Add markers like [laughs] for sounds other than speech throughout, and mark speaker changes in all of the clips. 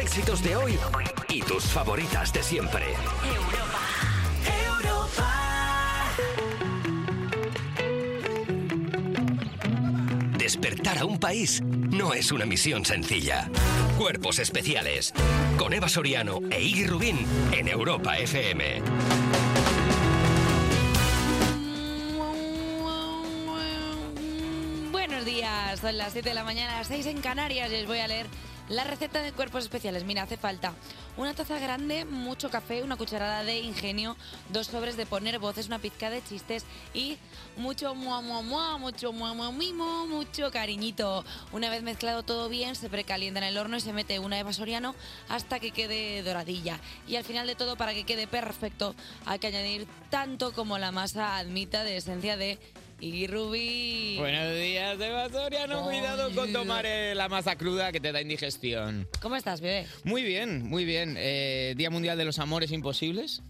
Speaker 1: éxitos de hoy y tus favoritas de siempre. Despertar a un país no es una misión sencilla. Cuerpos especiales. Con Eva Soriano e Iggy Rubín en Europa FM.
Speaker 2: Buenos días, son las 7 de la mañana, 6 en Canarias y les voy a leer la receta de cuerpos especiales. Mira, hace falta una taza grande, mucho café, una cucharada de ingenio, dos sobres de poner voces, una pizca de chistes y mucho mua mua mua, mucho mua mua mimo, mucho cariñito. Una vez mezclado todo bien, se precalienta en el horno y se mete una Eva Soriano hasta que quede doradilla. Y al final de todo, para que quede perfecto, hay que añadir tanto como la masa admita de esencia de y Rubí.
Speaker 3: Buenos días, Eva Soriano. Cuidado con tomar eh, la masa cruda que te da indigestión.
Speaker 2: ¿Cómo estás, bebé?
Speaker 3: Muy bien, muy bien. Eh, Día Mundial de los Amores Imposibles.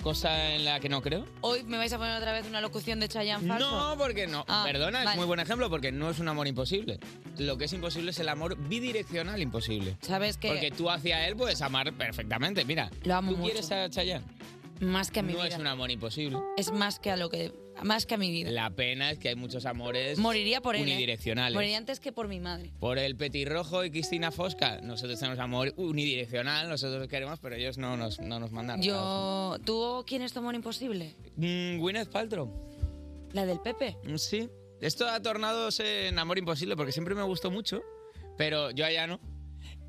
Speaker 3: Cosa en la que no creo.
Speaker 2: Hoy me vais a poner otra vez una locución de Chayanne falso.
Speaker 3: No, porque no.
Speaker 2: Ah,
Speaker 3: Perdona, es
Speaker 2: vale.
Speaker 3: muy buen ejemplo porque no es un amor imposible. Lo que es imposible es el amor bidireccional imposible.
Speaker 2: ¿Sabes qué?
Speaker 3: Porque tú hacia él puedes amar perfectamente. Mira,
Speaker 2: Lo amo
Speaker 3: tú
Speaker 2: mucho.
Speaker 3: quieres a Chayanne.
Speaker 2: Más que a mi
Speaker 3: No
Speaker 2: vida.
Speaker 3: es un amor imposible.
Speaker 2: Es más que a lo que más que a mi vida.
Speaker 3: La pena es que hay muchos amores
Speaker 2: Moriría por él. ¿eh?
Speaker 3: unidireccionales.
Speaker 2: Moriría antes que por mi madre.
Speaker 3: Por el petirrojo y Cristina Fosca. Nosotros tenemos amor unidireccional, nosotros queremos, pero ellos no nos, no nos mandan.
Speaker 2: Yo, ¿tú quién es tu amor imposible?
Speaker 3: Mm, Gwyneth Paltrow.
Speaker 2: La del Pepe.
Speaker 3: Mm, Sí. Esto ha tornado en amor imposible porque siempre me gustó mucho, pero yo a ella no.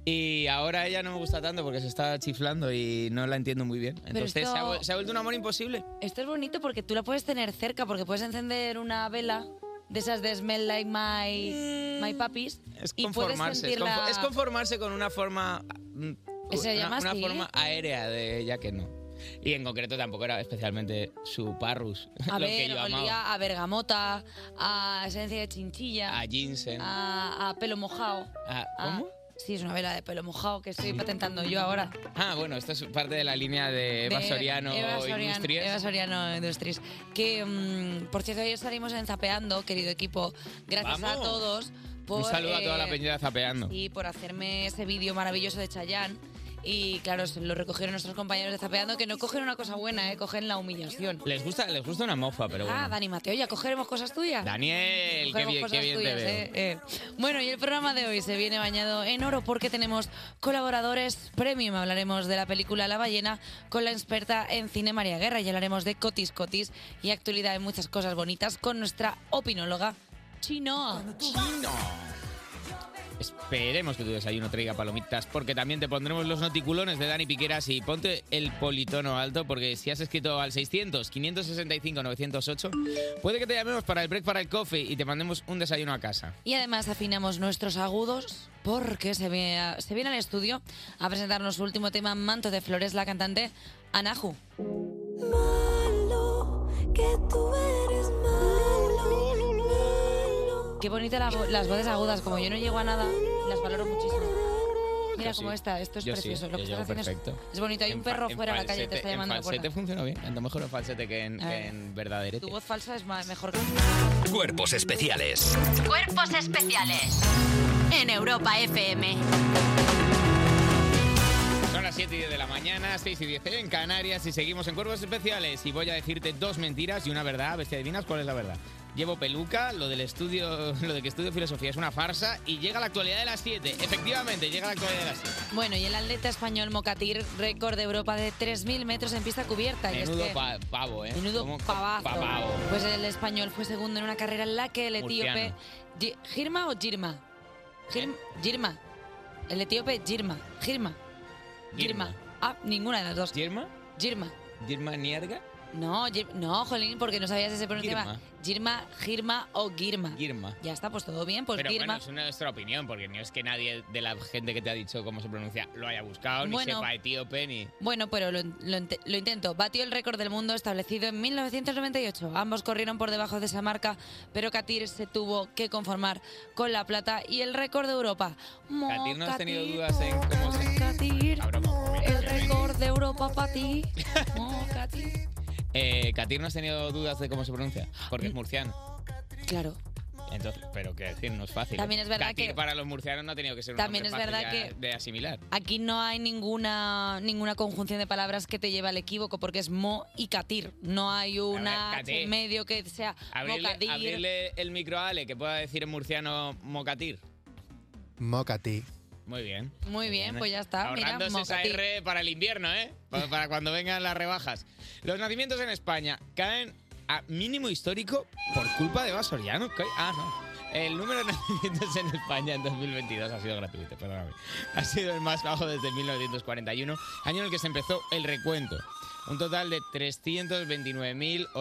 Speaker 3: Y ahora ella no me gusta tanto porque se está chiflando y no la entiendo muy bien. Entonces
Speaker 2: esto-
Speaker 3: se, ha, vuel- se ha vuelto un amor imposible.
Speaker 2: Esto es bonito porque tú la puedes tener cerca porque puedes encender una vela de esas de Smell Like My My Puppies
Speaker 3: Mm, Es
Speaker 2: y puedes
Speaker 3: conformarse. Es,
Speaker 2: sentirla
Speaker 3: confo- es conformarse con una forma. mm,
Speaker 2: ¿Se
Speaker 3: una-
Speaker 2: llama
Speaker 3: una
Speaker 2: así?
Speaker 3: forma aérea de ella que no. Y en concreto tampoco era especialmente su parrus.
Speaker 2: a
Speaker 3: [laughs] lo
Speaker 2: ver,
Speaker 3: que yo amaba.
Speaker 2: olía a bergamota, a esencia de chinchilla,
Speaker 3: a ginseng.
Speaker 2: a, a pelo mojado.
Speaker 3: Ah,
Speaker 2: Ah,
Speaker 3: ¿Cómo?
Speaker 2: Sí, es una vela de pelo mojado que estoy patentando yo ahora.
Speaker 3: Ah, bueno, esto es parte de la línea de Eva
Speaker 2: De
Speaker 3: Soriano
Speaker 2: Eva Soriano-
Speaker 3: Industries.
Speaker 2: Eva Soriano Industries. Que, mm, por cierto, ayer salimos en Zapeando, querido equipo. Gracias a
Speaker 3: Vamos.
Speaker 2: todos por...
Speaker 3: Un saludo a toda
Speaker 2: eh,
Speaker 3: la peña de Zapeando.
Speaker 2: Y por hacerme ese vídeo maravilloso de Chayanne. Y claro, se lo recogieron nuestros compañeros de Zapeando, que no cogen una cosa buena, eh, cogen la humillación.
Speaker 3: Les gusta, les gusta una mofa, pero bueno.
Speaker 2: Ah, Dani Mateo, ya cogeremos cosas tuyas.
Speaker 3: Daniel, qué
Speaker 2: Cogemos
Speaker 3: bien, qué
Speaker 2: cosas
Speaker 3: bien
Speaker 2: tuyas,
Speaker 3: te veo.
Speaker 2: eh, eh. Bueno, y el programa de hoy se viene bañado en oro porque tenemos colaboradores premium. Hablaremos de la película La ballena con la experta en cine María Guerra y hablaremos de Cotis Cotis y actualidad de muchas cosas bonitas con nuestra opinóloga Chinoa.
Speaker 3: Chino. Esperemos que tu desayuno traiga palomitas, porque también te pondremos los noticulones de Dani Piqueras y ponte el politono alto, porque si has escrito al 600 565 908, puede que te llamemos para el break para el coffee y te mandemos un desayuno a casa.
Speaker 2: Y además afinamos nuestros agudos porque se viene, se viene al estudio a presentarnos su último tema, Manto de Flores, la cantante Anahu.
Speaker 4: malo, que tú eres malo, malo.
Speaker 2: Qué bonitas las voces agudas, como yo no llego a nada, las valoro muchísimo. Mira
Speaker 3: Yo
Speaker 2: cómo
Speaker 3: sí.
Speaker 2: está, esto es
Speaker 3: Yo sí,
Speaker 2: precioso. Lo
Speaker 3: yo
Speaker 2: que
Speaker 3: llego
Speaker 2: estás haciendo es-
Speaker 3: perfecto.
Speaker 2: es, bonito. Hay un
Speaker 3: En fa-
Speaker 2: perro
Speaker 3: en
Speaker 2: fuera a la calle, te
Speaker 3: falsete-
Speaker 2: está llamando a la
Speaker 3: En
Speaker 2: puerta.
Speaker 3: falsete funcionó bien, tanto mejor en falsete que en,
Speaker 2: A ver.
Speaker 3: que en verdaderete.
Speaker 2: Tu voz falsa es ma- mejor que
Speaker 1: Cuerpos especiales.
Speaker 5: Cuerpos especiales en Europa FM.
Speaker 3: Son las 7 y 10 de la mañana, 6 y 10 en Canarias y seguimos en Cuervos Especiales. Y voy a decirte dos mentiras y una verdad. A ver si adivinas cuál es la verdad. Llevo peluca, lo del estudio, [laughs] lo de que estudio filosofía es una farsa y llega la actualidad de las 7. Efectivamente, llega la actualidad de las 7.
Speaker 2: Bueno, y el atleta español Mocatir, récord de Europa de 3.000 metros en pista cubierta. y es
Speaker 3: Menudo
Speaker 2: que-
Speaker 3: pa- pavo, ¿eh?
Speaker 2: Menudo
Speaker 3: ¿Cómo-
Speaker 2: pavazo.
Speaker 3: Papavo.
Speaker 2: Pues el español fue segundo en una carrera en la que el etíope.
Speaker 3: Murciano. ¿Eh?
Speaker 2: Gi- ¿Girma o Girma? Gir- Girma. El etíope Girma. Girma. Girma.
Speaker 3: Girma.
Speaker 2: Ah, ninguna de las dos.
Speaker 3: ¿Girma?
Speaker 2: Girma.
Speaker 3: ¿Girma Nierga?
Speaker 2: No, Gir- no, Jolín, porque no sabías si se pronunciaba
Speaker 3: Girma.
Speaker 2: Girma, Girma o Girma.
Speaker 3: Girma.
Speaker 2: Ya está, pues todo bien, pues
Speaker 3: Pero
Speaker 2: Girma.
Speaker 3: bueno, es nuestra opinión, porque no es que nadie de la gente que te ha dicho cómo se pronuncia lo haya buscado, ni
Speaker 2: Bueno.
Speaker 3: sepa etíope, ni...
Speaker 2: Bueno, pero lo, lo int- lo intento. Batió el récord del mundo establecido en 1998. Ambos corrieron por debajo de esa marca, pero Katir se tuvo que conformar con la plata y el récord de Europa.
Speaker 3: Katir no has tenido Ah,
Speaker 2: Mocatir,
Speaker 3: dudas en cómo se-
Speaker 2: Mocatir,
Speaker 3: Cabrón,
Speaker 2: el
Speaker 3: obviamente.
Speaker 2: récord de Europa para ti. Mocatir. Mm.
Speaker 3: Eh, Katir, ¿no has tenido dudas de cómo se pronuncia? Porque es murciano.
Speaker 2: Claro.
Speaker 3: Entonces, pero qué decir, no es fácil.
Speaker 2: También es verdad
Speaker 3: Gatir
Speaker 2: que-
Speaker 3: para los murcianos no ha tenido que ser un
Speaker 2: También
Speaker 3: nombre
Speaker 2: es
Speaker 3: fácil
Speaker 2: verdad
Speaker 3: de-
Speaker 2: que-
Speaker 3: de asimilar.
Speaker 2: Aquí no hay ninguna, ninguna conjunción de palabras que te lleve al equívoco, porque es mo y catir. No hay una
Speaker 3: caté.
Speaker 2: H en medio que sea
Speaker 3: Abrirle,
Speaker 2: mocadir.
Speaker 3: abrirle el micro a Ale, que pueda decir en murciano mocatir. [laughs]
Speaker 6: Mocati.
Speaker 3: Muy bien.
Speaker 2: Muy bien, pues ya está. Mira,
Speaker 3: Ahorrándose esa
Speaker 2: mocatir.
Speaker 3: R para el invierno, ¿eh? Pa- Para, cuando vengan las rebajas. Los nacimientos en España caen a mínimo histórico por culpa de Eva Soriano. ¿Qué? Ah, no. El número de nacimientos en España en 2022 ha sido gratuito, perdóname. Ha sido el más bajo desde 1941, año en el que se empezó el recuento. Un total de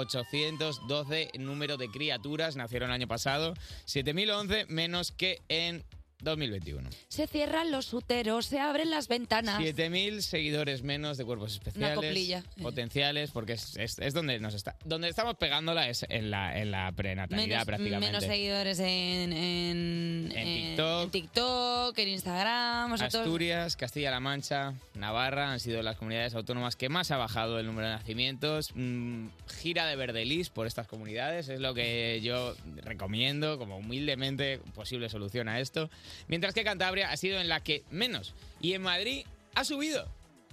Speaker 3: 329.812 número de criaturas nacieron el año pasado, 7.011 menos que en 2021.
Speaker 2: Se cierran los uteros, se abren las ventanas.
Speaker 3: 7.000 seguidores menos de cuerpos especiales.
Speaker 2: Ah. coplilla. eh.
Speaker 3: Potenciales, porque es, es- es donde nos está. Donde estamos pegándola es en la, en la prenatalidad
Speaker 2: Menos,
Speaker 3: prácticamente.
Speaker 2: menos seguidores en, en,
Speaker 3: En
Speaker 2: en-
Speaker 3: TikTok.
Speaker 2: en TikTok, en Instagram. Vosotros,
Speaker 3: Asturias, Castilla-La Mancha, Navarra han sido las comunidades autónomas que más ha bajado el número de nacimientos. Mm, gira de verdelis por estas comunidades es lo que yo recomiendo como humildemente posible solución a esto. Mientras que Cantabria ha sido en la que menos. Y en Madrid ha subido.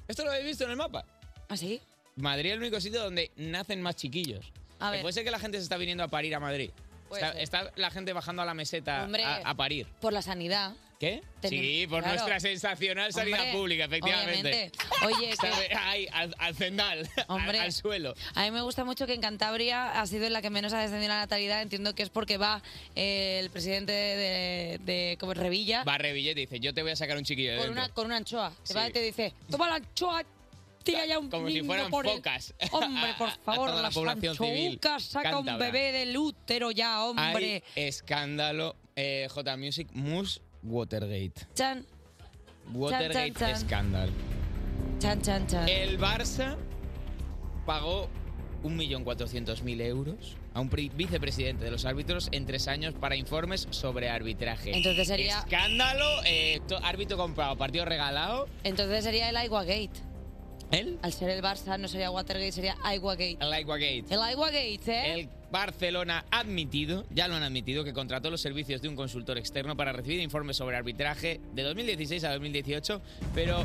Speaker 3: Esto lo habéis visto en el mapa.
Speaker 2: ¿Ah, sí?
Speaker 3: Madrid es el único sitio donde nacen más chiquillos.
Speaker 2: A
Speaker 3: Que
Speaker 2: ver.
Speaker 3: Puede ser que la gente se está viniendo a parir a Madrid.
Speaker 2: Puede
Speaker 3: Está,
Speaker 2: ser.
Speaker 3: está la gente bajando a la meseta
Speaker 2: Hombre.
Speaker 3: a, a parir.
Speaker 2: Por la sanidad.
Speaker 3: ¿Qué?
Speaker 2: Tenemos-
Speaker 3: sí, por
Speaker 2: claro.
Speaker 3: nuestra sensacional salida
Speaker 2: Hombre,
Speaker 3: pública,
Speaker 2: obviamente.
Speaker 3: efectivamente. [laughs]
Speaker 2: Oye, que-
Speaker 3: ¿Sabe? Ahí, al, al cendal, [laughs] al-
Speaker 2: Hombre.
Speaker 3: al, suelo.
Speaker 2: A mí me gusta mucho que en Cantabria ha sido en la que menos ha descendido la natalidad. Entiendo que es porque va eh, el presidente de, de como Revilla
Speaker 3: Barre billete y dice, yo te voy a sacar un chiquillo de
Speaker 2: con
Speaker 3: dentro.
Speaker 2: una, con una anchoa. Te va
Speaker 3: Sí.
Speaker 2: y te dice, toma la anchoa, tira ya un
Speaker 3: Como si
Speaker 2: niño
Speaker 3: fueran
Speaker 2: por el-".
Speaker 3: focas. [laughs]
Speaker 2: Hombre, por
Speaker 3: A- a
Speaker 2: favor,
Speaker 3: toda la
Speaker 2: las
Speaker 3: población civil
Speaker 2: anchoucas, saca un
Speaker 3: cántabra.
Speaker 2: bebé del útero ya, hombre.
Speaker 3: Hay escándalo eh, J Music Mus Watergate.
Speaker 2: Chan,
Speaker 3: Watergate
Speaker 2: chan.
Speaker 3: escándalo.
Speaker 2: chan, chan, chan.
Speaker 3: El Barça pagó 1.400.000 euros a un pri- vicepresidente de los árbitros en tres años para informes sobre arbitraje.
Speaker 2: Entonces sería-
Speaker 3: Escándalo, eh, to- árbitro comprado, partido regalado.
Speaker 2: Entonces sería el Aiguagate.
Speaker 3: ¿El?
Speaker 2: Al ser el Barça no sería Watergate, sería Aiguagate.
Speaker 3: El Aiguagate.
Speaker 2: El Aiguagate, ¿eh?
Speaker 3: El Barcelona ha admitido, ya lo han admitido, que contrató los servicios de un consultor externo para recibir informes sobre arbitraje de 2016 a 2018, pero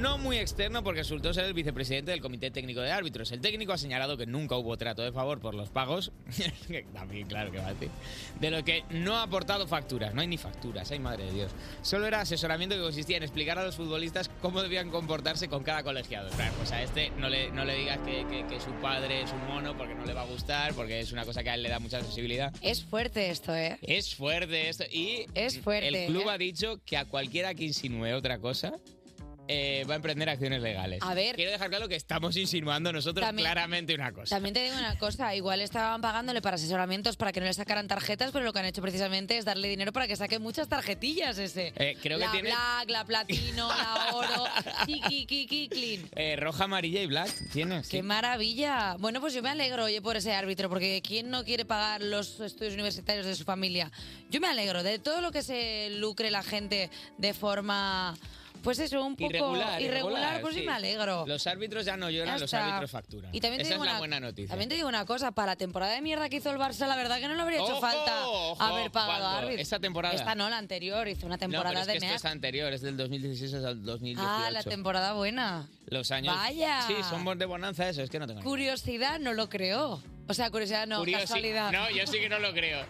Speaker 3: no muy externo porque resultó ser el vicepresidente del Comité Técnico de Árbitros. El técnico ha señalado que nunca hubo trato de favor por los pagos, [laughs] que también claro que va a decir, de lo que no ha aportado facturas, no hay ni facturas, ay madre de Dios. Solo era asesoramiento que consistía en explicar a los futbolistas cómo debían comportarse con cada colegiado. Claro, pues a este no le, no le digas que, que- que su padre es un mono porque no le va a gustar, porque es una cosa que a él le da mucha sensibilidad.
Speaker 2: Es fuerte esto, ¿eh?
Speaker 3: Es fuerte esto. Y
Speaker 2: Es fuerte,
Speaker 3: el club
Speaker 2: ¿eh?
Speaker 3: ha dicho que a cualquiera que insinúe otra cosa eh, va a emprender acciones legales.
Speaker 2: A ver.
Speaker 3: Quiero dejar claro que estamos insinuando nosotros
Speaker 2: También-
Speaker 3: claramente una cosa.
Speaker 2: También te digo una cosa, igual estaban pagándole para asesoramientos para que no le sacaran tarjetas, pero lo que han hecho precisamente es darle dinero para que saque muchas tarjetillas ese.
Speaker 3: Eh, creo que
Speaker 2: la
Speaker 3: tiene-
Speaker 2: black, la
Speaker 3: [laughs]
Speaker 2: platino, la oro, chiqui, chiqui, clean.
Speaker 3: Eh, roja, amarilla y black. ¿Tienes?
Speaker 2: ¡Qué maravilla! Bueno, pues yo me alegro, oye, por ese árbitro, porque ¿quién no quiere pagar los estudios universitarios de su familia? Yo me alegro de todo lo que se lucre la gente de forma, pues eso, un poco
Speaker 3: irregular, irregular,
Speaker 2: pues sí
Speaker 3: sí.
Speaker 2: me alegro.
Speaker 3: Los árbitros ya no lloran,
Speaker 2: Ya
Speaker 3: los
Speaker 2: está.
Speaker 3: árbitros facturan.
Speaker 2: Y también te
Speaker 3: Esa
Speaker 2: digo
Speaker 3: es la
Speaker 2: una-
Speaker 3: buena noticia.
Speaker 2: También te digo una cosa, para la temporada de mierda que hizo el Barça, la verdad que no le habría hecho
Speaker 3: Ojo,
Speaker 2: falta
Speaker 3: ojo,
Speaker 2: haber pagado a
Speaker 3: ¿cuándo?
Speaker 2: árbitro.
Speaker 3: ¿Esta temporada?
Speaker 2: Esta no, la anterior, hizo una
Speaker 3: no, pero
Speaker 2: temporada
Speaker 3: es que
Speaker 2: de
Speaker 3: esto es
Speaker 2: mierda.
Speaker 3: anterior, es del 2016 al 2018.
Speaker 2: Ah, la temporada buena.
Speaker 3: Los años.
Speaker 2: Vaya.
Speaker 3: Sí, somos de bonanza eso, es que no tengo. ni idea.
Speaker 2: Curiosidad no lo creó. O sea, curiosidad no,
Speaker 3: Curiosi-
Speaker 2: casualidad.
Speaker 3: No, yo sí que no lo creo.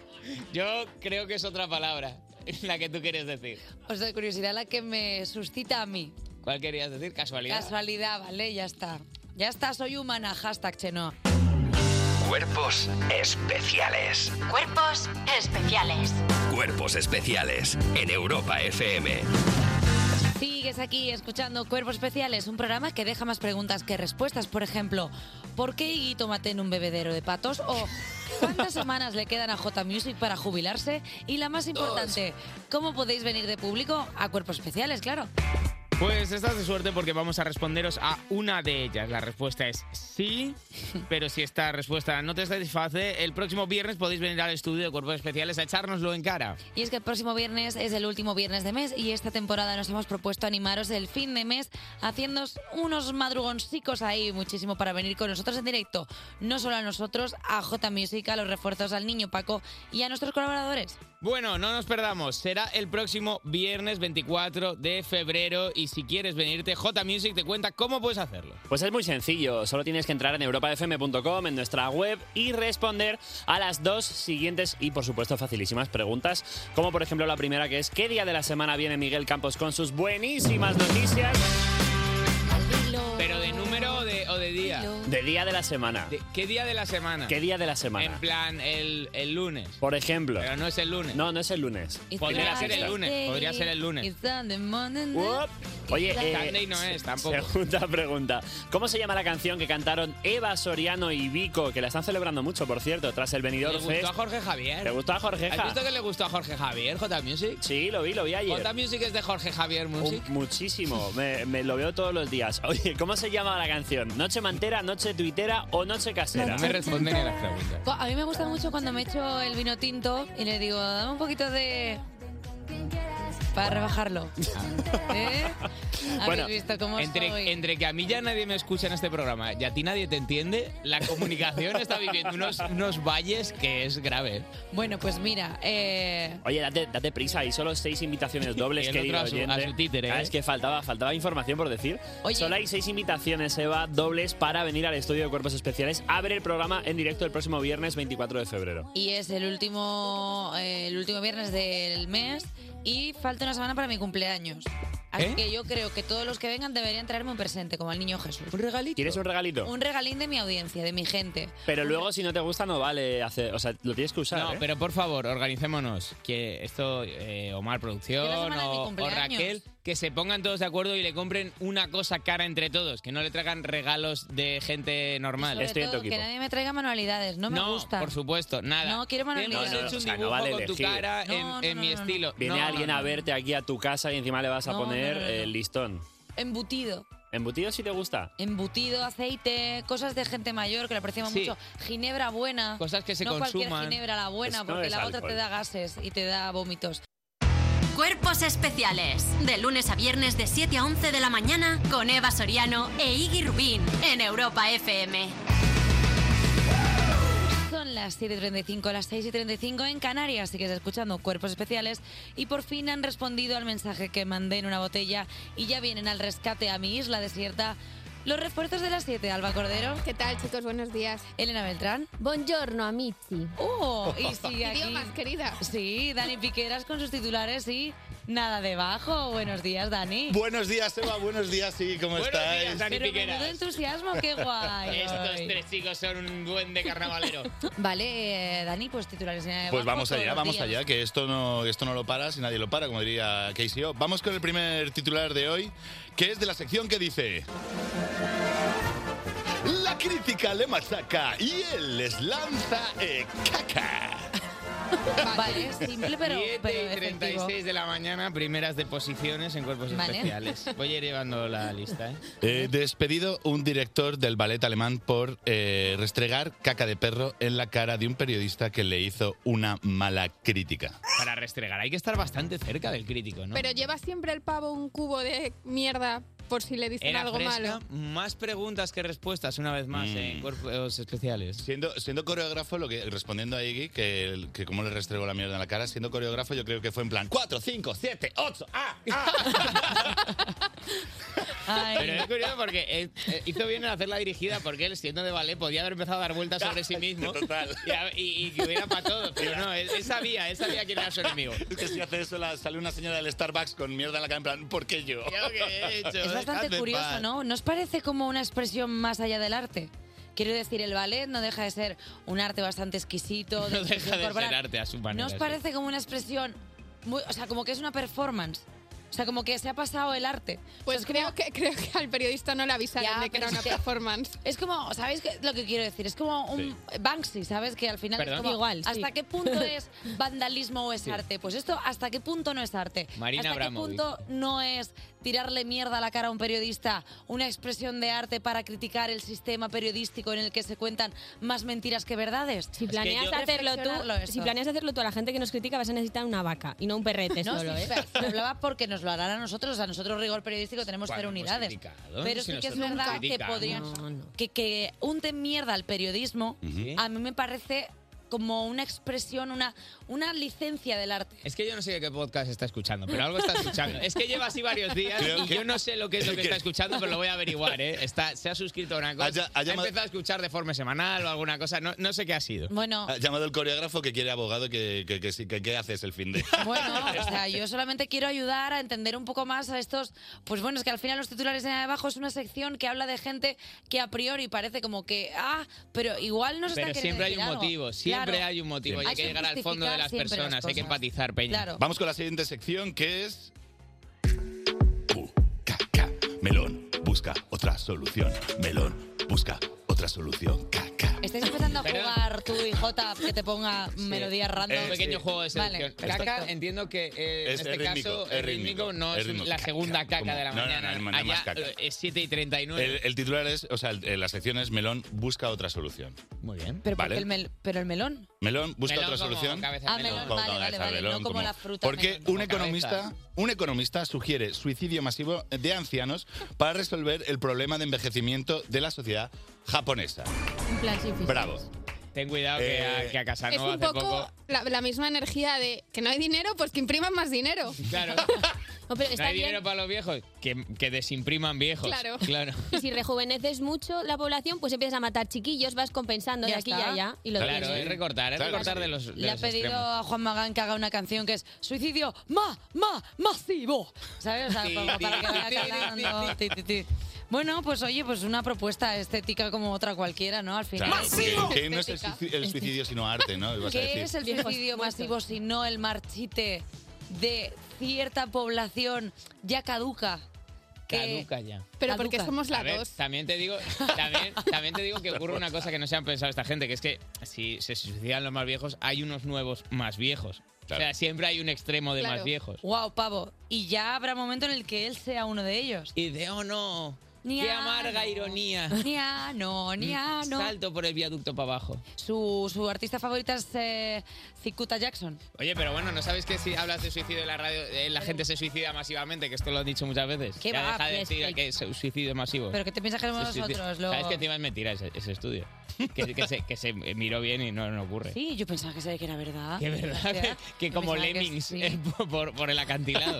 Speaker 3: Yo creo que es otra palabra, [laughs] la que tú quieres decir.
Speaker 2: O sea, curiosidad la que me suscita a mí.
Speaker 3: ¿Cuál querías decir? Casualidad.
Speaker 2: Casualidad, vale, ya está. Ya está, soy humana, hashtag Chenoa.
Speaker 1: Cuerpos especiales.
Speaker 5: Cuerpos especiales.
Speaker 1: Cuerpos especiales en Europa FM.
Speaker 2: Sigues aquí escuchando Cuerpos Especiales, un programa que deja más preguntas que respuestas. Por ejemplo, ¿por qué Higuito maté en un bebedero de patos? ¿O cuántas semanas le quedan a J Music para jubilarse? Y la más importante, ¿cómo podéis venir de público a Cuerpos Especiales? Claro.
Speaker 3: Pues estás de suerte porque vamos a responderos a una de ellas. La respuesta es
Speaker 7: [laughs]
Speaker 3: sí, pero si esta respuesta no te satisface, el próximo viernes podéis venir al estudio de Cuerpos Especiales a echárnoslo en cara.
Speaker 2: Y es que el próximo viernes es el último viernes de mes y esta temporada nos hemos propuesto animaros el fin de mes haciendo unos madrugoncicos ahí muchísimo para venir con nosotros en directo. No solo a nosotros, a J Music, a los refuerzos, al niño Paco y a nuestros colaboradores.
Speaker 3: Bueno, no nos perdamos. Será el próximo viernes 24 de febrero y si quieres venirte, J Music te cuenta cómo puedes hacerlo.
Speaker 7: Pues es muy sencillo, solo tienes que entrar en europafm.com, en nuestra web y responder a las dos siguientes y por supuesto facilísimas preguntas, como por ejemplo la primera que es ¿qué día de la semana viene Miguel Campos con sus buenísimas noticias?
Speaker 3: Pero de número o de, o de día.
Speaker 7: De día de la semana.
Speaker 3: De- ¿Qué día de la semana?
Speaker 7: ¿Qué día de la semana?
Speaker 3: En plan, el, el lunes.
Speaker 7: Por ejemplo.
Speaker 3: Pero no es el lunes.
Speaker 7: No, no es el lunes.
Speaker 3: Podría ser el lunes, podría ser el lunes.
Speaker 2: It's on the morning.
Speaker 7: Uop. Oye,
Speaker 2: It's
Speaker 7: eh,
Speaker 2: Sunday.
Speaker 3: no es, tampoco.
Speaker 7: Segunda [laughs] pregunta. ¿Cómo se llama la canción que cantaron Eva Soriano y Vico, que la están celebrando mucho, por cierto, tras el
Speaker 3: ¿Le
Speaker 7: venidor
Speaker 3: gustó a Jorge Javier?
Speaker 7: ¿Le gustó a Jorge
Speaker 3: ¿Has
Speaker 7: Ja?
Speaker 3: visto que le gustó a Jorge Javier, J Music?
Speaker 7: Sí, lo vi, lo vi ayer.
Speaker 3: J Music es de Jorge
Speaker 7: [laughs]
Speaker 3: Javier Music.
Speaker 7: Un- Oh, muchísimo, me, me lo veo todos los días. Oye, ¿cómo se llama la canción? ¿Noche mantera, noche tuitera o noche casera?
Speaker 3: No me responden ni a las preguntas.
Speaker 2: Co- A mí me gusta mucho cuando me echo el vino tinto y le digo, dame un poquito de... Para rebajarlo. ¿Eh? ¿Habéis visto cómo soy?
Speaker 3: entre, entre que a mí ya nadie me escucha en este programa y a ti nadie te entiende, la comunicación está viviendo unos, unos valles que es grave.
Speaker 2: Bueno, pues mira, eh,
Speaker 7: Oye, date, date prisa, hay solo seis invitaciones
Speaker 3: [laughs]
Speaker 7: dobles,
Speaker 3: Y el
Speaker 7: querido
Speaker 3: otro a su-
Speaker 7: oyente.
Speaker 3: a su títere,
Speaker 7: Ah,
Speaker 3: ¿eh?
Speaker 7: Es que faltaba, faltaba información por decir. Solo hay seis invitaciones, Eva, dobles para venir al estudio de cuerpos especiales a ver el programa en directo el próximo viernes 24 de febrero.
Speaker 2: y es el último, eh, el último viernes del mes y falta una semana para mi cumpleaños. Así
Speaker 7: ¿Eh?
Speaker 2: que yo creo que todos los que vengan deberían traerme un presente, como al niño Jesús.
Speaker 3: ¿Un regalito?
Speaker 7: ¿Quieres un regalito?
Speaker 2: Un regalín de mi audiencia, de mi gente.
Speaker 7: Pero luego, si no te gusta, no vale hacer. O sea, lo tienes que usar.
Speaker 3: No,
Speaker 7: ¿eh?
Speaker 3: pero por favor, organicémonos. Que esto, eh, Omar
Speaker 7: Es la
Speaker 3: Producción
Speaker 7: semana de mi
Speaker 3: o, o
Speaker 7: cumpleaños.
Speaker 3: Raquel, que se pongan todos de acuerdo y le compren una cosa cara entre todos. Que no le traigan regalos de gente normal.
Speaker 2: Sobre todo, que nadie me traiga manualidades, no me gusta.
Speaker 3: por supuesto, nada.
Speaker 2: No, quiero manualidades.
Speaker 3: Te hemos hecho
Speaker 7: o
Speaker 3: un
Speaker 7: sea, no
Speaker 3: dibujo
Speaker 7: vale
Speaker 3: con tu
Speaker 7: elegir.
Speaker 3: cara en,
Speaker 2: No, no,
Speaker 3: en mi estilo.
Speaker 7: Viene
Speaker 3: No,
Speaker 7: alguien
Speaker 3: no,
Speaker 7: a
Speaker 3: no.
Speaker 7: verte aquí a tu casa y encima le vas a
Speaker 2: No, no, no,
Speaker 7: poner
Speaker 2: Em- no.
Speaker 7: eh, listón.
Speaker 2: Embutido.
Speaker 7: ¿Embutido si te gusta?
Speaker 2: Embutido, aceite, cosas de gente mayor que lo apreciamos
Speaker 7: Sí.
Speaker 2: mucho. Ginebra buena.
Speaker 7: Cosas que se
Speaker 2: no
Speaker 7: consuman.
Speaker 2: cualquier ginebra la buena,
Speaker 7: Eso no
Speaker 2: porque
Speaker 7: es
Speaker 2: la otra
Speaker 7: alcohol.
Speaker 2: te da gases y te da vómitos.
Speaker 5: Cuerpos especiales. De lunes a viernes de 7 a 11 de la mañana con Eva Soriano e Iggy Rubín en Europa FM.
Speaker 2: Son las 7.35, las 6.35 en Canarias, sigues escuchando Cuerpos Especiales y por fin han respondido al mensaje que mandé en una botella y ya vienen al rescate a mi isla desierta los refuerzos de las 7, Alba Cordero.
Speaker 8: ¿Qué tal, chicos? Buenos días.
Speaker 2: Elena Beltrán.
Speaker 8: Buongiorno, amici.
Speaker 2: Oh,
Speaker 8: [laughs]
Speaker 2: y sigue aquí.
Speaker 8: Idiomas, querida.
Speaker 2: Sí, Dani Piqueras con sus titulares y nada debajo. Buenos días, Dani.
Speaker 9: Buenos días, Eva. Buenos días, sí, ¿cómo estáis?
Speaker 2: Pero menudo entusiasmo, qué
Speaker 9: [laughs]
Speaker 2: guay.
Speaker 3: Estos tres chicos son un buen de carnavalero.
Speaker 2: Vale, eh, Dani, pues titulares. en abajo
Speaker 9: Pues vamos
Speaker 2: todos
Speaker 9: allá,
Speaker 2: los
Speaker 9: vamos
Speaker 2: días.
Speaker 9: allá, que esto no, esto no lo para si nadie lo para, como diría Casey O. Vamos con el primer titular de hoy, que es de la sección que dice... La crítica le machaca y él les lanza eh, caca.
Speaker 2: Vale, simple, pero,
Speaker 3: 7
Speaker 2: pero
Speaker 3: y
Speaker 2: efectivo.
Speaker 3: 36 de la mañana, primeras deposiciones en cuerpos
Speaker 2: Vale.
Speaker 3: especiales. Voy a ir llevando la lista, ¿eh?
Speaker 9: Eh, despedido un director del ballet alemán por eh, restregar caca de perro en la cara de un periodista que le hizo una mala crítica.
Speaker 3: Para restregar, hay que estar bastante cerca del crítico, ¿no?
Speaker 8: Pero lleva siempre el pavo un cubo de mierda por si le dicen
Speaker 3: Era
Speaker 8: algo
Speaker 3: fresca,
Speaker 8: malo.
Speaker 3: más preguntas que respuestas, una vez más, en cuerpos especiales.
Speaker 9: Mm. Siendo, siendo coreógrafo, lo que, respondiendo a Iggy, que, que cómo le restregó la mierda en la cara, siendo coreógrafo yo creo que fue en plan 4, 5, 7, 8, ¡ah!
Speaker 3: Pero es curioso porque eh, eh, hizo bien en hacer la dirigida porque él, siendo de ballet, podía haber empezado a dar vueltas sobre
Speaker 9: [laughs]
Speaker 3: sí mismo Y, a- y- y que hubiera para todos. Pero no, él, él sabía, él sabía quién era su enemigo.
Speaker 9: Es [laughs] que si hace eso la- sale una señora del Starbucks con mierda en la cara en plan, ¿por qué yo?
Speaker 3: Yo qué [laughs] he hecho,
Speaker 2: Es bastante curioso, ¿no? ¿Nos parece como una expresión más allá del arte? Quiero decir, el ballet no deja de ser un arte bastante exquisito.
Speaker 3: [laughs] No
Speaker 2: expresión
Speaker 3: deja de
Speaker 2: corporal.
Speaker 3: ser arte a su manera.
Speaker 2: ¿No os
Speaker 3: sí.
Speaker 2: parece como una expresión, muy- o sea, como que es una performance? O sea, como que se ha pasado el arte. Pues creo, que, creo que al periodista no le avisaron
Speaker 8: de que era una
Speaker 2: performance. Es como, ¿sabéis qué- lo que quiero decir? Es como un Banksy, ¿sabes? Que al final
Speaker 3: Perdón.
Speaker 2: es como,
Speaker 3: Igual, sí.
Speaker 2: ¿hasta qué [laughs] punto es vandalismo o es arte? Pues esto, ¿hasta qué punto no es arte?
Speaker 3: Marina
Speaker 2: ¿Hasta qué
Speaker 3: Abramovic.
Speaker 2: punto no es tirarle mierda a la cara a un periodista una expresión de arte para criticar el sistema periodístico en el que se cuentan más mentiras que verdades? Si
Speaker 10: planeas hacerlo tú, si planeas hacerlo tú a la gente que nos critica, vas a necesitar una vaca y no un
Speaker 2: [laughs]
Speaker 10: perrete
Speaker 2: no,
Speaker 10: solo,
Speaker 2: sí,
Speaker 10: ¿eh?
Speaker 2: pero se hablaba porque nos lo harán a nosotros, a nosotros rigor periodístico tenemos
Speaker 10: Bueno,
Speaker 2: cero
Speaker 10: hemos
Speaker 2: unidades.
Speaker 10: criticado,
Speaker 2: Pero
Speaker 10: si
Speaker 2: sí que es
Speaker 10: nosotros
Speaker 2: verdad que
Speaker 10: criticamos.
Speaker 2: podrían
Speaker 10: No,
Speaker 2: que, que unten mierda al periodismo,
Speaker 3: Ujú.
Speaker 2: a mí me parece como una expresión, una, una licencia del arte.
Speaker 3: Es que yo no sé de qué podcast está escuchando, pero algo está escuchando. Es que lleva así varios días
Speaker 9: Creo
Speaker 3: y
Speaker 9: que-
Speaker 3: yo no sé lo que es lo que,
Speaker 9: que-
Speaker 3: está escuchando, pero lo voy a averiguar, ¿eh? Está, se ha suscrito a una cosa, ha,
Speaker 9: llamado-
Speaker 3: empezado a escuchar de forma semanal o alguna cosa, no, no sé qué ha sido.
Speaker 2: Bueno.
Speaker 9: Ha llamado el coreógrafo que quiere abogado que, que, que sí, que- que haces el fin de.
Speaker 2: Bueno, o sea, yo solamente quiero ayudar a entender un poco más a estos. Pues bueno, es que al final los titulares de abajo es una sección que habla de gente que a priori parece como que, ah, pero igual nos
Speaker 3: Pero
Speaker 2: están queriendo
Speaker 3: siempre hay un
Speaker 2: decir algo.
Speaker 3: motivo, siempre
Speaker 2: Claro.
Speaker 3: [laughs] hay un motivo. y
Speaker 2: Hay
Speaker 3: hay que
Speaker 2: que
Speaker 3: llegar al fondo de las
Speaker 2: justificar siempre las
Speaker 3: personas, hay que
Speaker 2: cosas.
Speaker 3: empatizar, Peña.
Speaker 2: Claro.
Speaker 9: Vamos con la siguiente sección que es. Busca, melón, busca otra solución. Melón, busca otra solución.
Speaker 2: Estáis empezando a
Speaker 3: Pero-
Speaker 2: jugar tú y Jota que te
Speaker 3: [laughs]
Speaker 2: ponga melodías random.
Speaker 3: Un pequeño juego de selección.
Speaker 2: Vale, perfecto.
Speaker 3: caca, entiendo que eh,
Speaker 9: Es-
Speaker 3: en este
Speaker 9: es rítmico,
Speaker 3: caso
Speaker 9: es
Speaker 3: el rítmico
Speaker 9: rítmico,
Speaker 3: no
Speaker 9: es
Speaker 3: es
Speaker 9: rítmico.
Speaker 3: la segunda caca
Speaker 9: ¿cómo?
Speaker 3: de la
Speaker 9: No, no, no,
Speaker 3: mañana.
Speaker 9: no, no, no,
Speaker 3: Allá,
Speaker 9: más caca.
Speaker 3: eh, es 7 y
Speaker 9: El,
Speaker 3: 39.
Speaker 9: el titular es, o sea, el- eh, la sección es Melón busca otra solución.
Speaker 3: Muy bien.
Speaker 2: Pero, porque el mel- pero el melón.
Speaker 9: Melón busca
Speaker 2: Melón
Speaker 9: otra
Speaker 2: como
Speaker 9: solución.
Speaker 2: cabeza de Ah, melón. melón,
Speaker 9: Como
Speaker 2: vale, vale,
Speaker 9: cabeza de
Speaker 2: vale, no como la fruta
Speaker 9: Porque
Speaker 2: melón.
Speaker 9: un
Speaker 2: Como
Speaker 9: economista,
Speaker 2: cabeza.
Speaker 9: un economista sugiere suicidio masivo de ancianos para resolver el problema de envejecimiento de la sociedad japonesa.
Speaker 8: Un plan sin fin.
Speaker 9: Bravo. Eh,
Speaker 3: Ten
Speaker 9: [laughs]
Speaker 3: cuidado que a- que a
Speaker 8: Es
Speaker 3: Casanova
Speaker 8: un
Speaker 3: hace
Speaker 8: poco,
Speaker 3: poco.
Speaker 8: La, la misma energía de que no hay dinero, pues que impriman más
Speaker 10: [laughs]
Speaker 8: dinero.
Speaker 3: Claro.
Speaker 10: No, pero
Speaker 3: No
Speaker 10: está
Speaker 3: hay
Speaker 10: bien.
Speaker 3: dinero para los viejos. Que, que desimpriman viejos.
Speaker 10: Claro.
Speaker 3: Claro.
Speaker 10: Y si rejuveneces mucho la población, pues empiezas a matar chiquillos, vas compensando de
Speaker 2: Ya
Speaker 10: aquí
Speaker 2: está.
Speaker 10: y allá. Y lo
Speaker 3: claro,
Speaker 10: tienes.
Speaker 3: es recortar, es
Speaker 10: Claro
Speaker 3: recortar
Speaker 10: que sí.
Speaker 3: de los. de
Speaker 2: Le ha
Speaker 3: los
Speaker 2: pedido
Speaker 3: extremos.
Speaker 2: a Juan Magán que haga una canción que es Suicidio ma, ma, masivo. ¿Sabes? O sea,
Speaker 3: Ti,
Speaker 2: como
Speaker 3: ti,
Speaker 2: para que vaya
Speaker 3: ti, ti,
Speaker 2: calando, ti, ti, ti. Bueno, pues oye, pues una propuesta estética como otra cualquiera, ¿no? Al final.
Speaker 9: Claro, que, que no es el suicidio, el suicidio, sino arte, ¿no? Ibas a decir.
Speaker 2: ¿Qué es el suicidio masivo si no el marchite de cierta población ya caduca? [laughs] Que
Speaker 3: Caduca ya.
Speaker 2: Pero porque Caduca. somos la
Speaker 3: A ver,
Speaker 2: dos.
Speaker 3: También te digo, también, también te digo que ocurre una cosa que no se han pensado esta gente, que es que si se suicidan los más viejos, hay unos nuevos más viejos. O sea, siempre hay un extremo de más viejos.
Speaker 2: Wow, pavo. Y ya habrá momento en el que él sea uno de ellos.
Speaker 3: Y de oh no.
Speaker 2: Ni
Speaker 3: Qué
Speaker 2: a
Speaker 3: amarga
Speaker 2: no.
Speaker 3: ironía.
Speaker 2: Ni a no, ni a no.
Speaker 3: Mm, Salto por el viaducto para abajo.
Speaker 2: Su, su artista favorita es eh, Cicuta Jackson.
Speaker 3: Oye, pero bueno, ¿no sabes que si hablas de suicidio en la radio, eh, la gente se suicida masivamente? Que esto lo han dicho muchas veces.
Speaker 2: Qué
Speaker 3: ya
Speaker 2: va,
Speaker 3: deja de
Speaker 2: pues,
Speaker 3: decir
Speaker 2: que-
Speaker 3: que es un suicidio masivo.
Speaker 2: Pero que te piensas que somos
Speaker 3: Sí, sí, sí.
Speaker 2: nosotros,
Speaker 3: Sabes
Speaker 2: luego.
Speaker 3: que encima es mentira ese, ese estudio. Que, que se, que se miró bien y no, no ocurre.
Speaker 2: Sí, yo pensaba que sabía que era verdad.
Speaker 3: Que verdad,
Speaker 2: O sea,
Speaker 3: que, [laughs] que como
Speaker 2: pensaba que
Speaker 3: lemmings
Speaker 2: sí.
Speaker 3: eh, por- por, por el acantilado.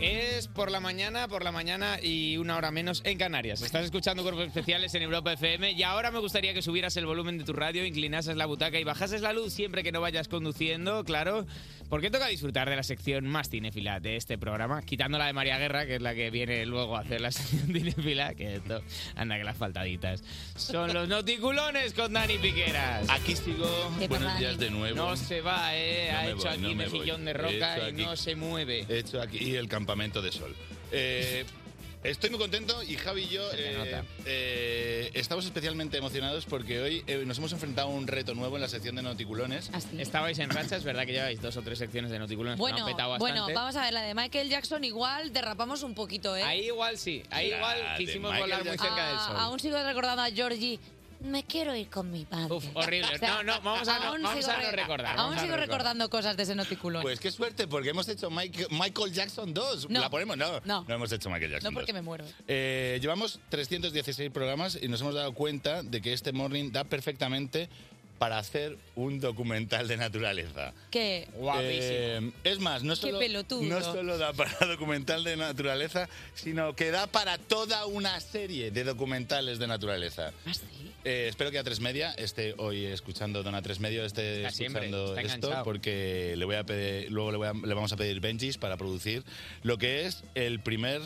Speaker 3: es por la mañana, por la mañana y una hora menos en Canarias. Estás escuchando Cuerpos Especiales en Europa FM y ahora me gustaría que subieras el volumen de tu radio, inclinases la butaca y bajases la luz siempre que no vayas conduciendo, claro, porque toca disfrutar de la sección más cinefila de este programa, quitando la de María Guerra, que es la que viene luego a hacer la [laughs] sección cinefila, que esto, anda que las faltaditas. Son los noticulones con Dani Piqueras.
Speaker 9: Aquí sigo.
Speaker 3: ¿Qué
Speaker 9: Buenos
Speaker 3: pasa,
Speaker 9: días de nuevo.
Speaker 3: No se va, eh.
Speaker 9: No
Speaker 3: ha
Speaker 9: me
Speaker 3: hecho
Speaker 9: voy,
Speaker 3: aquí
Speaker 9: no me
Speaker 3: mejillón
Speaker 9: voy.
Speaker 3: de
Speaker 9: He
Speaker 3: roca
Speaker 9: hecho
Speaker 3: y
Speaker 9: aquí-
Speaker 3: no se mueve.
Speaker 9: He hecho aquí y el campamento de sol. Eh, estoy muy contento y Javi y yo
Speaker 3: Se te
Speaker 9: eh,
Speaker 3: nota.
Speaker 9: eh, estamos especialmente emocionados porque hoy eh, nos hemos enfrentado a un reto nuevo en la sección de noticulones.
Speaker 2: Ah,
Speaker 3: Estabais en racha, es verdad que lleváis dos o tres secciones de noticulones que
Speaker 2: Bueno,
Speaker 3: [laughs] lo han petado bastante.
Speaker 2: bueno, vamos a ver, la de Michael Jackson igual derrapamos un poquito, ¿eh?
Speaker 3: Ahí igual sí, ahí
Speaker 9: La
Speaker 3: igual
Speaker 9: de
Speaker 3: quisimos
Speaker 9: Michael
Speaker 3: volar muy
Speaker 9: Jackson.
Speaker 3: cerca del sol.
Speaker 2: Ah, aún sigo recordando a Georgie. Me quiero ir con mi padre.
Speaker 3: Uf, horrible.
Speaker 2: [laughs] O sea,
Speaker 3: no, no, vamos a no,
Speaker 2: aún
Speaker 3: vamos
Speaker 2: sigo
Speaker 3: a no
Speaker 2: re-
Speaker 3: recordar.
Speaker 2: Aún
Speaker 3: vamos a
Speaker 2: sigo
Speaker 3: no recordar.
Speaker 2: recordando cosas de ese noticulón.
Speaker 9: Pues qué suerte, porque hemos hecho Mike- Michael Jackson 2.
Speaker 2: No.
Speaker 9: ¿La ponemos? No,
Speaker 2: No.
Speaker 9: hemos hecho Michael
Speaker 2: no
Speaker 9: Jackson
Speaker 2: porque
Speaker 9: 2.
Speaker 2: me muero.
Speaker 9: Eh, llevamos 316 programas y nos hemos dado cuenta de que este morning da perfectamente para hacer un documental de naturaleza.
Speaker 2: Que
Speaker 9: Eh, es más, no
Speaker 2: Qué
Speaker 9: solo,
Speaker 2: pelotudo.
Speaker 9: no solo da para [laughs] documental de naturaleza, sino que da para toda una serie de documentales de naturaleza.
Speaker 2: ¿Ah,
Speaker 9: Eh, espero que a tres media esté hoy escuchando Don a tres medio esté
Speaker 3: Está siempre,
Speaker 9: escuchando
Speaker 3: está
Speaker 9: esto
Speaker 3: enganchado.
Speaker 9: porque le voy a pedir, luego le, voy a- le vamos a pedir Benjis para producir lo que es el primer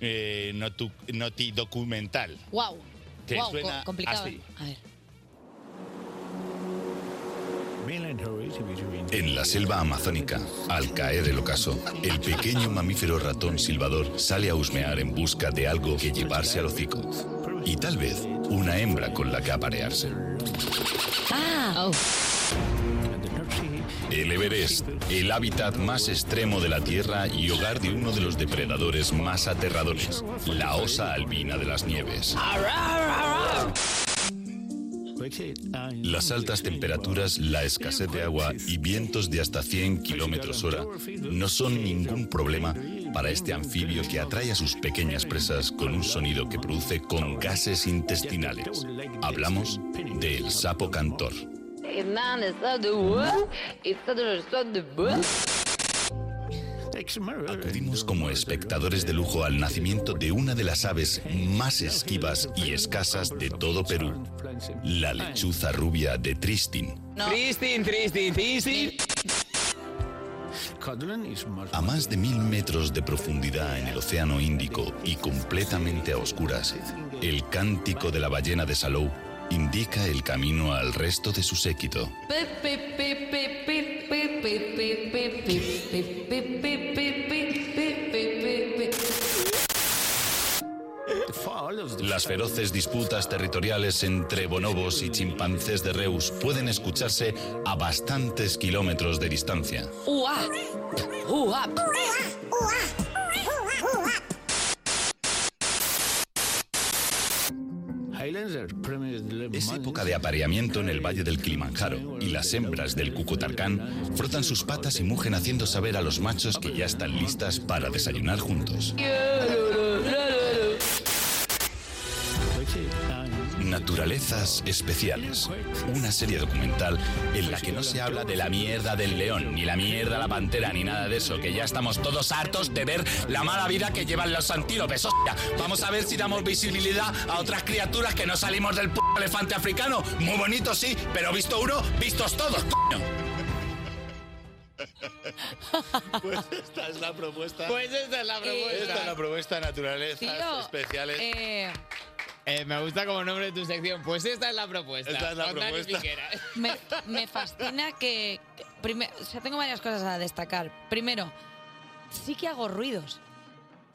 Speaker 9: eh, notu- notidocumental
Speaker 8: Wow.
Speaker 9: que
Speaker 2: Guau,
Speaker 9: suena
Speaker 2: co- complicado.
Speaker 9: así.
Speaker 2: A ver.
Speaker 11: En la selva amazónica, al caer el ocaso, el pequeño mamífero ratón silbador sale a husmear en busca de algo que llevarse al hocico. Y tal vez una hembra con la que aparearse.
Speaker 3: Oh.
Speaker 2: Ah.
Speaker 11: El Everest, el hábitat más extremo de la Tierra y hogar de uno de los depredadores más aterradores, la osa albina de las nieves. Las altas temperaturas, la escasez de agua y vientos de hasta 100 kilómetros hora no son ningún problema para este anfibio que atrae a sus pequeñas presas con un sonido que produce con gases intestinales. Hablamos del sapo cantor. Acudimos como espectadores de lujo al nacimiento de una de las aves más esquivas y escasas de todo Perú, la lechuza rubia de Tristin.
Speaker 3: Tristin, Tristin, Tristin.
Speaker 11: A más de mil metros de profundidad en el Océano Índico y completamente a oscuras, el cántico de la ballena de Salou indica el camino al resto de su séquito. Las feroces disputas territoriales entre bonobos y chimpancés de Reus pueden escucharse a bastantes kilómetros de distancia.
Speaker 2: ¡Uah! ¡Uah!
Speaker 11: Es época de apareamiento en el valle del Kilimanjaro y las hembras del Cucutarcán frotan sus patas y mugen haciendo saber a los machos que ya están listas para desayunar juntos. Naturalezas especiales. Una serie documental en la que no se habla de la mierda del león, ni la mierda de la pantera, ni nada de eso, que ya estamos todos hartos de ver la mala vida que llevan los antílopes. Hostia, vamos a ver si damos visibilidad a otras criaturas que no salimos del p elefante africano. Muy bonito, sí, pero visto uno, vistos todos, coño.
Speaker 9: Pues esta es la propuesta.
Speaker 3: Pues esta es la propuesta.
Speaker 9: Esta es la propuesta de naturalezas
Speaker 3: Tío,
Speaker 9: especiales.
Speaker 2: Eh,
Speaker 3: Eh, me gusta como nombre de tu sección. Pues esta es la propuesta.
Speaker 9: Esta es la
Speaker 3: Con Dani
Speaker 9: propuesta.
Speaker 3: Piquera.
Speaker 2: me, me fascina que... que prime- o sea, tengo varias cosas a destacar. Primero, sí que hago ruidos.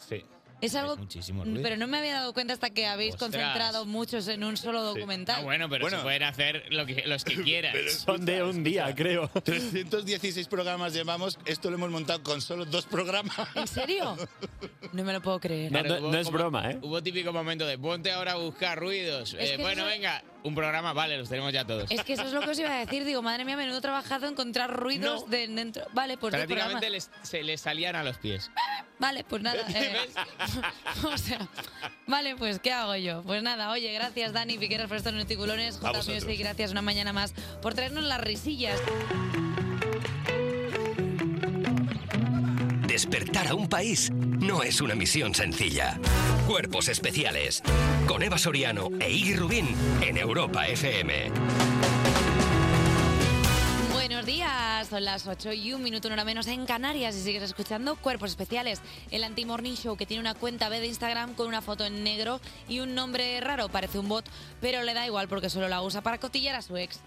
Speaker 3: Sí.
Speaker 2: Es algo...
Speaker 3: Muchísimo
Speaker 2: Mm, Pero no me había dado cuenta hasta que habéis
Speaker 3: Ostras. Ah,
Speaker 2: concentrado muchos en un solo [laughs] documental.
Speaker 3: bueno, pero se pueden hacer lo que,
Speaker 9: [laughs]
Speaker 3: los que quieran.
Speaker 9: Son de un día, creo. 316 programas llevamos. Esto lo hemos montado con solo dos programas.
Speaker 2: ¿En
Speaker 9: [laughs]
Speaker 2: serio? No me lo puedo creer.
Speaker 3: Claro, hubo como-
Speaker 2: ¿eh?
Speaker 3: Hubo típico momento de ponte ahora a buscar ruidos.
Speaker 2: Es
Speaker 3: Eh,
Speaker 2: que
Speaker 3: bueno,
Speaker 2: eso-
Speaker 3: venga, un programa, vale, los tenemos ya todos.
Speaker 2: Es que eso es lo que os iba a decir. Digo, madre mía, menudo trabajado encontrar ruidos de dentro. Vale, pues dos programas.
Speaker 3: Prácticamente les- se les salían a los pies.
Speaker 2: Vale, pues nada. eh, [laughs] o sea, vale, pues ¿qué hago yo? Pues nada, oye, gracias Dani Piqueras por estos noticulones.
Speaker 3: A
Speaker 2: J
Speaker 3: vosotros.
Speaker 2: Music, gracias una mañana más por traernos las risillas.
Speaker 1: Despertar a un país no es una misión sencilla. Cuerpos especiales. Con Eva Soriano e Iggy Rubín en Europa FM.
Speaker 2: Buenos días, son las 8 y un minuto, una hora menos en Canarias y sigues escuchando Cuerpos Especiales, el anti-morning show que tiene una cuenta B de Instagram con una foto en negro y un nombre raro, parece un bot, pero le da igual porque solo la usa para cotillar a su ex.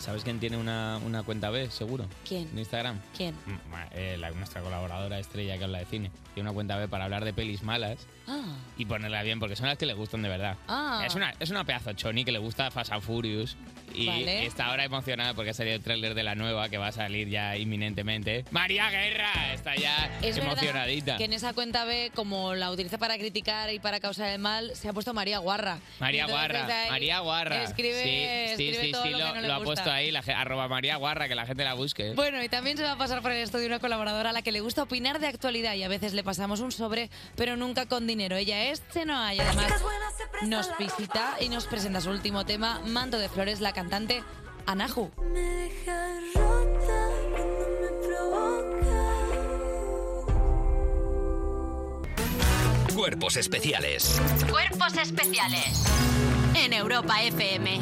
Speaker 3: ¿Sabes quién tiene una, una cuenta B, seguro?
Speaker 2: ¿Quién?
Speaker 3: En Instagram.
Speaker 2: ¿Quién?
Speaker 3: Mm, ma- eh, la- nuestra colaboradora estrella que habla de cine. Tiene una cuenta B para hablar de pelis malas
Speaker 2: Ah,
Speaker 3: y ponerla bien, porque son las que le gustan de verdad.
Speaker 2: Ah.
Speaker 3: Es, una, es una pedazo choni que le gusta Fast and Furious y
Speaker 2: Vale.
Speaker 3: está ahora emocionada porque ha salido el tráiler de la nueva que va a salir ya inminentemente. María Guerra está ya
Speaker 2: es
Speaker 3: emocionadita.
Speaker 2: verdad que en esa cuenta B, como la utiliza para criticar y para causar el mal, se ha puesto María Guarra.
Speaker 3: María
Speaker 2: Entonces,
Speaker 3: Guarra,
Speaker 2: ahí
Speaker 3: María Guarra.
Speaker 2: Escribe, escribe todo lo, que no le
Speaker 3: lo ha
Speaker 2: gusta.
Speaker 3: puesto ahí, la, ge- arroba María Guarra, que la gente la busque.
Speaker 2: Bueno, y también se va a pasar por el estudio una colaboradora a la que le gusta opinar de actualidad y a veces le pasamos un sobre, pero nunca con dinero. Ella es Chenoa y además nos visita y nos presenta su último tema, Manto de Flores, la cantante Anahu.
Speaker 4: Me deja rota cuando me provoca.
Speaker 1: Cuerpos especiales.
Speaker 5: Cuerpos especiales en Europa FM.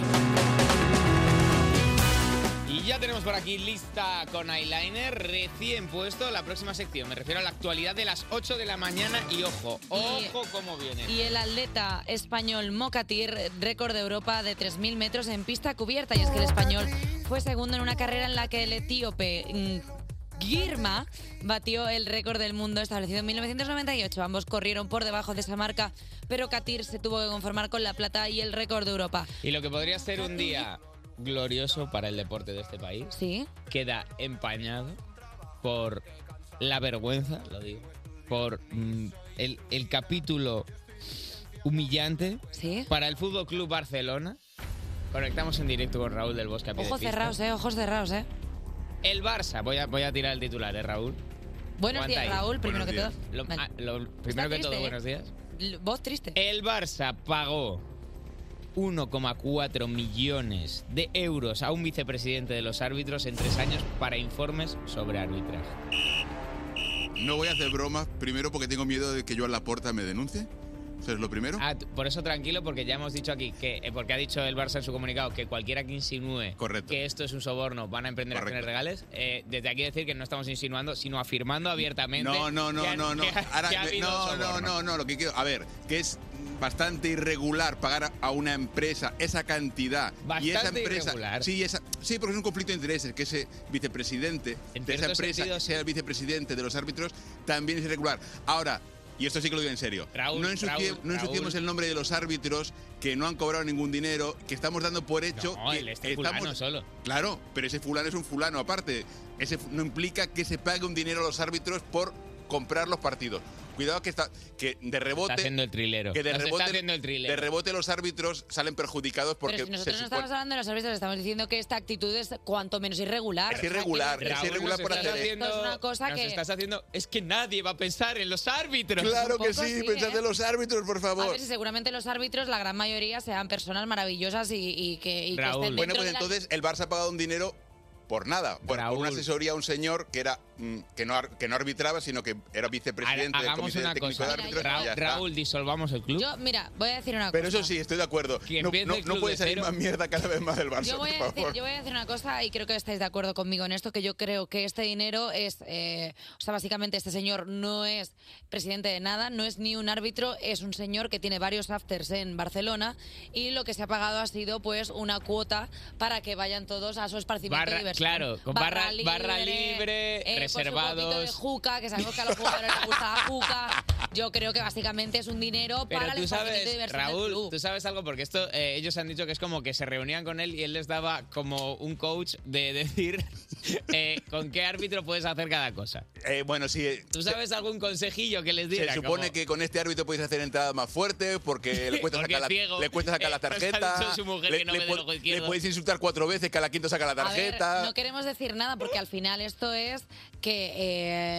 Speaker 3: Y ya tenemos por aquí lista con eyeliner recién puesto la próxima sección. Me refiero a la actualidad de las 8 de la mañana y ojo, ojo cómo viene.
Speaker 2: Y el atleta español Mokatir, récord de Europa de 3.000 metros en pista cubierta. Y es que el español fue segundo en una carrera en la que el etíope mm, Girma batió el récord del mundo establecido en 1998. Ambos corrieron por debajo de esa marca, pero Katir se tuvo que conformar con la plata y el récord de Europa.
Speaker 3: Y lo que podría ser un día glorioso para el deporte de este país queda empañado por la vergüenza, lo digo, por mm, el, el capítulo humillante para el Fútbol Club Barcelona. Conectamos en directo con Raúl del Bosque. a pie de
Speaker 2: Ojos
Speaker 3: pista.
Speaker 2: cerrados, eh, ojos cerrados, eh.
Speaker 3: El Barça, voy a, voy a tirar el titular, ¿eh, Raúl?
Speaker 2: Buenos
Speaker 3: Aguanta
Speaker 2: días,
Speaker 3: ahí.
Speaker 2: Raúl, primero que todo.
Speaker 3: Lo- ah, lo-
Speaker 2: Está
Speaker 3: primero que
Speaker 2: triste,
Speaker 3: todo,
Speaker 2: ¿eh?
Speaker 3: buenos días.
Speaker 2: L- Voz triste.
Speaker 3: El Barça pagó 1,4 millones de euros a un vicepresidente de los árbitros en tres años para informes sobre arbitraje.
Speaker 12: No voy a hacer bromas, primero porque tengo miedo de que yo a la puerta me denuncie. Eso es lo primero.
Speaker 3: Ah, t- por eso tranquilo, porque ya hemos dicho aquí que, eh, porque ha dicho el Barça en su comunicado que cualquiera que insinúe que esto es un soborno van a emprender acciones legales. eh, desde aquí decir que no estamos insinuando, sino afirmando abiertamente.
Speaker 12: No, no, no,
Speaker 3: que ha-
Speaker 12: no, no.
Speaker 3: que ha-
Speaker 12: Ahora,
Speaker 3: que ha
Speaker 12: me-
Speaker 3: habido
Speaker 12: no,
Speaker 3: soborno.
Speaker 12: no, no, no, lo que quiero. A ver, que es bastante irregular pagar a- a una empresa esa cantidad. y esa
Speaker 3: Bastante
Speaker 12: empresa.
Speaker 3: irregular.
Speaker 12: Sí, esa- sí, porque es un conflicto de intereses, que ese vicepresidente de esa
Speaker 3: cierto
Speaker 12: empresa
Speaker 3: sentido,
Speaker 12: sea el vicepresidente de los árbitros, también es irregular. Ahora. Y esto sí que lo digo en serio. no, ensucie-
Speaker 3: Raúl,
Speaker 12: no ensuciemos
Speaker 3: Raúl.
Speaker 12: el nombre de los árbitros que no han cobrado ningún dinero, que estamos dando por hecho.
Speaker 3: No,
Speaker 12: que
Speaker 3: el este fulano solo.
Speaker 12: Claro, pero ese fulano es un fulano aparte. Ese fu- no implica que se pague un dinero a los árbitros por comprar los partidos. Cuidado que está que de rebote
Speaker 3: Está haciendo el trilero.
Speaker 12: que de
Speaker 3: Nos está
Speaker 12: rebote,
Speaker 3: haciendo el trilero.
Speaker 12: de rebote los árbitros salen perjudicados porque
Speaker 2: Pero si nosotros
Speaker 12: se
Speaker 2: no
Speaker 12: supone-
Speaker 2: estamos hablando de los árbitros, estamos diciendo que esta actitud es cuanto menos irregular.
Speaker 12: Es irregular,
Speaker 2: Esto
Speaker 12: es irregular
Speaker 3: nos
Speaker 12: por
Speaker 3: estás
Speaker 12: hacer esto.
Speaker 3: haciendo-
Speaker 2: es una cosa
Speaker 3: nos
Speaker 2: que...
Speaker 3: estás haciendo. Es que nadie va a pensar en los árbitros.
Speaker 12: Claro que sí, pensad
Speaker 2: ¿eh?
Speaker 12: en los árbitros, por
Speaker 2: A
Speaker 12: favor.
Speaker 2: ver si seguramente los árbitros, la gran mayoría, sean personas maravillosas y, y que, y que estén
Speaker 12: Bueno,
Speaker 2: dentro
Speaker 12: pues
Speaker 2: de la-
Speaker 12: entonces el Barça ha pagado un dinero por nada, por, por una asesoría a un señor que era mm, que no ar- que no arbitraba, sino que era vicepresidente del
Speaker 3: Hagamos
Speaker 12: comité
Speaker 3: una
Speaker 12: técnico
Speaker 3: cosa.
Speaker 12: de árbitros. y
Speaker 3: Raúl,
Speaker 12: ya está.
Speaker 3: Raúl, disolvamos el club.
Speaker 2: Yo, mira, voy a decir una cosa.
Speaker 12: Pero eso sí, estoy de acuerdo. No,
Speaker 3: empiece
Speaker 12: no-
Speaker 3: el
Speaker 12: no
Speaker 3: club
Speaker 12: puede
Speaker 3: de
Speaker 12: salir
Speaker 3: cero.
Speaker 12: más mierda cada vez más del Barça,
Speaker 2: Yo voy,
Speaker 12: por
Speaker 2: a decir,
Speaker 12: favor.
Speaker 2: yo voy a decir una cosa y creo que estáis de acuerdo conmigo en esto, que yo creo que este dinero es, eh, o sea, básicamente este señor no es presidente de nada, no es ni un árbitro, es un señor que tiene varios afters en Barcelona y lo que se ha pagado ha sido pues una cuota para que vayan todos a su esparcimiento
Speaker 3: Barra-
Speaker 2: y diversión. eh,
Speaker 3: claro, con barra- barra libre,
Speaker 2: por su
Speaker 3: reservados.
Speaker 2: copito pues, de juca, que sabemos que a los jugadores les gusta la juca. Yo creo que básicamente es un dinero
Speaker 3: Pero
Speaker 2: para el
Speaker 3: tú
Speaker 2: esparcimiento y
Speaker 3: sabes,
Speaker 2: diversión del
Speaker 3: Raúl,
Speaker 2: club.
Speaker 3: tú sabes algo, porque esto eh, ellos han dicho que es como que se reunían con él y él les daba como un coach de [laughs] decir eh, con qué árbitro puedes hacer cada cosa.
Speaker 12: Eh, bueno, sí. eh,
Speaker 3: ¿Tú sabes algún consejillo que les
Speaker 12: Se
Speaker 3: diera?
Speaker 12: supone
Speaker 3: Como-
Speaker 12: que con este árbitro podéis hacer entradas más fuertes porque le cuesta
Speaker 3: Porque
Speaker 12: sacar, la,
Speaker 3: es ciego.
Speaker 12: le cuesta sacar
Speaker 3: [laughs] Eh,
Speaker 12: la
Speaker 3: nos ha
Speaker 12: tarjeta.
Speaker 3: dicho su mujer
Speaker 12: le,
Speaker 3: que no
Speaker 12: le
Speaker 3: ve
Speaker 12: pod-
Speaker 3: del ojo izquierdo.
Speaker 12: le podéis insultar cuatro veces, que a la quinta saca la
Speaker 2: A ver,
Speaker 12: tarjeta.
Speaker 2: no queremos decir nada porque al final esto es que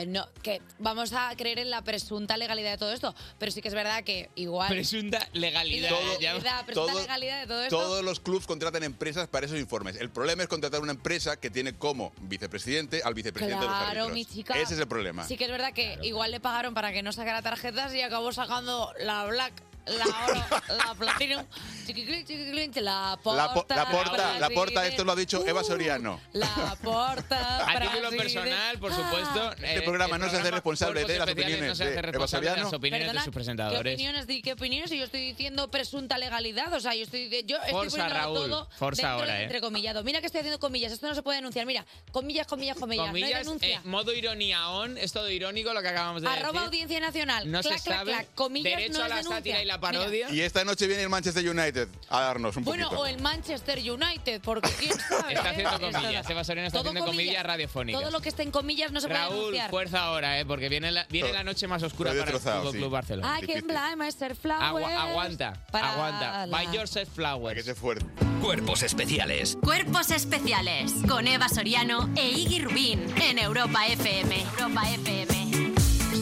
Speaker 2: eh, no que vamos a creer en la presunta legalidad de todo esto, pero sí que es verdad que igual
Speaker 3: Presunta legalidad.
Speaker 12: Todo-
Speaker 2: Legalidad, presunta legalidad de todo esto.
Speaker 12: Todos los clubes contratan empresas para esos informes. El problema es contratar una empresa que tiene como vicepresidente al vicepresidente de los
Speaker 2: Claro,
Speaker 12: árbitros.
Speaker 2: mi chica.
Speaker 12: Ese es el problema.
Speaker 2: Sí que es verdad que igual le pagaron para que no sacara tarjetas y acabó sacando la black, la
Speaker 12: [laughs]
Speaker 2: oro, la platino, chiquiclin, chiquiclin, la porta. eh.
Speaker 12: la, po- la porta, la porta,
Speaker 2: Brasil,
Speaker 12: esto lo ha dicho
Speaker 2: Uh.
Speaker 12: Eva Soriano.
Speaker 2: La porta.
Speaker 3: A título
Speaker 2: Ah, Brasil. Ah.
Speaker 3: personal, por supuesto. eh,
Speaker 12: Este programa no se hace responsable de las
Speaker 3: Especiales
Speaker 12: opiniones
Speaker 3: no se hace
Speaker 12: de Eva
Speaker 3: responsable de
Speaker 12: Soriano.
Speaker 3: las opiniones
Speaker 2: Perdona,
Speaker 3: de sus
Speaker 2: ¿Qué
Speaker 3: presentadores.
Speaker 2: opiniones di qué opiniones? Y yo estoy diciendo presunta legalidad. O sea, yo estoy, yo estoy
Speaker 3: Forza,
Speaker 2: poniéndolo
Speaker 3: Raúl,
Speaker 2: todo
Speaker 3: forza
Speaker 2: dentro
Speaker 3: ahora,
Speaker 2: del
Speaker 3: ¿eh?
Speaker 2: entrecomillado. Mira que estoy haciendo comillas. Esto no se puede denunciar. Mira, comillas, comillas, comillas. no hay
Speaker 3: Comillas,
Speaker 2: denuncia.
Speaker 3: eh, modo ironía on, es todo irónico lo que acabamos de
Speaker 2: Arroba
Speaker 3: decir.
Speaker 2: Audiencia Nacional.
Speaker 3: No se
Speaker 2: clac, clac,
Speaker 3: sabe.
Speaker 2: clac. Comillas
Speaker 3: Derecho
Speaker 2: no
Speaker 3: a
Speaker 2: es
Speaker 3: la
Speaker 2: denuncia.
Speaker 3: sátira y la
Speaker 2: Mira.
Speaker 3: parodia.
Speaker 12: Y esta noche viene el Manchester United a darnos un
Speaker 2: Bueno,
Speaker 12: poquito.
Speaker 2: o el Manchester United, porque quién sabe.
Speaker 3: Está
Speaker 2: ¿eh?
Speaker 3: haciendo
Speaker 2: Esto-
Speaker 3: comillas, Eva Soriano está
Speaker 2: Todo
Speaker 3: haciendo comillas,
Speaker 2: comillas.
Speaker 3: radiofónicas.
Speaker 2: Todo lo que esté en comillas no se puede
Speaker 3: Raúl,
Speaker 2: denunciar.
Speaker 3: fuerza ahora, eh, porque viene la, viene la noche más oscura
Speaker 12: estoy
Speaker 3: para el
Speaker 12: destrozado,
Speaker 3: Fútbol
Speaker 12: sí.
Speaker 3: Club Barcelona.
Speaker 2: I can blind myself eh, flowers.
Speaker 3: Agua- aguanta,
Speaker 2: Para
Speaker 3: aguanta.
Speaker 2: la-
Speaker 3: By yourself flowers. Que
Speaker 12: se fuerte.
Speaker 1: Cuerpos especiales
Speaker 5: Cuerpos especiales con Eva Soriano e Iggy Rubín en Europa FM. Europa FM.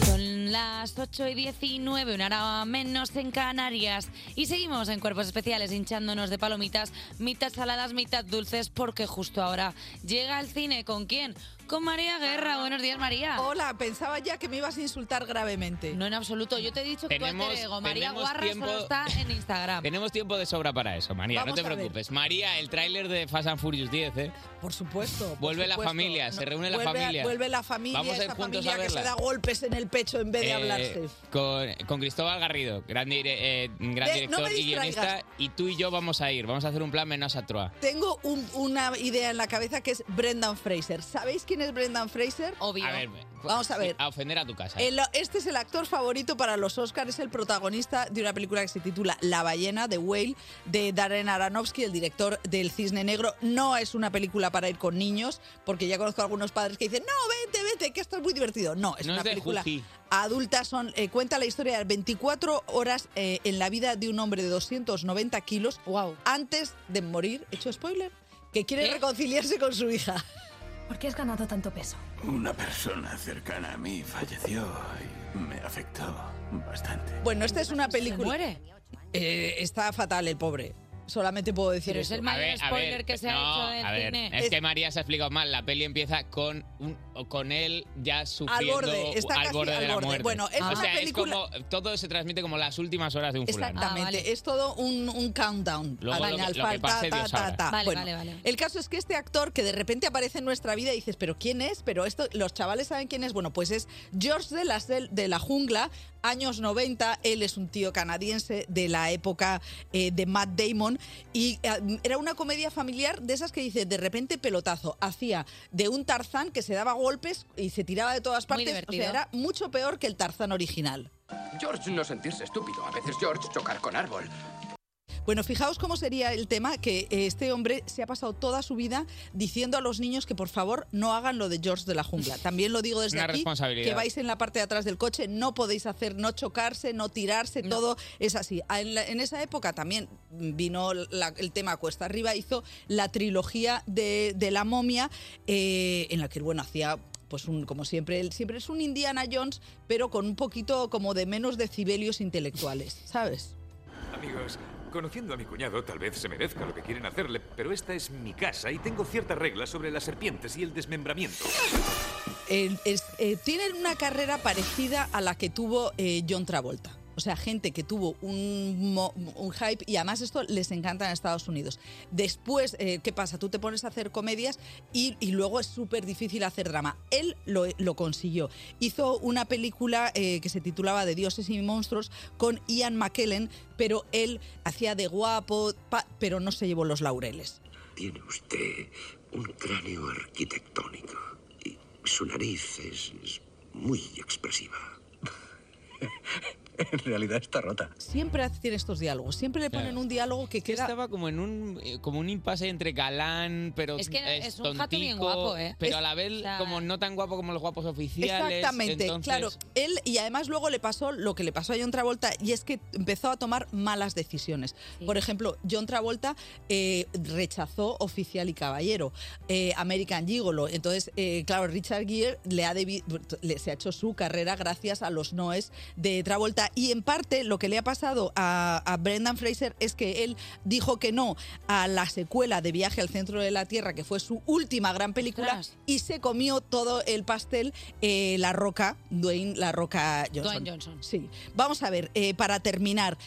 Speaker 2: Son las 8 y 19, una hora menos en Canarias. Y seguimos en Cuerpos Especiales hinchándonos de palomitas, mitad saladas, mitad dulces, porque justo ahora llega al cine. ¿Con quién? con María Guerra. Buenos días, María.
Speaker 13: Hola, pensaba ya que me ibas a insultar gravemente.
Speaker 2: No, en absoluto. Yo te he dicho
Speaker 3: Tenemos-
Speaker 2: que tú ego. María
Speaker 3: tenemos
Speaker 2: Guarra
Speaker 3: tiempo-
Speaker 2: solo está en Instagram.
Speaker 3: Tenemos tiempo de sobra para eso, María,
Speaker 2: Vamos
Speaker 3: no te
Speaker 2: a ver.
Speaker 3: preocupes. María, el tráiler de Fast and Furious 10, ¿eh?
Speaker 13: Por supuesto. por
Speaker 3: Vuelve la
Speaker 13: supuesto.
Speaker 3: familia,
Speaker 13: No,
Speaker 3: se reúne la
Speaker 13: vuelve a-
Speaker 3: familia.
Speaker 13: Vuelve la familia,
Speaker 3: Vamos a ir
Speaker 13: esa
Speaker 3: juntos
Speaker 13: familia
Speaker 3: a
Speaker 13: que se
Speaker 3: verla.
Speaker 13: da golpes en el pecho en vez de
Speaker 3: Eh,
Speaker 13: hablarse.
Speaker 3: Con, con Cristóbal Garrido, gran, dire- eh, gran
Speaker 13: Ve,
Speaker 3: director
Speaker 13: no me
Speaker 3: y guionista.
Speaker 13: distraigas.
Speaker 3: Y tú y yo vamos a ir, vamos a hacer un plan menos a Troa.
Speaker 13: Tengo un- una idea en la cabeza que es Brendan Fraser. ¿Sabéis quién es Brendan Fraser?
Speaker 2: Obvio.
Speaker 3: A ver,
Speaker 13: Vamos a
Speaker 3: sí,
Speaker 13: ver.
Speaker 3: A ofender a tu casa.
Speaker 13: El- este es el actor favorito para los Oscars, es el protagonista de una película que se titula La ballena de Whale de Darren Aronofsky, el director del Cisne Negro. No es una película para ir con niños, porque ya conozco a algunos padres que dicen, no, vete, vete, que esto es muy divertido. No, es
Speaker 14: No
Speaker 13: una
Speaker 14: es de
Speaker 13: película
Speaker 14: Juji.
Speaker 13: adulta. Son, eh, cuenta la historia de 24 horas eh, en la vida de un hombre de 290 kilos antes de morir, hecho spoiler, que quiere reconciliarse con su hija.
Speaker 15: ¿Por qué has ganado tanto peso?
Speaker 16: Una persona cercana a mí falleció y me afectó bastante.
Speaker 13: Bueno, esta es una película. Eh,
Speaker 2: muere?
Speaker 13: está fatal el pobre. Solamente puedo decir
Speaker 2: Pero es
Speaker 13: eso.
Speaker 2: el mayor spoiler que se ha
Speaker 3: no,
Speaker 2: hecho del
Speaker 3: a ver,
Speaker 2: cine.
Speaker 3: Es que María se ha explicado mal. La peli empieza con un, o con él ya
Speaker 13: Al
Speaker 3: sufriendo
Speaker 13: borde, está
Speaker 3: al
Speaker 13: casi
Speaker 3: borde
Speaker 13: al
Speaker 3: de la
Speaker 13: borde.
Speaker 3: muerte.
Speaker 13: Bueno, es
Speaker 3: o
Speaker 13: una
Speaker 3: sea,
Speaker 13: película-
Speaker 3: es como todo se transmite como las últimas horas de un fulano.
Speaker 13: Exactamente, es todo un, un countdown.
Speaker 3: Luego lo
Speaker 13: Al
Speaker 3: que-
Speaker 13: final,
Speaker 3: lo que
Speaker 13: falta,
Speaker 3: pase,
Speaker 13: ta,
Speaker 3: Dios
Speaker 13: ta,
Speaker 3: sabrá.
Speaker 13: ta.
Speaker 3: Vale,
Speaker 13: Bueno,
Speaker 3: vale, vale.
Speaker 13: El caso es que este actor que de repente aparece en nuestra vida y dices, ¿pero quién es? Pero esto, los chavales saben quién es. Bueno, pues es George de la, Sel- de la Jungla, años 90. Él es un tío canadiense de la época eh, de Matt Damon. Y eh, era una comedia familiar de esas que dice, de repente pelotazo. Hacía de un Tarzán que se daba golpes y se tiraba de todas partes. O sea,
Speaker 17: divertido.
Speaker 13: era mucho peor que el Tarzán original.
Speaker 17: George no sentirse estúpido. A veces George chocar con árbol.
Speaker 13: Bueno, fijaos cómo sería el tema que eh, este hombre se ha pasado toda su vida diciendo a los niños que por favor no hagan lo de George de la jungla. También lo digo desde
Speaker 3: Una
Speaker 13: aquí,
Speaker 3: responsabilidad.
Speaker 13: que vais en la parte de atrás del coche, no podéis hacer, no chocarse, no tirarse, todo es así. A- En, la- en esa época también vino la- el tema cuesta arriba, hizo la trilogía de, de la momia, eh, en la que bueno hacía pues un, como siempre, él siempre es un Indiana Jones, pero con un poquito como de menos decibelios intelectuales, ¿sabes?
Speaker 18: Amigos, conociendo a mi cuñado, tal vez se merezca lo que quieren hacerle, pero esta es mi casa y tengo ciertas reglas sobre las serpientes y el desmembramiento.
Speaker 13: Eh, es- eh, tienen una carrera parecida a la que tuvo eh, John Travolta. O sea, gente que tuvo un, mo- un hype y además esto les encanta en Estados Unidos. Después, eh, ¿qué pasa? Tú te pones a hacer comedias y, y luego es súper difícil hacer drama. Él lo, lo consiguió. Hizo una película eh, que se titulaba De Dioses y Monstruos con Ian McKellen, pero él hacía de guapo, pa- pero no se llevó los laureles.
Speaker 19: Tiene usted un cráneo arquitectónico y su nariz es, es muy expresiva. [laughs] en realidad está rota.
Speaker 13: Siempre hace- tiene estos diálogos, siempre le ponen
Speaker 3: Claro.
Speaker 13: un diálogo que
Speaker 3: Que
Speaker 13: queda...
Speaker 3: estaba como en un eh, como un impasse entre galán, pero
Speaker 13: Es que
Speaker 2: es un jato bien
Speaker 3: tontico,
Speaker 2: guapo, ¿eh?
Speaker 3: Pero
Speaker 13: Es-
Speaker 3: a la vez
Speaker 13: Claro.
Speaker 3: como no tan guapo como los guapos oficiales.
Speaker 13: Exactamente,
Speaker 3: entonces-
Speaker 13: claro. Él, y además luego le pasó lo que le pasó a John Travolta, y es que empezó a tomar malas decisiones. Por ejemplo, John Travolta eh, rechazó Oficial y Caballero, eh, American Gigolo. Entonces, eh, claro, Richard Gere le ha debi- le, se ha hecho su carrera gracias a los noes de Travolta. Y en parte lo que le ha pasado a, a Brendan Fraser es que él dijo que no a la secuela de Viaje al Centro de la Tierra, que fue su última gran película,
Speaker 2: Ostras.
Speaker 13: y se comió todo el pastel eh, La Roca, Dwayne La Roca Johnson.
Speaker 2: Dwayne Johnson.
Speaker 13: Sí. Vamos a ver, eh, para terminar.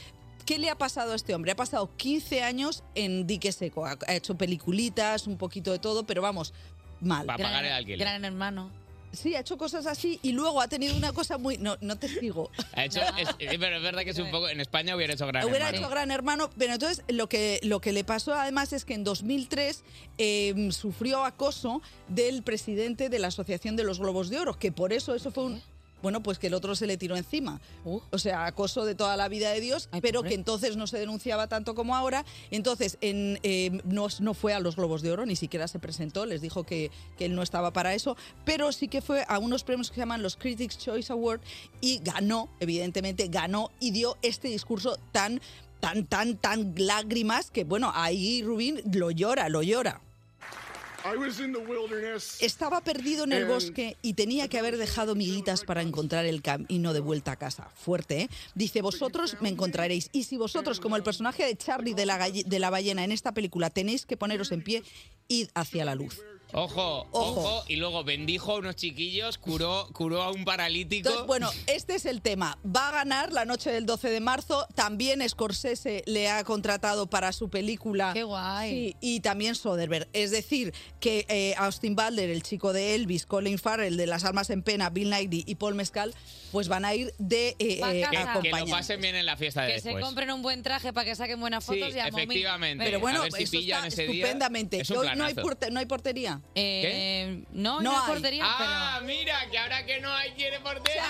Speaker 13: ¿Qué le ha pasado a este hombre? Ha pasado 15 años en dique seco. Ha ha hecho peliculitas, un poquito de todo, pero vamos, mal.
Speaker 3: Para Gran- pagar el alquiler. gran
Speaker 13: hermano. Sí, ha hecho cosas así y luego ha tenido una cosa muy... No, no te sigo.
Speaker 3: [laughs] Ha hecho- es-
Speaker 13: [laughs]
Speaker 3: eh, pero es verdad que es un poco. En España hubiera hecho gran
Speaker 13: Hubiera
Speaker 3: hermano.
Speaker 13: hecho Gran Hermano, pero entonces lo que, lo que le pasó además es que en 2003 eh, sufrió acoso del presidente de la Asociación de los Globos de Oro, que por eso eso fue un... Bueno, pues que el otro se le tiró encima. O sea, acoso de toda la vida de Dios, pero que entonces no se denunciaba tanto como ahora. Entonces, en, eh, no, no fue a los Globos de Oro, ni siquiera se presentó, les dijo que, que él no estaba para eso, pero sí que fue a unos premios que se llaman los Critics' Choice Award y ganó, evidentemente, ganó y dio este discurso tan, tan, tan, tan lágrimas que, bueno, ahí Rubín lo llora, lo llora. Estaba perdido en el
Speaker 1: Eh.
Speaker 20: And-
Speaker 13: bosque y tenía que haber dejado miguitas para encontrar el camino de vuelta a casa. Fuerte, ¿eh? Dice, vosotros me encontraréis. Y si vosotros, como el personaje de Charlie de la, galle- de la ballena en esta película, tenéis que poneros en pie, id hacia la luz.
Speaker 3: Ojo, ojo,
Speaker 13: Ojo.
Speaker 3: y luego bendijo a unos chiquillos, curó, curó a un paralítico.
Speaker 13: Entonces, bueno, este es el tema. Va a ganar la noche del 12 de marzo. También Scorsese le ha contratado para su película. ¡Qué guay! Sí, y también Soderbergh. Es decir, que eh, Austin Butler, el chico de Elvis, Colin Farrell, de Las Armas en Pena, Bill Nighy y Paul Mescal, pues van a ir de eh,
Speaker 2: Va a
Speaker 13: eh,
Speaker 2: casa. Que- que lo
Speaker 3: que lo
Speaker 13: acompañantes.
Speaker 3: pasen bien en la fiesta de
Speaker 2: Que se
Speaker 3: después.
Speaker 2: compren un buen traje para que saquen buenas
Speaker 3: Eh, pues. Sí,
Speaker 2: fotos y a momir.
Speaker 3: efectivamente.
Speaker 13: Pero bueno,
Speaker 3: a ver si
Speaker 13: eso
Speaker 3: pillan
Speaker 13: está
Speaker 3: ese día.
Speaker 13: estupendamente.
Speaker 3: Es un
Speaker 13: Hoy no, hay
Speaker 3: planazo.
Speaker 13: porte- no hay portería.
Speaker 2: Eh, No,
Speaker 13: No
Speaker 2: no,
Speaker 13: hay.
Speaker 2: portería,
Speaker 3: Ah, mira, que ahora que no hay quiere portería.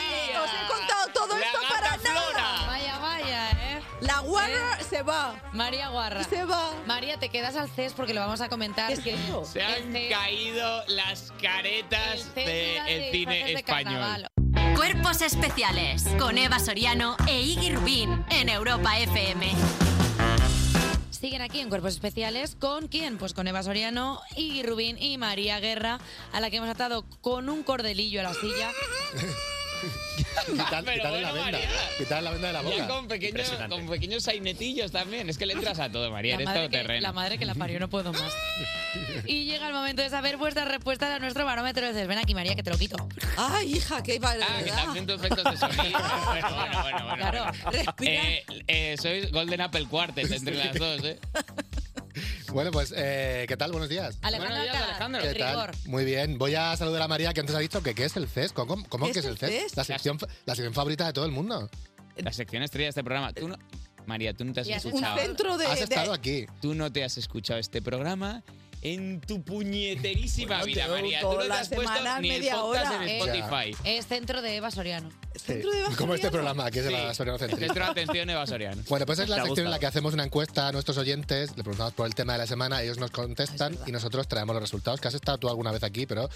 Speaker 13: os he contado todo
Speaker 3: La
Speaker 13: esto
Speaker 3: gata
Speaker 13: para
Speaker 2: pero...
Speaker 13: nada.
Speaker 2: Vaya, vaya, ¿eh?
Speaker 13: La guarra se va.
Speaker 2: María Guarra.
Speaker 13: Se va.
Speaker 2: María, te quedas al CES porque lo vamos a comentar. Es que este
Speaker 3: Se han caído las caretas del
Speaker 5: de disfraces
Speaker 3: cine
Speaker 5: de
Speaker 3: español.
Speaker 5: carnaval. Cuerpos especiales con Eva Soriano e Iggy Rubín en Europa FM.
Speaker 2: Siguen aquí en Cuerpos Especiales. ¿Con quién? Pues con Eva Soriano, Iggy Rubín y María Guerra, a la que hemos atado con un cordelillo a la silla.
Speaker 6: Quitar-
Speaker 3: Pero
Speaker 6: quitarle la
Speaker 3: bueno,
Speaker 6: venda. Quitarle la venda de la
Speaker 3: Ya
Speaker 6: boca.
Speaker 3: con, pequeño-
Speaker 6: Impresionante.
Speaker 3: con pequeños sainetillos también. Es que le entras a todo, María.
Speaker 2: La
Speaker 3: Eres
Speaker 2: madre,
Speaker 3: todo
Speaker 2: que, la
Speaker 3: terreno.
Speaker 2: madre que la parió, no puedo
Speaker 3: [laughs]
Speaker 2: más. Y llega el momento de saber vuestras respuestas a nuestro barómetro de CES. Ven aquí, María, que te lo quito.
Speaker 13: Ay, hija, qué barbaridad.
Speaker 3: Ah, Que también tus efectos
Speaker 6: [laughs]
Speaker 3: de sonido. Bueno, bueno, bueno. bueno.
Speaker 6: respira.
Speaker 3: Eh, eh, sois Golden Apple Quartet entre las dos, ¿eh?
Speaker 6: Bueno, pues, eh, ¿qué tal? Buenos días.
Speaker 2: Alejandro Alcalá,
Speaker 6: ¿Qué tal?
Speaker 2: rigor.
Speaker 6: Muy bien. Voy a saludar a María, que antes ha dicho que qué es el CES. ¿Cómo, cómo
Speaker 3: ¿Qué
Speaker 6: que es el CES? La, sección, fa- la sección favorita de todo el mundo.
Speaker 3: La sección estrella de este programa. Tú no- María, tú no te has
Speaker 6: Y has
Speaker 3: escuchado.
Speaker 6: estado- Un centro de-
Speaker 3: Has
Speaker 6: de-
Speaker 3: estado aquí. Tú no te has escuchado este programa en tu puñeterísima
Speaker 6: Bueno,
Speaker 3: vida,
Speaker 6: llevo
Speaker 3: María. Tú
Speaker 6: toda
Speaker 3: no te
Speaker 6: la
Speaker 3: has puesto
Speaker 6: semana,
Speaker 3: ni el
Speaker 6: media
Speaker 3: podcast
Speaker 6: hora.
Speaker 3: en
Speaker 6: Eh,
Speaker 3: Spotify.
Speaker 2: Es centro de Eva Soriano.
Speaker 6: Sí. Como este programa, que es de
Speaker 3: Sí.
Speaker 6: la Soriano Centro.
Speaker 3: Centro de atención, Eva Soriano.
Speaker 6: Bueno, pues es la
Speaker 3: Te ha
Speaker 6: sección en la
Speaker 3: gustado.
Speaker 6: que hacemos una encuesta a nuestros oyentes, le preguntamos por el tema de la semana, ellos nos contestan y nosotros traemos los resultados, que has estado tú alguna vez aquí, pero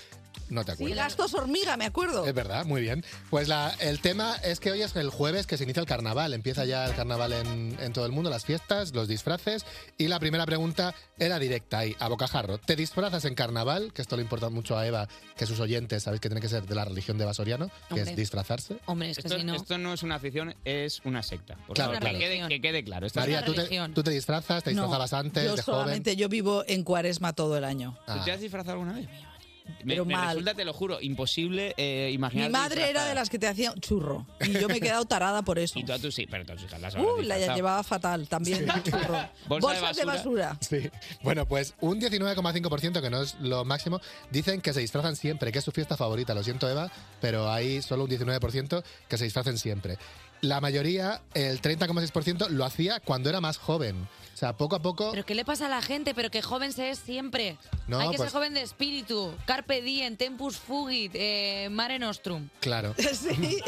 Speaker 6: no te
Speaker 13: Sí,
Speaker 6: acuerdas.
Speaker 13: gastos hormiga, me acuerdo.
Speaker 6: Es verdad, muy bien. Pues la- el tema es que hoy es el jueves que se inicia el carnaval. Empieza ya el carnaval en, en todo el mundo, las fiestas, los disfraces. Y la primera pregunta era directa ahí, a bocajarro. ¿Te disfrazas en carnaval? Que esto le importa mucho a Eva, que sus oyentes sabéis que tiene que ser de la religión de Vasoriano, que
Speaker 3: Hombre.
Speaker 6: es disfrazarse.
Speaker 2: Hombre, es que
Speaker 3: Esto,
Speaker 2: si no.
Speaker 3: esto no es una afición, es una secta. Por
Speaker 6: Claro,
Speaker 3: favor,
Speaker 6: claro.
Speaker 3: Que, quede, que quede claro. Esto es
Speaker 6: María,
Speaker 3: una
Speaker 6: ¿tú te,
Speaker 3: religión.
Speaker 6: tú te disfrazas? ¿Te
Speaker 13: No,
Speaker 6: disfrazabas antes
Speaker 13: yo
Speaker 6: de joven? Ah.
Speaker 13: solamente yo vivo en cuaresma todo el año.
Speaker 3: ¿Tú te has disfrazado alguna vez? Me,
Speaker 13: Ah. Pero
Speaker 3: me
Speaker 13: mal.
Speaker 3: resulta, te lo juro, imposible eh, imaginar.
Speaker 13: Mi madre era de las que te hacía churro. Y yo me he quedado tarada por
Speaker 3: [laughs]
Speaker 13: eso.
Speaker 3: Y tú a tus sí, pero tus hijas las habrás
Speaker 13: Uh, la
Speaker 3: disfrazado.
Speaker 13: llevaba fatal también. [laughs] churro.
Speaker 6: [laughs]
Speaker 3: [laughs]
Speaker 6: Bolsa de
Speaker 13: Bolsas de basura.
Speaker 6: Sí. Bueno, pues un 19,5%, que no es lo máximo, dicen que se disfrazan siempre, que es su fiesta favorita. Lo siento, Eva, pero hay solo un 19% que se disfracen siempre. La mayoría, el 30,6%, lo hacía cuando era más joven. O sea, poco a poco...
Speaker 2: ¿Pero qué le pasa a la gente? Pero que joven se es siempre.
Speaker 6: No,
Speaker 2: Hay que
Speaker 6: pues-
Speaker 2: ser joven de espíritu. Carpe diem, tempus fugit, eh, mare nostrum. [laughs]
Speaker 6: Claro.
Speaker 13: Sí.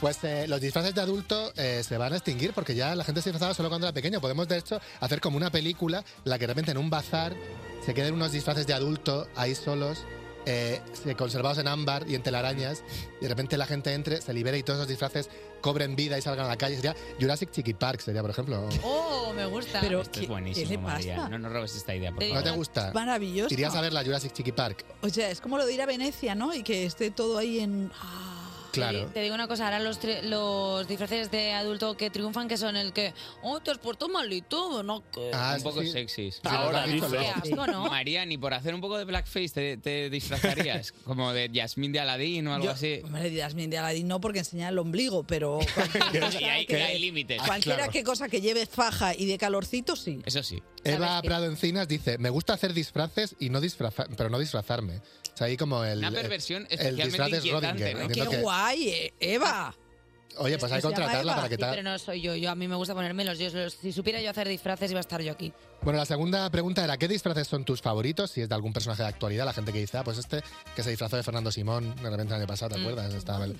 Speaker 6: Pues eh, los disfraces de adulto eh, se van a extinguir porque ya la gente se disfrazaba solo cuando era pequeño. Podemos, de hecho, hacer como una película en la que de repente en un bazar se queden unos disfraces de adulto ahí solos, eh, se- conservados en ámbar y en telarañas, y de repente la gente entre, se libere y todos esos disfraces cobren vida y salgan a la calle. Sería Jurassic Chiqui Park, sería, por ejemplo.
Speaker 2: Oh, me gusta.
Speaker 13: Pero
Speaker 3: Esto es buenísimo,
Speaker 13: le
Speaker 3: María.
Speaker 13: pasa?
Speaker 3: No nos robes esta idea, por
Speaker 13: Te
Speaker 6: ¿No
Speaker 3: favor.
Speaker 6: te gusta?
Speaker 13: Es maravilloso.
Speaker 6: Irías a ver la Jurassic Chiqui Park.
Speaker 13: O sea, es como lo de ir a Venecia, ¿no? Y que esté todo ahí en. ah,
Speaker 6: Claro.
Speaker 2: Te digo una cosa, ahora los, tri- los disfraces de adulto que triunfan, que son el que, oh, te has puesto malito, ¿no? Que-
Speaker 13: Ah,
Speaker 3: un poco
Speaker 6: sí.
Speaker 3: sexys.
Speaker 6: Sí, Ahora, lo has dicho,
Speaker 2: dice. lo has dicho. Qué asco, ¿no?
Speaker 3: María, ni por hacer un poco de blackface te, te
Speaker 13: [laughs]
Speaker 3: disfrazarías. como de Yasmín de Aladín o algo
Speaker 13: Yo-
Speaker 3: así.
Speaker 13: Hombre, dirás, bien de Aladín no porque enseña el ombligo,
Speaker 3: [laughs]
Speaker 13: pero cualquier, cosa
Speaker 3: Y hay,
Speaker 13: que-
Speaker 3: hay límites.
Speaker 13: cualquiera que cosa que lleve faja y de calorcito, sí. Eh,
Speaker 3: Eso sí.
Speaker 6: Eva Prado Encinas dice, me gusta hacer disfraces y no disfrazar, pero no disfrazarme. O sea, ahí como el...
Speaker 3: Una
Speaker 6: el-
Speaker 3: perversión
Speaker 6: El
Speaker 3: especialmente
Speaker 6: disfraz es
Speaker 3: inquietante,
Speaker 6: Rodinger.
Speaker 3: ¿no?
Speaker 6: Entiendo
Speaker 13: Qué
Speaker 6: que- Ah,
Speaker 13: guay, eh, Eva.
Speaker 6: Oye, pues hay que contratarla para que
Speaker 2: Sí, pero
Speaker 6: tal.
Speaker 2: no soy yo, yo a mí me gusta ponérmelos. Yo, los- si supiera yo hacer disfraces, iba a estar yo aquí.
Speaker 6: Bueno, la segunda pregunta era, ¿qué disfraces son tus favoritos? Si es de algún personaje de actualidad, la gente que dice, ah, pues este que se disfrazó de Fernando Simón de repente el año pasado, ¿te
Speaker 11: Mm.
Speaker 6: acuerdas? Estaba el-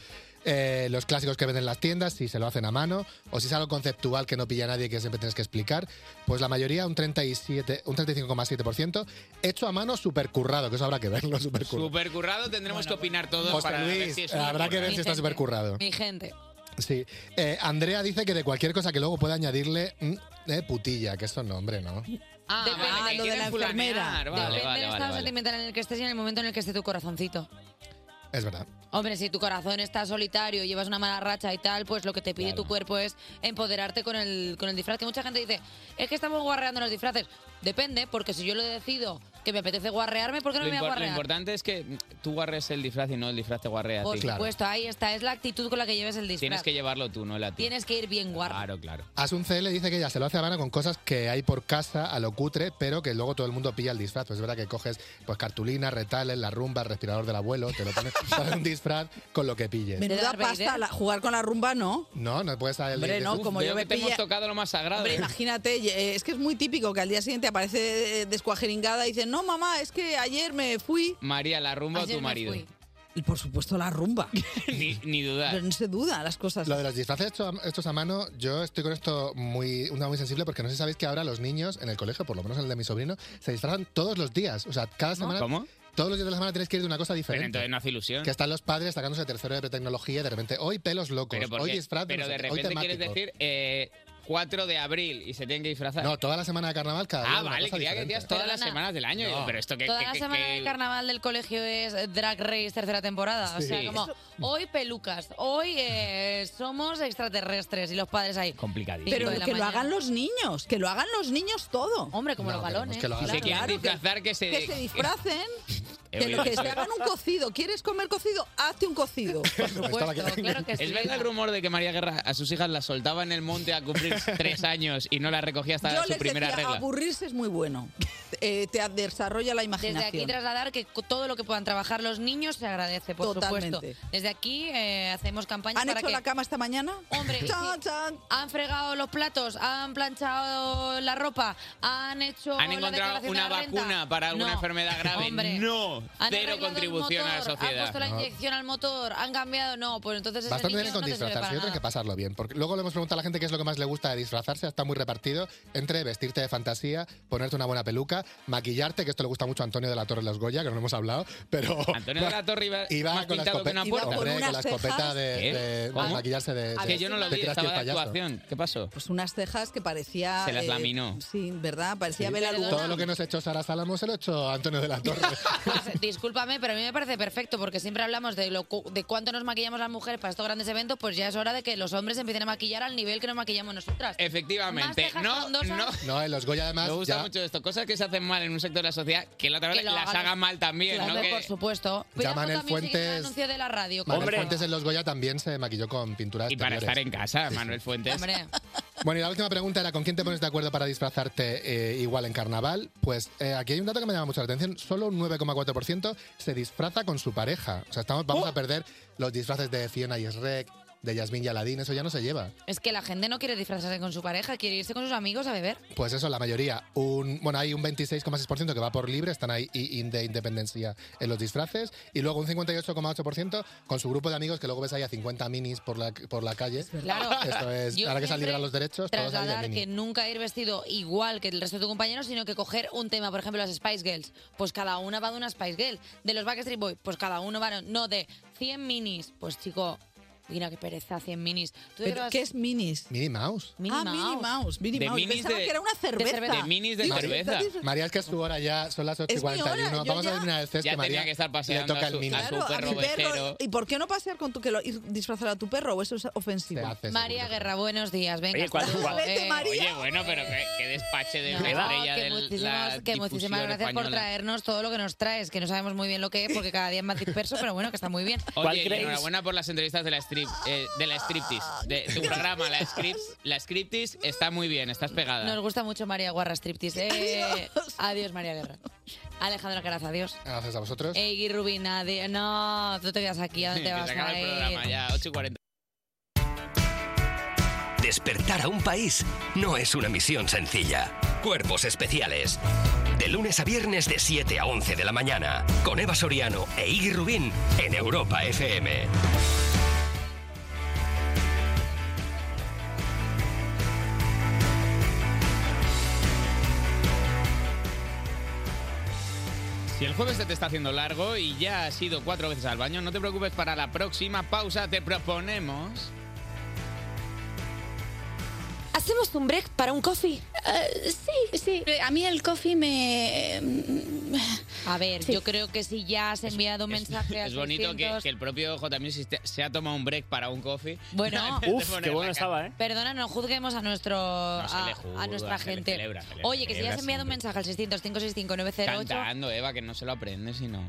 Speaker 6: Eh, los clásicos que venden en las tiendas, si se lo hacen a mano, o si es algo conceptual que no pilla nadie que siempre tienes que explicar, pues la mayoría, un 37, un 35,7%, hecho a mano supercurrado, que eso habrá que verlo, [laughs] supercurrado.
Speaker 3: Supercurrado tendremos que opinar todos
Speaker 6: José
Speaker 3: para ver
Speaker 6: Luis,
Speaker 3: si es
Speaker 6: habrá que ver si
Speaker 3: supercurrado.
Speaker 6: está supercurrado.
Speaker 2: Mi gente.
Speaker 6: Sí. Eh, Andrea dice que de cualquier cosa que luego pueda añadirle mm, eh, putilla, que eso no, hombre, ¿no?
Speaker 3: Ah,
Speaker 2: Depende.
Speaker 3: vale,
Speaker 2: Ah,
Speaker 3: que
Speaker 2: lo de
Speaker 3: quieren
Speaker 2: la enfermera.
Speaker 3: fulanear. Vale,
Speaker 2: Depende
Speaker 3: vale,
Speaker 2: del
Speaker 3: vale,
Speaker 2: estado
Speaker 3: vale.
Speaker 2: sentimental en el que estés y en el momento en el que esté tu corazoncito.
Speaker 6: Es verdad.
Speaker 2: Hombre, si tu corazón está solitario, llevas una mala racha y tal, pues lo que te pide
Speaker 6: Claro.
Speaker 2: tu cuerpo es empoderarte con el, con el disfraz. Que mucha gente dice, es que estamos guarreando los disfraces. Depende, porque si yo lo decido que me apetece guarrearme, ¿por qué no
Speaker 3: Lo,
Speaker 2: me voy a
Speaker 3: impor- lo
Speaker 2: guarrear?
Speaker 3: importante es que tú guarres el disfraz y no el disfraz te guarrea a
Speaker 2: Por
Speaker 3: ti.
Speaker 2: supuesto, ahí está, es la actitud con la que lleves el disfraz.
Speaker 3: Tienes que llevarlo tú, no el a ti.
Speaker 2: Tienes que ir bien guarro.
Speaker 3: Claro, claro.
Speaker 6: Asunce le dice que ella se lo hace a Habana con cosas que hay por casa, a lo cutre, pero que luego todo el mundo pilla el disfraz. Pues es verdad que coges pues cartulina, retales, la rumba, el respirador del abuelo, te lo pones [laughs] para un disfraz con lo que pilles.
Speaker 13: Menuda pasta, la- jugar con la rumba no.
Speaker 6: No, no puedes salir.
Speaker 13: Hombre, no, como yo me pille-
Speaker 3: lo más sagrado.
Speaker 13: Hombre, imagínate, y, eh, es que es muy típico que al día siguiente aparece eh, descuajeringada y dice, no, mamá, es que ayer me fui.
Speaker 3: María, la rumba o
Speaker 13: Ayer
Speaker 3: tu
Speaker 13: me
Speaker 3: marido.
Speaker 13: fui. Y por supuesto la [laughs] rumba.
Speaker 3: [laughs] ni, ni dudar.
Speaker 13: Pero no se duda las cosas.
Speaker 6: Ah. Lo de los disfraces hecho- hechos a mano, yo estoy con esto muy, una muy sensible porque no sé si sabéis que ahora los niños en el colegio, por lo menos en el de mi sobrino, se disfrazan todos los días. O sea, cada semana.
Speaker 3: ¿Cómo?
Speaker 6: Todos los días de la semana tienes que ir de una cosa
Speaker 3: [laughs] Pero
Speaker 6: diferente.
Speaker 3: entonces no hace ilusión.
Speaker 6: Que están los padres sacándose tercero de tecnología y de repente hoy pelos locos,
Speaker 3: Pero,
Speaker 6: hoy
Speaker 3: porque-
Speaker 6: disfraz,
Speaker 3: pero
Speaker 6: no sé
Speaker 3: de
Speaker 6: qué, hoy
Speaker 3: repente quieres
Speaker 6: temático.
Speaker 3: decir eh, 4 de abril y se tienen que disfrazar.
Speaker 6: No, toda la semana de carnaval cada día
Speaker 3: ah,
Speaker 6: una
Speaker 3: vale,
Speaker 6: cosa
Speaker 3: creía que
Speaker 6: diferente.
Speaker 3: decías todas las
Speaker 2: Perdona.
Speaker 3: semanas del año.
Speaker 6: No.
Speaker 3: Digo, pero esto que.
Speaker 2: Toda
Speaker 3: que-
Speaker 2: la
Speaker 3: que-
Speaker 2: semana
Speaker 3: que-
Speaker 2: del carnaval del colegio es eh, Drag Race tercera temporada. O sea,
Speaker 3: Sí.
Speaker 2: como hoy pelucas, hoy eh, somos extraterrestres y los padres ahí.
Speaker 3: Complicadísimo.
Speaker 13: Pero que lo hagan los niños, que lo hagan los niños todo.
Speaker 2: Hombre, como los balones.
Speaker 3: Si se quieren
Speaker 13: Claro, que-
Speaker 3: disfrazar, que se. [laughs]
Speaker 13: que se disfracen.
Speaker 3: He
Speaker 13: Que, lo
Speaker 3: oído
Speaker 13: que
Speaker 3: eso.
Speaker 13: se hagan un cocido. ¿Quieres comer cocido? Hazte un cocido.
Speaker 6: Pues
Speaker 3: [laughs] ¿Es verdad el rumor de que María Guerra a sus hijas las soltaba en el monte
Speaker 6: [laughs]
Speaker 3: a cumplir tres años y no las recogía hasta
Speaker 13: Yo
Speaker 3: su
Speaker 13: les
Speaker 3: primera
Speaker 13: decía,
Speaker 3: regla?
Speaker 13: aburrirse es muy bueno. Eh, te desarrolla la
Speaker 2: Desde
Speaker 13: imaginación.
Speaker 2: aquí trasladar que co- todo lo que puedan trabajar los niños se agradece, por
Speaker 13: Totalmente.
Speaker 2: supuesto. Desde aquí eh, hacemos campaña
Speaker 13: ¿Han
Speaker 2: para
Speaker 13: hecho
Speaker 2: que
Speaker 13: la cama esta mañana?
Speaker 2: Hombre,
Speaker 13: [laughs]
Speaker 2: sí. han fregado los platos, han planchado la ropa, han hecho
Speaker 3: ¿Han
Speaker 2: la
Speaker 3: encontrado
Speaker 2: declaración de
Speaker 3: una
Speaker 2: la renta.
Speaker 3: vacuna para alguna
Speaker 2: No.
Speaker 3: enfermedad grave?
Speaker 2: Hombre.
Speaker 3: no,
Speaker 2: Han
Speaker 3: cero
Speaker 2: arreglado el
Speaker 3: contribución a
Speaker 2: motor,
Speaker 3: la
Speaker 2: Han
Speaker 3: sociedad.
Speaker 2: puesto la inyección al motor, han cambiado, no, pues entonces ese
Speaker 6: Bastante
Speaker 2: niño
Speaker 6: bien con
Speaker 2: no te sirve
Speaker 6: disfrazarse,
Speaker 2: para
Speaker 6: yo tengo
Speaker 2: nada.
Speaker 6: que pasarlo bien. Porque luego le hemos preguntado a la gente qué es lo que más le gusta de disfrazarse, está muy repartido entre vestirte de fantasía, ponerte una buena peluca, maquillarte, que esto le gusta mucho a Antonio de la Torre en Los Goya, que no lo hemos hablado, pero...
Speaker 3: Antonio
Speaker 6: [laughs]
Speaker 3: de la Torre iba,
Speaker 6: Iba
Speaker 3: más
Speaker 6: con la
Speaker 3: pintado que una
Speaker 6: escopeta,
Speaker 3: puerta.
Speaker 6: hombre, con la escopeta de,
Speaker 3: ¿Qué?
Speaker 6: de- de
Speaker 3: ¿Cómo? Ah,
Speaker 6: maquillarse de, de-
Speaker 3: Que yo no lo
Speaker 6: te
Speaker 3: vi,
Speaker 6: creas que es
Speaker 3: estaba de
Speaker 6: payaso.
Speaker 3: actuación. ¿Qué pasó?
Speaker 13: Pues unas cejas que parecía...
Speaker 2: ah,
Speaker 3: Se las
Speaker 13: eh,
Speaker 3: laminó.
Speaker 2: pues,
Speaker 13: sí, ¿verdad? Parecía
Speaker 6: Sí.
Speaker 13: Bela
Speaker 6: Todo lo que nos ha hecho Sara Salamo se lo ha hecho Antonio
Speaker 13: [laughs]
Speaker 6: de la Torre.
Speaker 2: Pues, discúlpame, pero a mí me parece perfecto porque siempre hablamos de lo cu- de cuánto nos maquillamos las mujeres para estos grandes eventos, pues ya es hora de que los hombres empiecen a maquillar al nivel que nos maquillamos nosotras.
Speaker 3: Eh,
Speaker 2: Más
Speaker 3: Efectivamente.
Speaker 2: cejas
Speaker 3: No,
Speaker 2: frondosas.
Speaker 3: no.
Speaker 6: No, en los Goya además
Speaker 3: Me gusta
Speaker 6: ya-
Speaker 3: mucho esto. Cosas que se hacen mal en un sector de la sociedad, que la otra vez
Speaker 2: Que lo
Speaker 3: las
Speaker 2: hagan-
Speaker 3: hagan mal también,
Speaker 2: Claro,
Speaker 3: ¿no? Que-
Speaker 2: por supuesto.
Speaker 6: Ya
Speaker 2: Cuidado
Speaker 6: Manuel
Speaker 2: también si quieres
Speaker 6: Fuentes-
Speaker 2: el anuncio de la radio.
Speaker 6: Manuel
Speaker 2: como-
Speaker 6: Fuentes en Los Goya también se maquilló con pinturas
Speaker 3: Y para estar en casa, Manuel Fuentes.
Speaker 2: Hombre.
Speaker 6: Bueno, y la última pregunta era, ¿con quién te pones de acuerdo para disfrazarte eh, igual en carnaval? Pues eh, aquí hay un dato que me llama mucho la atención. Solo un 9,4% se disfraza con su pareja. O sea, estamos, vamos a perder los disfraces de Fiona y Shrek, de Yasmín y Aladín, eso ya no se lleva.
Speaker 2: Es que la gente no quiere disfrazarse con su pareja, quiere irse con sus amigos a beber.
Speaker 6: Pues eso, la mayoría. Un, bueno, hay un 26,6% que va por libre, están ahí i- in- de independencia en los disfraces. Y luego un 58,8% con su grupo de amigos, que luego ves ahí a 50 minis por la, por la calle.
Speaker 2: Claro.
Speaker 6: [laughs] Esto es,
Speaker 2: Yo
Speaker 6: ahora que se han
Speaker 2: siempre
Speaker 6: liberado los derechos, todos ahí de
Speaker 2: Trasladar
Speaker 6: mini.
Speaker 2: que nunca ir vestido igual que el resto de tus compañeros, sino que coger un tema, por ejemplo, las Spice Girls. Pues cada una va de una Spice Girl. De los Backstreet Boys, pues cada uno va. No, de 100 minis. Pues chico, mira qué pereza, 100 minis. ¿Tú de
Speaker 13: Pero,
Speaker 2: verdad-
Speaker 13: ¿Qué es minis?
Speaker 6: Minnie Mouse.
Speaker 2: Minnie
Speaker 13: ah, Minnie Mouse. Minnie Mouse. Pensaba que era una cerveza. Digo, ¿estás-
Speaker 6: María, es que es su hora ya, son las 8 y
Speaker 13: Es mi hora,
Speaker 6: 41.
Speaker 13: yo
Speaker 6: Vamos
Speaker 13: ya-
Speaker 6: a terminar el cest
Speaker 3: Ya
Speaker 6: que María
Speaker 3: tenía que estar
Speaker 6: le
Speaker 3: paseando
Speaker 6: toca
Speaker 3: a su-
Speaker 6: el mini.
Speaker 3: a su perro ovejero.
Speaker 13: ¿Y por qué no pasear con tu que lo, ir disfrazar a tu perro? ¿O eso es ofensivo?
Speaker 2: María Guerra, buenos días. Venga,
Speaker 3: Oye, ¿cuál-
Speaker 2: hasta
Speaker 3: cuál-
Speaker 2: luego, eh.
Speaker 3: Oye, bueno, pero qué, qué despache de una estrella
Speaker 2: que
Speaker 3: de la
Speaker 2: muchísimas, que muchísimas
Speaker 3: difusión
Speaker 2: gracias por
Speaker 3: española.
Speaker 2: traernos todo lo que nos traes, que no sabemos muy bien lo que es, porque cada día es más disperso, pero bueno, que está muy bien.
Speaker 3: Oye, y enhorabuena por las entrevistas de la strip, eh, de la striptease, de tu programa, la scripts, la striptease está muy bien, estás pegada.
Speaker 2: Nos gusta mucho María Guarra Striptease. Eh, adiós, María Guerra. Alejandra Caraz, adiós.
Speaker 6: Gracias a vosotros.
Speaker 2: Egui Rubin, adiós. No, tú te quedas aquí, ¿a dónde
Speaker 3: Que se
Speaker 2: vas
Speaker 3: acaba
Speaker 2: a
Speaker 3: el
Speaker 2: ir?
Speaker 3: programa ya, 8 y 40.
Speaker 1: Despertar a un país no es una misión sencilla. Cuerpos especiales. De lunes a viernes de 7 a 11 de la mañana. Con Eva Soriano e Iggy Rubín en Europa FM.
Speaker 3: Si el jueves se te está haciendo largo y ya has ido cuatro veces al baño, no te preocupes, para la próxima pausa te proponemos...
Speaker 15: I
Speaker 2: ¿Hacemos un break para un coffee?
Speaker 14: Eh,
Speaker 2: Eh,
Speaker 14: sí, sí. A mí el coffee me...
Speaker 2: A ver, yo creo que si ya has enviado mensaje a
Speaker 3: Es bonito que,
Speaker 2: 600,
Speaker 3: que el propio J Music te- se ha tomado un break para un coffee. [laughs]
Speaker 2: Bueno.
Speaker 3: Antes de
Speaker 2: Uf,
Speaker 3: poner
Speaker 7: qué bueno
Speaker 3: la cara.
Speaker 7: estaba, ¿eh?
Speaker 2: Perdona, no juzguemos a nuestro a,
Speaker 3: le juzga,
Speaker 2: a nuestra
Speaker 3: se le
Speaker 2: gente.
Speaker 3: celebra, se le
Speaker 2: Oye, que si ya
Speaker 3: celebra
Speaker 2: has enviado un mensaje al 600 565 908
Speaker 3: Cantando, Eva, que no se lo aprende, sino...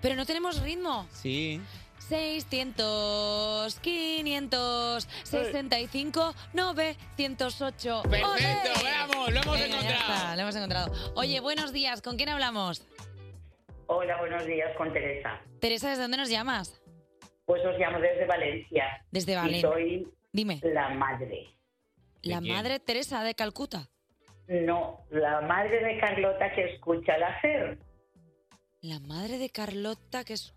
Speaker 2: pero no tenemos ritmo.
Speaker 3: Sí.
Speaker 2: 600 500 65 908. ¡Perfecto!
Speaker 3: ¡Vamos! ¡Lo hemos
Speaker 2: encontrado! lo hemos encontrado. Oye, buenos días. ¿Con quién hablamos?
Speaker 20: Hola, buenos días con Teresa.
Speaker 2: Teresa, ¿desde dónde nos llamas?
Speaker 20: Pues os llamo desde Valencia.
Speaker 2: Desde
Speaker 20: Y
Speaker 2: Valencia.
Speaker 20: soy
Speaker 2: Dime.
Speaker 20: la madre.
Speaker 2: La
Speaker 20: quién?
Speaker 2: madre Teresa de Calcuta.
Speaker 20: No, la madre de Carlota que escucha la CER.
Speaker 2: La madre de Carlota, que es.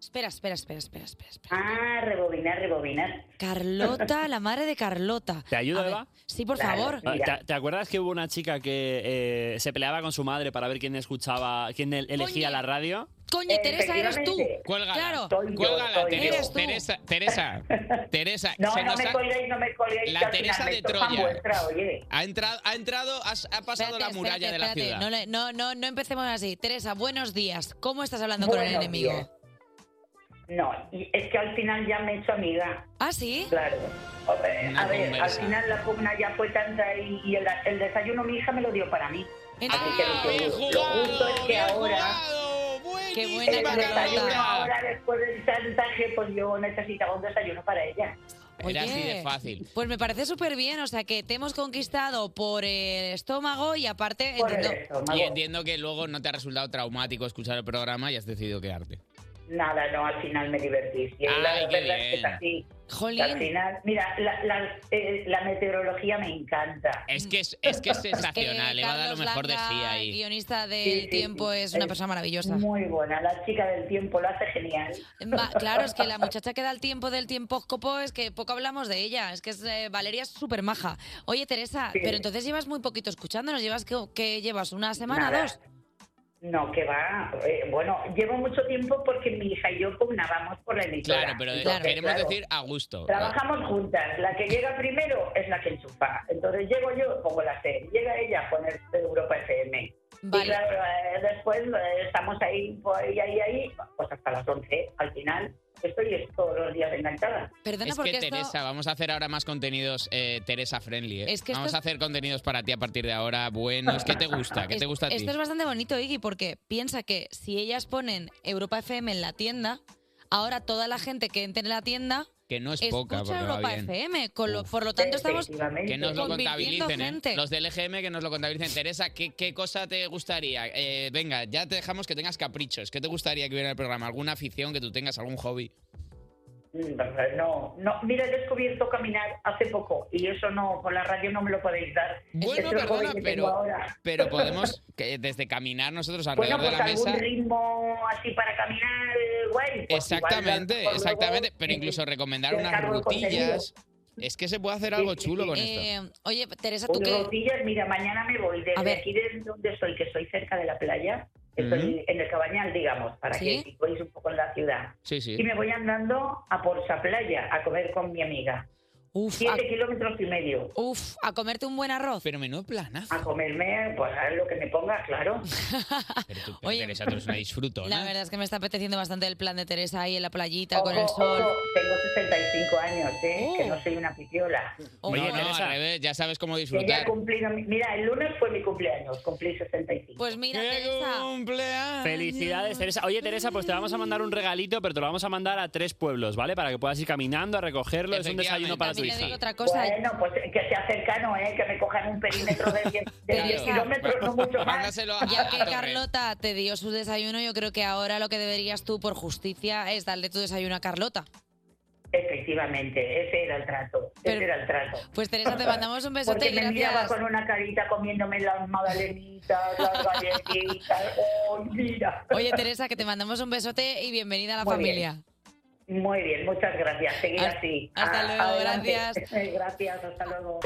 Speaker 2: Espera, espera, espera, espera, espera. espera.
Speaker 20: Ah, rebobinar, rebobinar.
Speaker 2: Carlota, la madre de Carlota.
Speaker 7: ¿Te ayudo,
Speaker 2: A ver,
Speaker 7: Eva?
Speaker 2: Sí, por favor.
Speaker 7: Ah, ¿Te, te acuerdas que hubo una chica que eh, se peleaba con su madre para ver quién escuchaba, quién el- elegía la radio?
Speaker 2: Coño, Teresa, eres tú.
Speaker 3: Cuélgala.
Speaker 2: Claro.
Speaker 3: Cuélgala,
Speaker 20: soy
Speaker 3: Teresa,
Speaker 20: yo.
Speaker 3: Teresa, Teresa, Teresa,
Speaker 20: No,
Speaker 3: se
Speaker 20: no
Speaker 3: nos
Speaker 20: me
Speaker 3: ha-
Speaker 20: colguéis, no me colguéis. que
Speaker 3: La
Speaker 20: al
Speaker 3: Teresa
Speaker 20: final me
Speaker 3: de
Speaker 20: tocan
Speaker 3: Troya.
Speaker 20: vuestra, oye.
Speaker 3: Ha entrado, ha entrado, has- ha pasado la muralla
Speaker 2: Espérate,
Speaker 3: de la
Speaker 2: espérate,
Speaker 3: ciudad.
Speaker 2: No, le- no, no, no empecemos así. Teresa, buenos días. ¿Cómo estás hablando con el
Speaker 20: Buenos
Speaker 2: enemigo?
Speaker 20: días. No, y es que al final ya me he hecho amiga.
Speaker 2: ¿Ah, sí?
Speaker 20: Claro. Hombre,
Speaker 2: Una
Speaker 20: A ver, al
Speaker 2: conversa.
Speaker 20: final la pugna ya fue tanta y, y el, el desayuno mi hija me lo dio para mí. Así que lo, que- lo justo es que ahora...
Speaker 2: Qué
Speaker 20: El
Speaker 2: buena
Speaker 20: desayuno
Speaker 2: Carlota.
Speaker 20: ahora después del chantaje, pues yo necesitaba un desayuno para ella.
Speaker 3: Era así
Speaker 2: Oye,
Speaker 3: de fácil.
Speaker 2: Pues me parece súper bien, o sea que te hemos conquistado por el estómago y aparte entiendo-
Speaker 3: Y entiendo que luego no te ha resultado traumático escuchar el programa y has decidido quedarte.
Speaker 20: Nada, no, al final me divertí. Y la
Speaker 3: Ay, qué
Speaker 20: verdad es que es
Speaker 3: bien.
Speaker 20: así.
Speaker 2: Jolín.
Speaker 20: Al final, mira, la, la- eh, la meteorología me encanta.
Speaker 3: Es que es, es que es sensacional,
Speaker 2: que
Speaker 3: le va a dar lo
Speaker 2: Carlos
Speaker 3: mejor de sí
Speaker 2: Langa, el
Speaker 3: ahí.
Speaker 2: guionista del tiempo es
Speaker 20: [laughs]
Speaker 2: una persona maravillosa.
Speaker 20: Muy buena, la chica del tiempo lo hace genial.
Speaker 2: Ma- claro, es que la muchacha que da el tiempo del tiempóscopo es que poco hablamos de ella. Es que es, eh, Valeria es súper maja. Oye, Teresa,
Speaker 20: Sí.
Speaker 2: pero entonces llevas muy poquito escuchándonos. ¿Llevas que, llevas? ¿Una semana,
Speaker 20: Nada.
Speaker 2: dos?
Speaker 20: No, que va. eh, bueno, llevo mucho tiempo porque mi hija y yo pugnábamos por la emisora.
Speaker 3: Claro, pero de-
Speaker 20: Entonces,
Speaker 3: queremos
Speaker 20: claro,
Speaker 3: decir ah, a gusto.
Speaker 20: Trabajamos juntas. La que llega primero es la que enchufa. Entonces llego yo, pongo la C. Llega ella a poner Europa FM.
Speaker 2: Vale.
Speaker 20: Y claro, eh, después eh, estamos ahí, por ahí, ahí, ahí, pues hasta las 11 al final. Estoy es todos los días enganchada.
Speaker 2: Perdona,
Speaker 3: es
Speaker 2: porque
Speaker 3: que
Speaker 2: esto-
Speaker 3: Teresa, vamos a hacer ahora más contenidos eh, Teresa Friendly. ¿eh?
Speaker 2: Es que esto
Speaker 3: vamos a
Speaker 2: es-
Speaker 3: hacer contenidos para ti a partir de ahora, buenos. ¿Qué te gusta? ¿Qué te gusta a ti?
Speaker 2: Esto es bastante bonito, Iggy, porque piensa que si ellas ponen Europa FM en la tienda, ahora toda la gente que entre en la tienda
Speaker 3: Que no es
Speaker 2: escucha
Speaker 3: poca, porque va
Speaker 2: Europa ¿eh?
Speaker 3: bien.
Speaker 2: FM. con lo- por lo tanto, estamos
Speaker 3: Que nos lo
Speaker 2: convirtiendo
Speaker 3: contabilicen, ¿eh?
Speaker 2: gente.
Speaker 3: Los del EGM que nos lo contabilicen. Teresa, ¿qué, qué cosa te gustaría? Eh, venga, ya te dejamos que tengas caprichos. ¿Qué te gustaría que hubiera en el programa? ¿Alguna afición que tú tengas? ¿Algún hobby?
Speaker 20: Mm, No, no. Mira, he descubierto caminar hace poco y eso no, por la radio no me lo podéis dar.
Speaker 3: Bueno,
Speaker 20: Es el hobby
Speaker 3: perdona,
Speaker 20: que tengo
Speaker 3: pero,
Speaker 20: ahora.
Speaker 3: pero podemos que desde caminar nosotros
Speaker 20: Bueno,
Speaker 3: alrededor
Speaker 20: pues
Speaker 3: de la
Speaker 20: algún
Speaker 3: mesa.
Speaker 20: ritmo así para caminar, eh, guay. pues igual
Speaker 3: Exactamente,
Speaker 20: lanzo por
Speaker 3: exactamente.
Speaker 20: luego,
Speaker 3: Pero
Speaker 20: eh,
Speaker 3: incluso recomendar
Speaker 20: que
Speaker 3: unas
Speaker 20: cargo el
Speaker 3: rutillas.
Speaker 20: contenido.
Speaker 3: Es que se puede hacer algo chulo con esto.
Speaker 2: Eh, oye, Teresa, ¿tú
Speaker 20: Uy,
Speaker 2: qué?
Speaker 20: Pues rodillas, mira, mañana me voy desde
Speaker 2: A ver.
Speaker 20: aquí de donde estoy, que estoy cerca de la playa, estoy en el Cabañal, digamos, para
Speaker 2: ¿Sí?
Speaker 20: que veáis un poco en la ciudad.
Speaker 3: Sí, sí.
Speaker 20: Y me voy andando a Porsa Playa a comer con mi amiga. Siete kilómetros y medio.
Speaker 2: Uf, a comerte un buen arroz.
Speaker 3: Pero menudo planazo.
Speaker 20: A comerme, pues a lo que me ponga, claro.
Speaker 3: Pero tú, pero Teresa, tú eres una disfrutona.
Speaker 2: La verdad es que me está apeteciendo bastante el plan de Teresa ahí en la playita [laughs] con
Speaker 20: Ojo,
Speaker 2: el sol. Oh.
Speaker 20: ojo, tengo 65 años, ¿eh? Que no soy una pipiola.
Speaker 3: Oye, no, al revés, ya sabes cómo
Speaker 20: Que ya he
Speaker 3: disfrutar.
Speaker 20: cumplido, mi- mira, el lunes fue mi cumpleaños, cumplí 65.
Speaker 2: Pues mira, Teresa.
Speaker 7: Felicidades, Teresa. Oye, Teresa, pues te vamos a mandar un regalito, pero te lo vamos a mandar a tres pueblos, ¿vale? Para que puedas ir caminando a recogerlo. Es un desayuno para tu
Speaker 2: También
Speaker 7: hija.
Speaker 2: le digo otra cosa.
Speaker 20: Bueno, pues que sea cercano, ¿eh? que me cojan un perímetro de 10, de 10 kilómetros, no mucho más.
Speaker 2: Ya que Carlota te dio su desayuno, yo creo que ahora lo que deberías tú, por justicia, es darle tu desayuno a Carlota.
Speaker 20: Efectivamente, ese era el trato. ese era el trato.
Speaker 2: Pues Teresa, te mandamos un besote
Speaker 20: Porque
Speaker 2: y
Speaker 20: me enviaba
Speaker 2: gracias.
Speaker 20: con una carita comiéndome las magdalenitas, las galletitas. ¡Oh, mira!
Speaker 2: Oye, Teresa, que te mandamos un besote y bienvenida a la
Speaker 20: Muy
Speaker 2: familia.
Speaker 20: Muy bien, muchas gracias. Seguir así.
Speaker 2: hasta luego,
Speaker 20: Ah, adelante. [laughs]
Speaker 2: gracias.
Speaker 20: Gracias, hasta luego.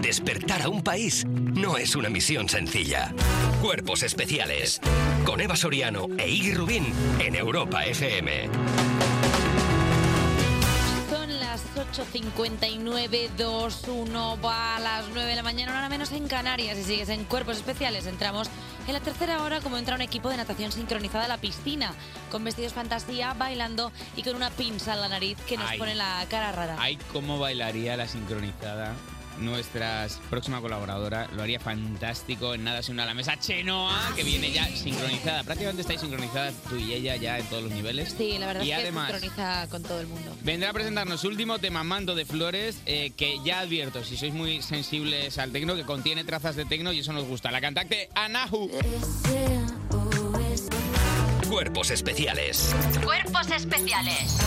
Speaker 1: Despertar a un país no es una misión sencilla. Cuerpos especiales. Con Eva Soriano e Iggy Rubín en Europa FM.
Speaker 2: Son 8.59.21 va a las 9 de la mañana, una hora menos en Canarias. Si sigues en Cuerpos Especiales, entramos en la tercera hora como entra un equipo de natación sincronizada a la piscina, con vestidos fantasía, bailando y con una pinza en la nariz que nos
Speaker 3: Ay.
Speaker 2: pone la cara rara.
Speaker 3: Ay, cómo bailaría la sincronizada. Nuestra próxima colaboradora lo haría fantástico en nada se une a la mesa.
Speaker 2: Ah,
Speaker 3: Chenoa, que viene ya sincronizada. Prácticamente estáis sincronizadas tú y ella ya en todos los niveles.
Speaker 2: Sí, la verdad
Speaker 3: y
Speaker 2: es que
Speaker 3: además,
Speaker 2: sincroniza con todo el mundo.
Speaker 3: Vendrá a presentarnos su último tema Mando de Flores, eh, que ya advierto, si sois muy sensibles al tecno, que contiene trazas de tecno y eso nos gusta. La cantante Anahu.
Speaker 1: Cuerpos especiales.
Speaker 5: Cuerpos especiales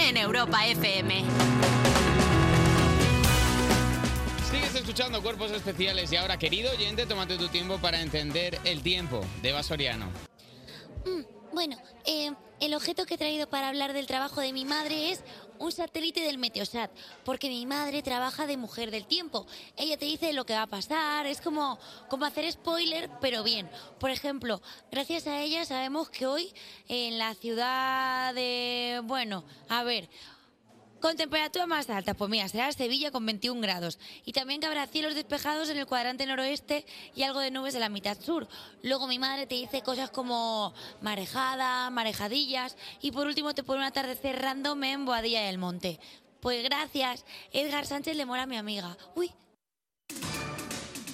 Speaker 5: en Europa FM.
Speaker 3: Sigues escuchando Cuerpos Especiales y ahora, querido oyente, tómate tu tiempo para entender el tiempo de Eva Soriano.
Speaker 21: Bueno, eh, el objeto que he traído para hablar del trabajo de mi madre es un satélite del Meteosat, porque mi madre trabaja de mujer del tiempo. Ella te dice lo que va a pasar, es como, como hacer spoiler, pero bien. Por ejemplo, gracias a ella sabemos que hoy en la ciudad de... Bueno, a ver, con temperaturas más altas, pues mira, será Sevilla con 21 grados. Y también que habrá cielos despejados en el cuadrante noroeste y algo de nubes en la mitad sur. Luego mi madre te dice cosas como marejada, marejadillas. Y por último te pone un atardecer random en Boadilla del Monte. Pues gracias, Edgar Sánchez le mora a mi amiga. Uy,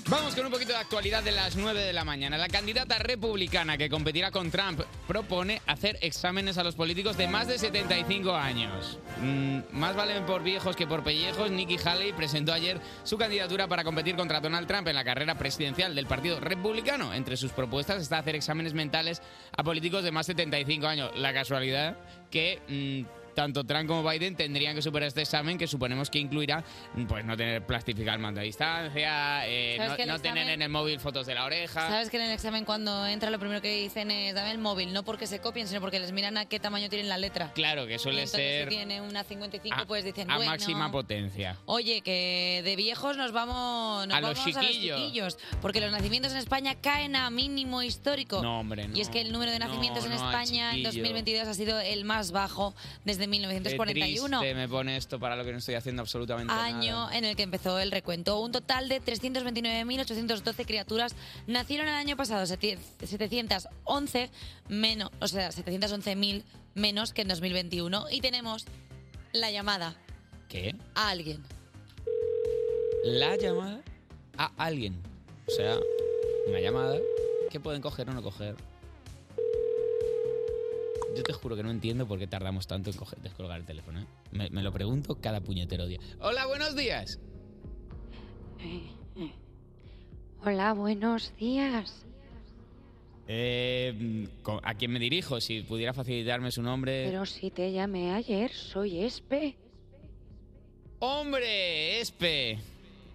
Speaker 3: Vamos con un poquito de actualidad de las 9 de la mañana. La candidata republicana que competirá con Trump propone hacer exámenes a los políticos de más de 75 años. Mm, más valen por viejos que por pellejos. Nikki Haley presentó ayer su candidatura para competir contra Donald Trump en la carrera presidencial del Partido Republicano. Entre sus propuestas está hacer exámenes mentales a políticos de más de 75 años. La casualidad que... mm, tanto Trump como Biden tendrían que superar este examen que suponemos que incluirá pues no tener plastificar mando a distancia, eh,
Speaker 2: ¿Sabes
Speaker 3: no,
Speaker 2: que el
Speaker 3: no tener
Speaker 2: examen-
Speaker 3: en el móvil fotos de la oreja.
Speaker 2: Sabes que en el examen cuando entra lo primero que dicen es dame el móvil, no porque se copien, sino porque les miran a qué tamaño tienen la letra.
Speaker 3: Claro, que suele
Speaker 2: Y entonces,
Speaker 3: ser
Speaker 2: Si tiene una 55,
Speaker 3: a,
Speaker 2: pues dicen,
Speaker 3: a
Speaker 2: bueno,
Speaker 3: máxima potencia.
Speaker 2: Oye, que de viejos nos vamos, nos
Speaker 3: A los
Speaker 2: vamos
Speaker 3: chiquillos.
Speaker 2: chiquillos, porque los nacimientos en España caen a mínimo histórico.
Speaker 3: No, hombre, no.
Speaker 2: Y es que el número de
Speaker 3: No,
Speaker 2: nacimientos en
Speaker 3: no al
Speaker 2: España en
Speaker 3: chiquillo.
Speaker 2: 2022 ha sido el más bajo desde
Speaker 3: Qué
Speaker 2: 1941
Speaker 3: triste me pone esto para lo que no estoy haciendo absolutamente
Speaker 2: año
Speaker 3: nada.
Speaker 2: en el que empezó el recuento. Un total de 329.812 criaturas nacieron el año pasado, seti- 711 menos, o sea, 711.000 menos que en 2021 y tenemos la llamada
Speaker 3: ¿Qué?
Speaker 2: a alguien.
Speaker 3: La llamada a alguien. O sea, una llamada que pueden coger o no coger. Yo te juro que no entiendo por qué tardamos tanto en coger- descolgar el teléfono. ¿eh? Me, me lo pregunto cada puñetero día. Hola, buenos días.
Speaker 22: Eh, Hola, buenos días.
Speaker 3: Eh, ¿con- ¿A quién me dirijo? Si pudiera facilitarme su nombre.
Speaker 22: Pero si te llamé ayer, soy Espe,
Speaker 3: ¡Hombre! ¡Espe!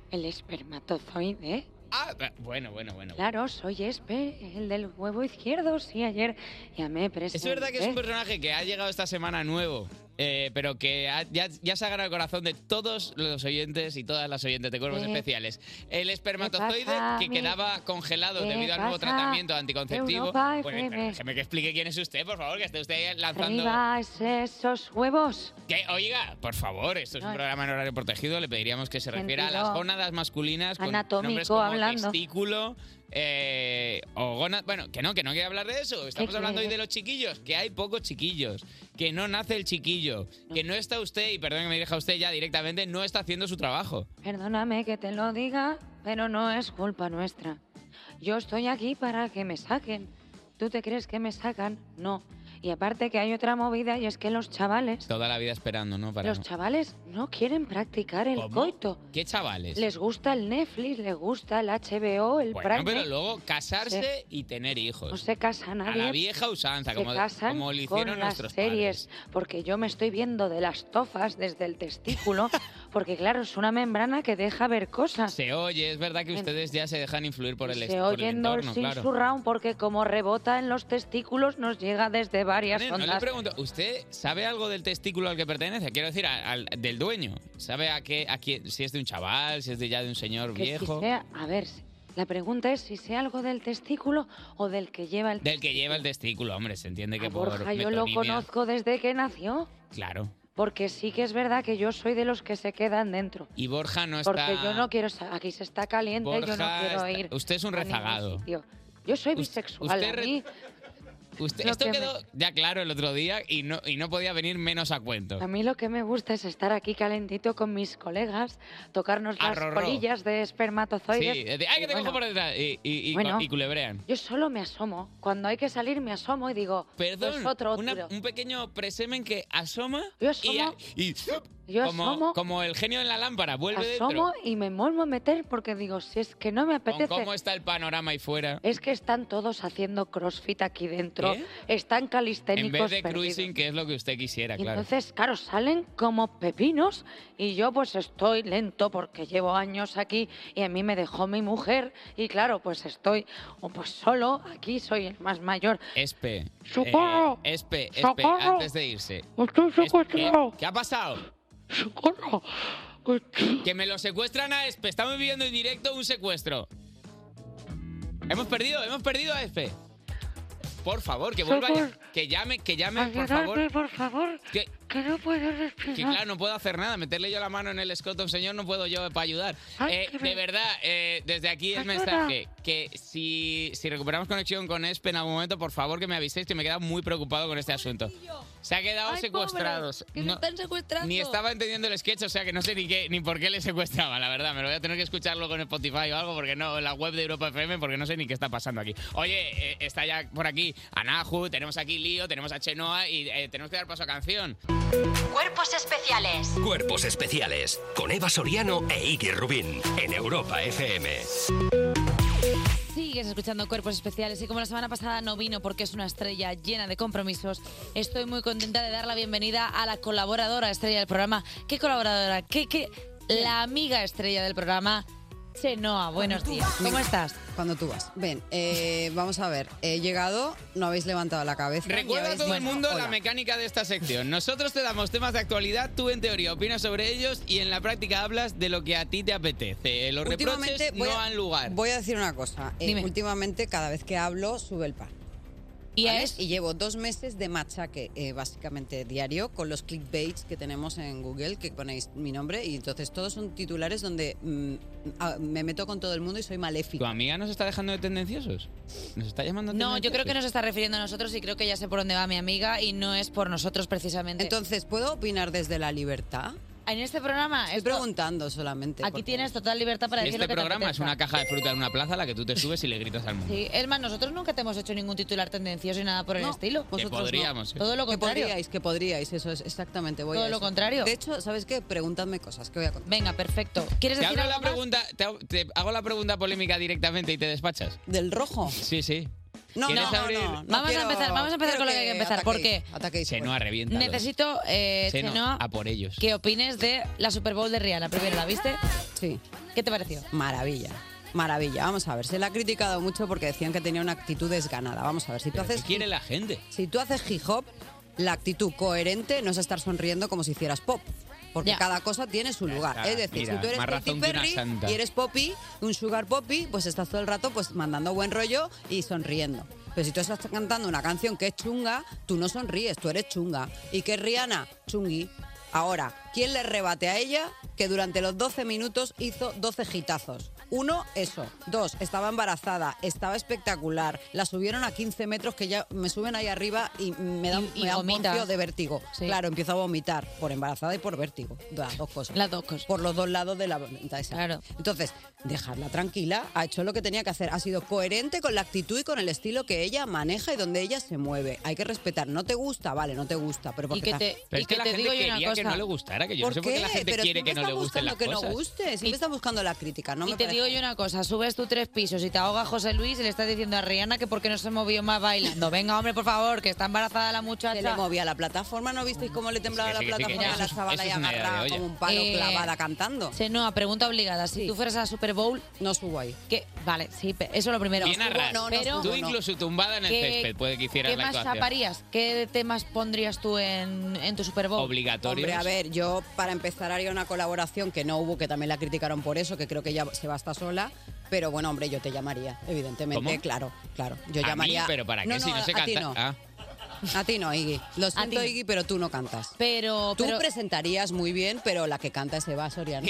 Speaker 22: el espermatozoide.
Speaker 3: Ah, bueno, bueno, bueno.
Speaker 22: Claro, soy Espe, el del huevo izquierdo. Sí, ayer ya me presenté.
Speaker 3: Es verdad
Speaker 22: ¿Eh?
Speaker 3: que es un personaje que ha llegado esta semana nuevo, eh, pero que ha- ya, ya se ha ganado el corazón de todos los oyentes y todas las oyentes de cuerpos
Speaker 22: Eh,
Speaker 3: especiales. El espermatozoide
Speaker 22: pasa,
Speaker 3: que
Speaker 22: mi-
Speaker 3: quedaba congelado
Speaker 22: ¿Qué
Speaker 3: debido al nuevo
Speaker 22: pasa,
Speaker 3: tratamiento anticonceptivo.
Speaker 22: Europa
Speaker 3: Bueno,
Speaker 22: FM?
Speaker 3: pero déjeme que explique quién es usted, por favor, que esté usted ahí lanzando...
Speaker 22: Arriba es esos huevos.
Speaker 3: Que, oiga, por favor, esto es un
Speaker 22: No,
Speaker 3: programa en horario protegido. Le pediríamos que se refiera a las
Speaker 22: Sentido
Speaker 3: gónadas masculinas con
Speaker 22: anatómico
Speaker 3: nombres como
Speaker 22: hablando.
Speaker 3: testículo eh, o gónada. Bueno, que no, que no quiero hablar de eso. Estamos
Speaker 22: ¿Qué
Speaker 3: hablando hoy de
Speaker 22: quieres?
Speaker 3: los chiquillos, que hay pocos chiquillos, que no nace el chiquillo, que no está usted, y perdón que me dirija usted ya directamente, no está haciendo su trabajo.
Speaker 22: Perdóname que te lo diga, pero no es culpa nuestra. Yo estoy aquí para que me saquen. ¿Tú te crees que me sacan? No. Y aparte que hay otra movida y es que los chavales,
Speaker 3: Toda la vida esperando, ¿no? Para
Speaker 22: los
Speaker 3: no-
Speaker 22: chavales no quieren practicar el coito.
Speaker 3: ¿Qué chavales?
Speaker 22: Les gusta el Netflix, les gusta el HBO, el
Speaker 3: Bueno,
Speaker 22: Prime. ¿eh?
Speaker 3: pero luego casarse y tener hijos.
Speaker 22: No se casa
Speaker 3: a
Speaker 22: nadie.
Speaker 3: la vieja usanza,
Speaker 22: se
Speaker 3: como,
Speaker 22: casan
Speaker 3: como lo hicieron
Speaker 22: con
Speaker 3: nuestros
Speaker 22: las series, porque yo me estoy viendo de las tofas desde el
Speaker 3: [laughs]
Speaker 22: testículo, porque claro, es una membrana que deja ver cosas.
Speaker 3: Se oye, es verdad que ustedes ya se dejan influir por el, est-
Speaker 22: Em, Se
Speaker 3: por el
Speaker 22: oyen los
Speaker 3: entorno,
Speaker 22: sin
Speaker 3: claro.
Speaker 22: surround porque como rebota en los testículos nos llega desde varias
Speaker 3: Nen, no le
Speaker 22: ondas.
Speaker 3: pregunto, ¿usted sabe algo del testículo al que pertenece? Quiero decir, a- al, del dueño. ¿Sabe a qué, a quién, si es de un chaval, si es de ya de un señor
Speaker 22: Que si
Speaker 3: viejo?
Speaker 22: sea- a ver, si- la pregunta es si sea algo del testículo o del que lleva el
Speaker 3: Del que lleva el testículo, hombre, se entiende que por
Speaker 22: Borja. Yo lo
Speaker 3: metonimia-
Speaker 22: conozco desde que nació.
Speaker 3: Claro.
Speaker 22: porque sí que es verdad que yo soy de los que se quedan dentro.
Speaker 3: Y Borja no está.
Speaker 22: Porque yo no quiero, sa- aquí se está caliente,
Speaker 3: Borja
Speaker 22: yo no quiero
Speaker 3: está-
Speaker 22: ir.
Speaker 3: Usted es un
Speaker 22: a ningún
Speaker 3: rezagado.
Speaker 22: sitio. Yo soy
Speaker 3: Us-
Speaker 22: bisexual,
Speaker 3: usted
Speaker 22: a
Speaker 3: re-
Speaker 22: mí-
Speaker 3: Usted-
Speaker 22: Lo
Speaker 3: esto
Speaker 22: que me-
Speaker 3: quedó ya claro el otro día y no, y no podía venir menos a cuento.
Speaker 22: A mí lo que me gusta es estar aquí calentito con mis colegas, tocarnos
Speaker 3: A
Speaker 22: las
Speaker 3: rorró.
Speaker 22: colillas de
Speaker 3: Sí,
Speaker 22: espermatozoides.
Speaker 3: es de, ¡ay, que
Speaker 22: Y
Speaker 3: te cojo
Speaker 22: bueno,
Speaker 3: por detrás! Y, y- y-
Speaker 22: Bueno.
Speaker 3: y culebrean.
Speaker 22: Yo solo me asomo. Cuando hay que salir, me asomo y digo,
Speaker 3: Perdón,
Speaker 22: pues otro
Speaker 3: una-
Speaker 22: tiro.
Speaker 3: un pequeño presemen que asoma
Speaker 22: Yo
Speaker 3: y,
Speaker 22: asomo,
Speaker 3: y-
Speaker 22: Yo
Speaker 3: como,
Speaker 22: asomo.
Speaker 3: como el genio en la lámpara, vuelve
Speaker 22: asomo
Speaker 3: dentro.
Speaker 22: y me vuelvo a meter porque digo, si es que no me
Speaker 3: Con
Speaker 22: apetece.
Speaker 3: cómo está el panorama ahí fuera.
Speaker 22: Es que están todos haciendo crossfit aquí dentro.
Speaker 3: ¿Eh?
Speaker 22: Están
Speaker 3: En vez
Speaker 22: calisténicos
Speaker 3: de
Speaker 22: perdidos.
Speaker 3: cruising, que es lo que usted quisiera,
Speaker 22: Y
Speaker 3: claro.
Speaker 22: entonces, claro, salen como pepinos y yo pues estoy lento porque llevo años aquí y a mí me dejó mi mujer y claro, pues estoy o pues solo, aquí soy el más mayor.
Speaker 3: Espe. eh,
Speaker 22: ¡Socorro!
Speaker 3: espe, espe,
Speaker 22: ¡Socorro!
Speaker 3: antes de irse.
Speaker 22: Estoy secuestrado.
Speaker 3: ¿Qué ha pasado? Que me lo secuestran a Espe. Estamos viviendo en directo un secuestro. Hemos perdido, hemos perdido a Espe. Por favor, que vuelva.
Speaker 22: Socorro.
Speaker 3: Que llame, que llame, por
Speaker 22: Ayudadme,
Speaker 3: favor.
Speaker 22: por favor,
Speaker 3: Que,
Speaker 22: que no puedo
Speaker 3: que
Speaker 22: respirar.
Speaker 3: claro, no puedo hacer nada. Meterle yo la mano en el escote a un señor no puedo yo para ayudar. Eh, de verdad, eh, desde aquí el
Speaker 22: Ayuda.
Speaker 3: mensaje. Que si, si recuperamos conexión con Espe en algún momento, por favor que me aviséis que me he quedado muy preocupado con este asunto. Se ha quedado
Speaker 2: Ay,
Speaker 3: secuestrado.
Speaker 2: pobres, que me
Speaker 3: No-
Speaker 2: están secuestrando.
Speaker 3: Ni estaba entendiendo el sketch, o sea que no sé ni qué, ni por qué le secuestraba, la verdad. Me lo voy a tener que escucharlo con Spotify o algo, porque no, en la web de Europa FM, porque no sé ni qué está pasando aquí. Oye, eh, está ya por aquí Anahu, tenemos aquí Lío, tenemos a Chenoa y eh, tenemos que dar paso a canción.
Speaker 5: Cuerpos especiales.
Speaker 1: Cuerpos especiales con Eva Soriano e Iggy Rubín en Europa FM.
Speaker 2: Sigues escuchando Cuerpos Especiales y como la semana pasada no vino porque es una estrella llena de compromisos, estoy muy contenta de dar la bienvenida a la colaboradora estrella del programa. ¿Qué colaboradora? ¿Qué? qué? La amiga estrella del programa, Chenoa. Buenos días. ¿Cómo estás?
Speaker 8: Cuando tú vas. Ven, eh, vamos a ver. He llegado, no habéis levantado la cabeza.
Speaker 3: Recuerda a
Speaker 8: lleváis-
Speaker 3: todo el
Speaker 8: bueno,
Speaker 3: mundo
Speaker 8: hola.
Speaker 3: la mecánica de esta sección. Nosotros te damos temas de actualidad, tú en teoría opinas sobre ellos y en la práctica hablas de lo que a ti te apetece. Eh, Los reproches
Speaker 8: voy
Speaker 3: no
Speaker 8: a-
Speaker 3: han lugar.
Speaker 8: Voy a decir una cosa. Eh,
Speaker 3: Dime.
Speaker 8: últimamente, cada vez que hablo, sube el pan.
Speaker 2: ¿Y,
Speaker 8: llevo dos meses de machaque, eh, básicamente diario, con los clickbaits que tenemos en Google, que ponéis mi nombre, y entonces todos son titulares donde mm, a- me meto con todo el mundo y soy maléfica.
Speaker 3: ¿Tu amiga nos está dejando de tendenciosos? ¿Nos está llamando
Speaker 2: No, yo creo que
Speaker 3: tendenciosos?
Speaker 2: nos está refiriendo a nosotros y creo que ya sé por dónde va mi amiga y no es por nosotros precisamente.
Speaker 8: Entonces, ¿puedo opinar desde la libertad?
Speaker 2: En este programa
Speaker 8: Estoy preguntando solamente.
Speaker 2: aquí tienes total libertad para decir
Speaker 3: Este
Speaker 2: lo que te
Speaker 3: programa es
Speaker 2: apetezca.
Speaker 3: una caja de fruta en una plaza a la que tú te subes y le gritas al mundo.
Speaker 2: Sí, es más, nosotros nunca te hemos hecho ningún titular tendencioso y nada por el estilo.
Speaker 3: Que podríamos.
Speaker 2: Todo lo contrario.
Speaker 8: Que podríais, que podríais, eso es exactamente. Voy
Speaker 2: Todo
Speaker 8: a
Speaker 2: lo
Speaker 8: eso.
Speaker 2: contrario.
Speaker 8: De hecho, ¿sabes qué? Pregúntame cosas que voy a contar.
Speaker 2: Venga, perfecto. ¿Quieres
Speaker 3: Te
Speaker 2: decir
Speaker 3: hago,
Speaker 2: algo
Speaker 3: la
Speaker 2: más?
Speaker 3: pregunta, te, hago- te hago la pregunta polémica directamente y te despachas.
Speaker 8: ¿Del rojo?
Speaker 3: Sí, sí.
Speaker 8: No,
Speaker 3: ¿Quieres
Speaker 8: no, no,
Speaker 3: abrir?
Speaker 8: no, no
Speaker 2: Vamos a
Speaker 8: quiero-
Speaker 2: empezar, vamos a empezar
Speaker 8: quiero
Speaker 2: con lo que hay que empezar,
Speaker 8: ataquéis,
Speaker 2: porque-
Speaker 8: ataquéis.
Speaker 3: Chenoa, reviéntalo.
Speaker 2: Necesito, eh,
Speaker 3: Chenoa,
Speaker 2: Chenoa,
Speaker 3: a por ellos.
Speaker 2: ¿qué opines de la Super Bowl de Rihanna? Primero, ¿la viste?
Speaker 8: Sí.
Speaker 2: ¿Qué te pareció?
Speaker 8: Maravilla. Maravilla, vamos a ver. Se la ha criticado mucho porque decían que tenía una actitud desganada. Vamos a ver, si tú
Speaker 3: ¿Pero
Speaker 8: haces
Speaker 3: ¿Qué quiere la gente?
Speaker 8: Si tú haces hip hop, la actitud coherente no es estar sonriendo como si hicieras pop. Porque cada cosa tiene su lugar.
Speaker 3: está,
Speaker 8: es decir,
Speaker 3: mira,
Speaker 8: si tú eres
Speaker 3: más
Speaker 8: Katy
Speaker 3: razón que una
Speaker 8: Perry
Speaker 3: santa.
Speaker 8: y eres poppy, un sugar poppy, pues estás todo el rato pues mandando buen rollo y sonriendo. Pero si tú estás cantando una canción que es chunga, tú no sonríes, tú eres chunga. ¿Y qué es Rihanna? Chungui. Ahora, ¿quién le rebate a ella que durante los 12 minutos hizo 12 gitazos? Uno, eso. Dos, estaba embarazada, estaba espectacular. La subieron a 15 metros que ya me suben ahí arriba y me da, un-
Speaker 2: Y- y
Speaker 8: me da un
Speaker 2: vomitas.
Speaker 8: porcio de vértigo. Claro, empiezo a vomitar por embarazada y por vértigo. Las dos cosas. Las
Speaker 2: dos cosas.
Speaker 8: Por los dos lados de la venta esa. Claro. Entonces, dejarla tranquila, ha hecho lo que tenía que hacer. Ha sido coherente con la actitud y con el estilo que ella maneja y donde ella se mueve. Hay que respetar. No te gusta, vale, no te gusta. Pero porque
Speaker 2: que
Speaker 8: ha-
Speaker 2: te-
Speaker 3: Pero es que la gente quería que no le gustara, que yo no sé por qué la gente
Speaker 8: Pero
Speaker 3: quiere que no
Speaker 8: siempre
Speaker 3: le
Speaker 8: está
Speaker 3: gusten las
Speaker 8: buscando que
Speaker 3: cosas.
Speaker 8: no guste, siempre está buscando la crítica. No
Speaker 2: y
Speaker 8: me
Speaker 2: te
Speaker 8: parece-
Speaker 2: digo yo una cosa, subes tú tres pisos y te ahoga José Luis y le estás diciendo a Rihanna que por qué no se movió más bailando. Venga, hombre, por favor, que está embarazada la muchacha.
Speaker 8: Se le movía la plataforma, ¿no visteis cómo le temblaba
Speaker 2: Sí,
Speaker 8: la
Speaker 2: sí, sí, que
Speaker 8: plataforma
Speaker 2: ya,
Speaker 8: a la
Speaker 2: eso es-
Speaker 8: chavala
Speaker 2: eso
Speaker 8: y
Speaker 2: es una idea de
Speaker 8: agarraba
Speaker 2: olla.
Speaker 8: como un palo
Speaker 2: Eh,
Speaker 8: clavada cantando?
Speaker 2: Chenoa, pregunta obligada. Si tú fueras a la Super Bowl...
Speaker 8: No subo ahí.
Speaker 2: Que, vale, sí, pe- eso es lo primero.
Speaker 3: Bien a ras.
Speaker 2: Pero-
Speaker 3: Tú incluso tumbada en el
Speaker 2: ¿Qué-
Speaker 3: césped puede que hicieras
Speaker 2: ¿Qué
Speaker 3: la
Speaker 2: más
Speaker 3: actuación.
Speaker 2: chaparías? ¿Qué temas pondrías tú en, en tu Super Bowl?
Speaker 8: Hombre, a ver, yo para empezar haría una colaboración que no hubo, que también la criticaron por eso, que creo que ya se va hasta sola. Pero bueno, hombre, yo te llamaría, evidentemente,
Speaker 3: ¿Cómo?
Speaker 8: claro, claro. Yo
Speaker 3: ¿A mí?
Speaker 8: llamaría.
Speaker 3: ¿Pero para qué? Si no
Speaker 8: a-
Speaker 3: sé
Speaker 8: a ti
Speaker 3: cantar.
Speaker 8: no.
Speaker 3: Ah.
Speaker 8: A ti no, Iggy. Lo siento,
Speaker 2: no.
Speaker 8: Iggy, pero tú no cantas.
Speaker 2: Pero,
Speaker 8: Tú
Speaker 2: pero-
Speaker 8: presentarías muy bien, pero la que canta es Eva Soriano.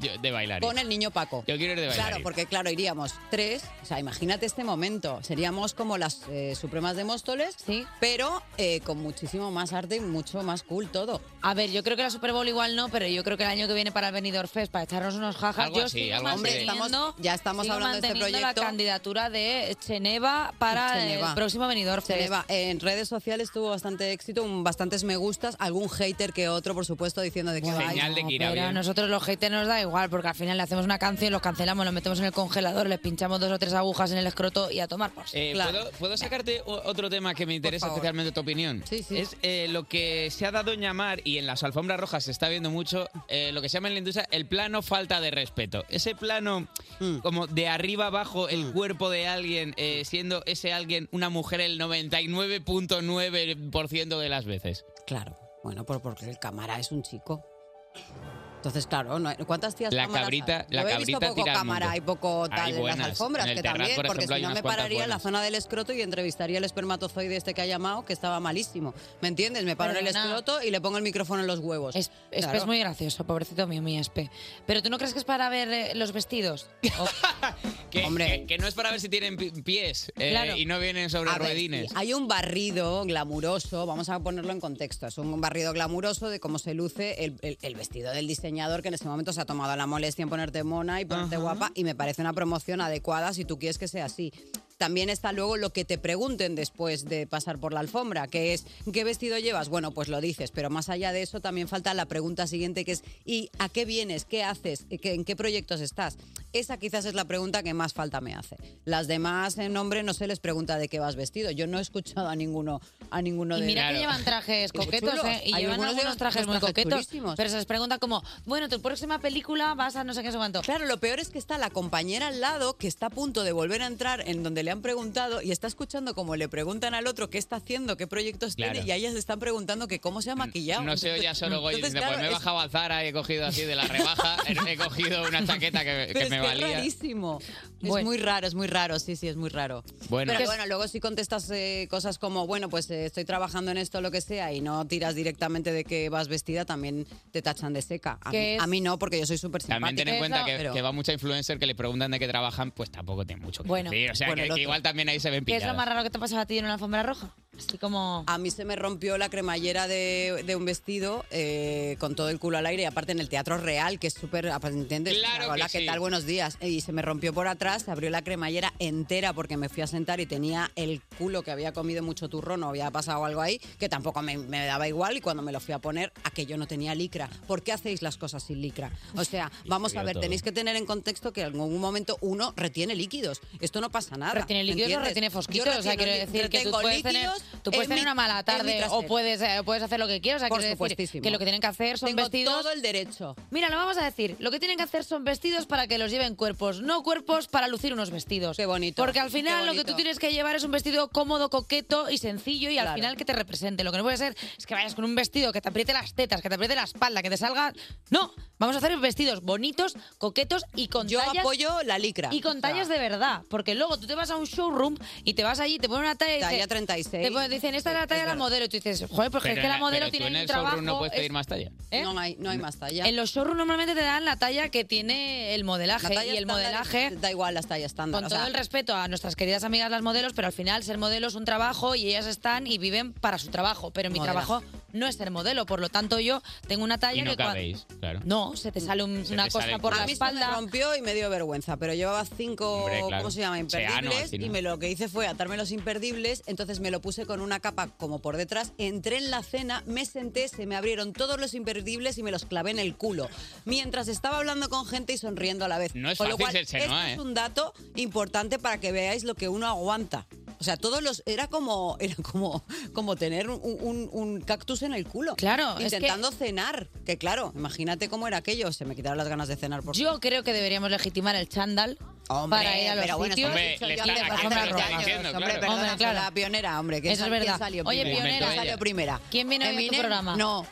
Speaker 3: Yo, de bailar.
Speaker 8: Con el niño Paco.
Speaker 3: Yo quiero ir de bailar.
Speaker 8: Claro, porque claro, iríamos tres. O sea, imagínate este momento. Seríamos como las eh, Supremas de Móstoles, pero eh, con muchísimo más arte y mucho más cool todo.
Speaker 2: A ver, yo creo que la Super Bowl igual no, pero yo creo que el año que viene para el Benidorm Fest, para echarnos unos jajas,
Speaker 8: Algo
Speaker 2: yo
Speaker 8: así,
Speaker 2: sigo
Speaker 8: algo así. Hombre,
Speaker 2: manteniendo-
Speaker 8: estamos- ya estamos
Speaker 2: sigo
Speaker 8: hablando de este
Speaker 2: manteniendo
Speaker 8: proyecto.
Speaker 2: la candidatura de Cheneva para
Speaker 8: Cheneva.
Speaker 2: el próximo Benidorm Fest.
Speaker 8: Geneva, en redes sociales tuvo bastante éxito, un, bastantes me gustas, algún hater que otro, por supuesto, diciendo de que
Speaker 2: Ay,
Speaker 8: "Ay,
Speaker 2: no,
Speaker 8: no,
Speaker 2: pero a nosotros los haters nos da igual, porque al final le hacemos una canción, los cancelamos, los metemos en el congelador, les pinchamos dos o tres agujas en el escroto y a tomar por
Speaker 3: Eh, ¿puedo, puedo sacarte o- otro tema que me interesa
Speaker 2: favor.
Speaker 3: especialmente tu opinión? Es eh, lo que se ha dado en llamar, y en las alfombras rojas se está viendo mucho, eh, lo que se llama en la industria el plano falta de respeto. Ese plano
Speaker 8: Hmm.
Speaker 3: como de arriba abajo el cuerpo de alguien, eh, siendo ese alguien una mujer el 99.9% de las veces.
Speaker 8: Claro, bueno, por- porque el cámara es un chico. Entonces, claro, no hay- ¿cuántas tías
Speaker 3: La
Speaker 8: cámaras
Speaker 3: cabrita-
Speaker 8: hay?
Speaker 3: la
Speaker 8: Yo he visto
Speaker 3: cabrita
Speaker 8: poco
Speaker 3: tira al
Speaker 8: cámara
Speaker 3: mundo.
Speaker 8: y poco
Speaker 3: Hay
Speaker 8: tal en
Speaker 3: buenas.
Speaker 8: las alfombras,
Speaker 3: En el
Speaker 8: que
Speaker 3: Terrat,
Speaker 8: también,
Speaker 3: por
Speaker 8: porque
Speaker 3: ejemplo,
Speaker 8: si
Speaker 3: hay
Speaker 8: no
Speaker 3: unas
Speaker 8: me
Speaker 3: cuantas
Speaker 8: pararía en la
Speaker 3: buenas.
Speaker 8: zona del escroto y entrevistaría el espermatozoide este que ha llamado, que estaba malísimo. ¿Me entiendes? Me paro en el
Speaker 2: Perdona.
Speaker 8: escroto y le pongo el micrófono en los huevos. Es,
Speaker 2: Espe es muy gracioso, pobrecito mío, mi Espe. Pero tú no crees que es para ver eh, los
Speaker 8: [laughs]
Speaker 2: vestidos.
Speaker 3: Que, que- que no es para ver si tienen pi- pies eh,
Speaker 8: Claro.
Speaker 3: y no vienen sobre
Speaker 8: A ver,
Speaker 3: ruedines.
Speaker 8: sí, hay un barrido glamuroso, vamos a ponerlo en contexto, es un barrido glamuroso de cómo se luce el, el- el vestido del diseñador que en ese momento se ha tomado la molestia en ponerte mona y ponerte guapa y me parece una promoción adecuada si tú quieres que sea así. También está luego lo que te pregunten después de pasar por la alfombra, que es ¿qué vestido llevas? Bueno, pues lo dices, pero más allá de eso también falta la pregunta siguiente que es ¿y a qué vienes? ¿Qué haces? ¿Qué- ¿En qué proyectos estás? Esa quizás es la pregunta que más falta me hace. Las demás en nombre no se les pregunta de qué vas vestido. Yo no he escuchado a ninguno a ninguno
Speaker 2: Y
Speaker 8: de
Speaker 2: mira que
Speaker 8: Claro.
Speaker 2: llevan trajes
Speaker 8: Y muy
Speaker 2: coquetos,
Speaker 8: chulos.
Speaker 2: ¿eh? Y llevan
Speaker 8: Hay algunos de
Speaker 2: algunos
Speaker 8: los
Speaker 2: trajes muy
Speaker 8: trajes
Speaker 2: coquetos.
Speaker 8: chulísimos.
Speaker 2: Pero se les pregunta como, bueno, tu próxima película vas a no sé qué, no sé cuánto.
Speaker 8: Claro, lo peor es que está la compañera al lado que está a punto de volver a entrar en donde le han preguntado y está escuchando como le preguntan al otro qué está haciendo, qué proyectos
Speaker 3: Claro.
Speaker 8: tiene y a ellas le están preguntando que cómo se ha maquillado.
Speaker 3: No se oye a Soro Goy
Speaker 8: Entonces,
Speaker 3: diciendo,
Speaker 8: claro,
Speaker 3: pues me he
Speaker 8: es-
Speaker 3: bajado al Zara y he cogido así de la rebaja, he cogido una chaqueta
Speaker 8: [laughs]
Speaker 3: que, que
Speaker 8: Pero
Speaker 3: me
Speaker 8: es que es
Speaker 3: valía.
Speaker 8: rarísimo. Es
Speaker 3: Bueno.
Speaker 8: muy raro, es muy raro, sí, sí, es muy raro.
Speaker 3: Bueno.
Speaker 8: Pero bueno, luego si contestas eh, cosas como, bueno, pues eh, estoy trabajando en esto, lo que sea, y no tiras directamente de que vas vestida, también te tachan de seca. A,
Speaker 3: Que
Speaker 8: mí,
Speaker 3: es-
Speaker 8: a mí no, porque yo soy súper simpática.
Speaker 3: También ten en cuenta que,
Speaker 8: pero-
Speaker 3: que va mucha influencer que le preguntan de qué trabajan, pues tampoco tiene mucho que
Speaker 8: Bueno.
Speaker 3: decir. O sea,
Speaker 8: Bueno,
Speaker 3: que-
Speaker 8: el
Speaker 3: que,
Speaker 8: otro.
Speaker 3: igual también ahí se ven
Speaker 8: ¿Qué es
Speaker 3: pilladas.
Speaker 8: lo más
Speaker 2: raro que te ha pasado a ti en una alfombra roja? Así como...
Speaker 8: A mí se me rompió la cremallera de, de un vestido eh, con todo el culo al aire y aparte en el Teatro Real, que es súper... ¿Entiendes?
Speaker 13: Claro que
Speaker 8: Hola, ¿qué
Speaker 13: sí.
Speaker 8: tal? Buenos días. Y se me rompió por atrás, se abrió la cremallera entera porque me fui a sentar y tenía el culo que había comido mucho turrón o había pasado algo ahí, que tampoco me, me daba igual y cuando me lo fui a poner, aquello no tenía licra. ¿Por qué hacéis las cosas sin licra? O sea, vamos a
Speaker 2: vio
Speaker 8: ver,
Speaker 2: todo.
Speaker 8: tenéis que tener en contexto que en algún momento uno retiene líquidos. Esto no pasa nada.
Speaker 2: Retiene líquidos o
Speaker 8: ¿entiendes?
Speaker 2: retiene
Speaker 8: Yo
Speaker 2: fosquitos. o sea,
Speaker 8: retieno
Speaker 2: quiero
Speaker 8: li-
Speaker 2: decir que tú
Speaker 8: retengo
Speaker 2: puedes tener,
Speaker 8: líquidos
Speaker 2: tú puedes
Speaker 8: en
Speaker 2: tener
Speaker 8: mi-
Speaker 2: una mala
Speaker 8: en mi
Speaker 2: tarde o
Speaker 8: trasero.
Speaker 2: puedes, eh, puedes hacer lo que quieras. O sea,
Speaker 8: Por
Speaker 2: quiero decir
Speaker 8: supuestísimo.
Speaker 2: que lo que tienen que hacer son
Speaker 8: Tengo
Speaker 2: vestidos...
Speaker 8: todo el derecho.
Speaker 2: Mira, lo vamos a decir. Lo que tienen que hacer son vestidos para que los lleven cuerpos, no cuerpos para lucir unos vestidos. Qué bonito. Porque al final
Speaker 8: qué
Speaker 2: lo que
Speaker 8: bonito.
Speaker 2: tú tienes que llevar es un vestido cómodo, coqueto y sencillo y
Speaker 8: Claro.
Speaker 2: al final que te represente. Lo que no puede ser es que vayas con un vestido que te apriete las tetas, que te apriete la espalda, que te salga. No, vamos a hacer vestidos bonitos, coquetos y con
Speaker 8: Yo
Speaker 2: tallas.
Speaker 8: apoyo la licra.
Speaker 2: Y con
Speaker 8: O sea,
Speaker 2: tallas de verdad, porque luego tú te vas a un showroom y te vas allí, te ponen una talla y
Speaker 8: Talla
Speaker 2: dices-
Speaker 8: 36.
Speaker 2: Te ponen- dicen, esta es la talla de la modelo. Y tú dices, joder, porque
Speaker 3: Pero
Speaker 2: es que la
Speaker 3: en-
Speaker 2: modelo
Speaker 3: pero tú
Speaker 2: tiene
Speaker 3: en
Speaker 2: un
Speaker 3: el showroom
Speaker 2: trabajo.
Speaker 3: no puedes
Speaker 2: es-
Speaker 3: pedir más talla.
Speaker 8: No hay, no hay más talla.
Speaker 2: ¿Eh? en los showrooms normalmente te dan la talla que tiene el modelaje
Speaker 8: La talla
Speaker 2: y el
Speaker 8: estándar
Speaker 2: modelaje
Speaker 8: es- Da igual las tallas estándar.
Speaker 2: con
Speaker 8: o sea,
Speaker 2: todo el respeto a nuestras queridas amigas las modelos, pero al final ser modelo es un trabajo y ellas están y viven para su trabajo, pero mi
Speaker 3: Modelaje.
Speaker 2: trabajo no es ser modelo, por lo tanto yo tengo una talla
Speaker 3: Y no
Speaker 2: que cua-
Speaker 3: cabéis, claro.
Speaker 2: No, se te sale un-
Speaker 3: Se
Speaker 2: una
Speaker 3: te
Speaker 2: cosa
Speaker 3: sale el
Speaker 2: por
Speaker 3: culo.
Speaker 2: la
Speaker 8: a mí
Speaker 2: espalda.
Speaker 8: se me rompió y me dio vergüenza, pero llevaba cinco,
Speaker 3: Hombre, claro.
Speaker 8: ¿cómo se llama?
Speaker 3: Seano, al
Speaker 8: Imperdibles.
Speaker 3: final.
Speaker 8: y me lo que hice fue atarme los imperdibles, entonces me lo puse con una capa como por detrás, entré en la cena, me senté, se me abrieron todos los imperdibles y me los clavé en el culo. Mientras estaba hablando con gente y sonriendo a la vez.
Speaker 3: No es
Speaker 8: con lo
Speaker 3: fácil
Speaker 8: cual,
Speaker 3: ser Chenoa,
Speaker 8: este
Speaker 3: ¿eh?
Speaker 8: es un dato importante para que veáis lo que uno aguanta. O sea, todos los. Era como, [laughs] era como, como tener un, un- un cactus en el culo.
Speaker 2: Claro, es que-
Speaker 8: Intentando cenar. Que claro, imagínate cómo era aquello. Se me quitaron las ganas de cenar por
Speaker 2: Yo creo que deberíamos legitimar el chándal
Speaker 8: Hombre,
Speaker 2: para ir a los
Speaker 8: pero bueno,
Speaker 2: sitios
Speaker 8: hombre,
Speaker 2: y
Speaker 8: le
Speaker 2: de
Speaker 8: está- aquí
Speaker 2: alfombra
Speaker 8: te lo
Speaker 2: roja.
Speaker 8: están diciendo, Hombre, claro. perdona,
Speaker 2: Hombre,
Speaker 8: soy
Speaker 2: claro.
Speaker 8: la pionera, hombre, que
Speaker 2: Eso es
Speaker 8: sal- ¿quién
Speaker 2: verdad.
Speaker 8: salió
Speaker 2: Oye,
Speaker 8: primero?
Speaker 2: pionera,
Speaker 8: ¿Quién salió primera?
Speaker 2: ¿Quién viene hoy a tu
Speaker 8: Eminem?
Speaker 2: programa?
Speaker 8: No.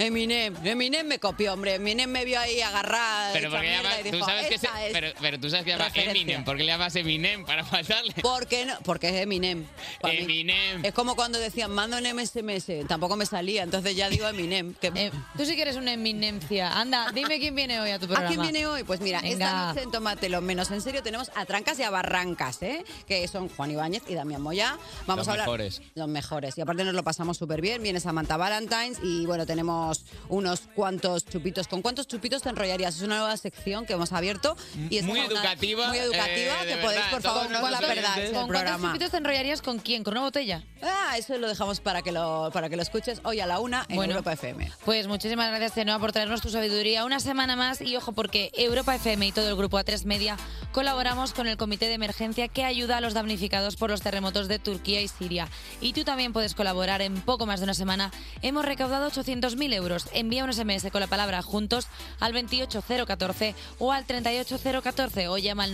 Speaker 8: Eminem, Eminem me copió, hombre. Eminem me vio ahí agarrar.
Speaker 3: Pero,
Speaker 8: hecha
Speaker 3: porque
Speaker 8: mierda
Speaker 3: llamas,
Speaker 8: y
Speaker 3: tú
Speaker 8: dijo,
Speaker 3: sabes que se-
Speaker 8: "Esa es".
Speaker 3: pero, pero tú sabes que llama
Speaker 8: referencia.
Speaker 3: Eminem. ¿Por qué le llamas Eminem? Para [laughs] faltarle.
Speaker 8: ¿Por qué no? Porque es Eminem. pa' mí.
Speaker 3: Eminem.
Speaker 8: Es como cuando decían, mando un SMS. Tampoco me salía, entonces ya digo Eminem.
Speaker 2: [laughs]
Speaker 8: que-
Speaker 2: Tú sí que eres una eminencia. Anda, dime quién viene hoy a Eh, tu programa.
Speaker 8: ¿A quién viene hoy? Pues mira,
Speaker 2: Venga.
Speaker 8: esta noche en Tómatelo Menos en Serio tenemos a Trancas y a Barrancas, ¿eh? que son Juan Ibáñez y Damián Moya. Vamos
Speaker 9: Los
Speaker 8: a hablar.
Speaker 9: mejores.
Speaker 8: Los mejores. Y aparte nos lo pasamos súper bien. Viene Samantha Valentines y bueno, tenemos unos cuantos chupitos. ¿Con cuántos chupitos te enrollarías? Es una nueva sección que hemos abierto. y es
Speaker 3: Muy
Speaker 8: una-
Speaker 3: educativa,
Speaker 8: Muy educativa,
Speaker 3: eh, de
Speaker 8: que podéis,
Speaker 3: verdad,
Speaker 8: por
Speaker 3: todos
Speaker 8: favor, no la
Speaker 3: nuestros
Speaker 8: perdáis
Speaker 3: oyentes.
Speaker 8: el
Speaker 3: ¿Con cuántos
Speaker 8: programa.
Speaker 2: chupitos te enrollarías con quién? ¿Con una botella?
Speaker 8: Ah, eso lo dejamos para que lo, para que lo escuches hoy a la una en
Speaker 2: Bueno.
Speaker 8: Europa FM.
Speaker 2: Pues muchísimas gracias de nuevo por traernos tu sabiduría una semana más y ojo porque Europa FM y todo el grupo A3 Media colaboramos con el Comité de Emergencia que ayuda a los damnificados por los terremotos de Turquía y Siria. Y tú también puedes colaborar en poco más de una semana. Hemos recaudado 800.000 euros. Envía un SMS con la palabra juntos al 28014 o al 38014 o llama al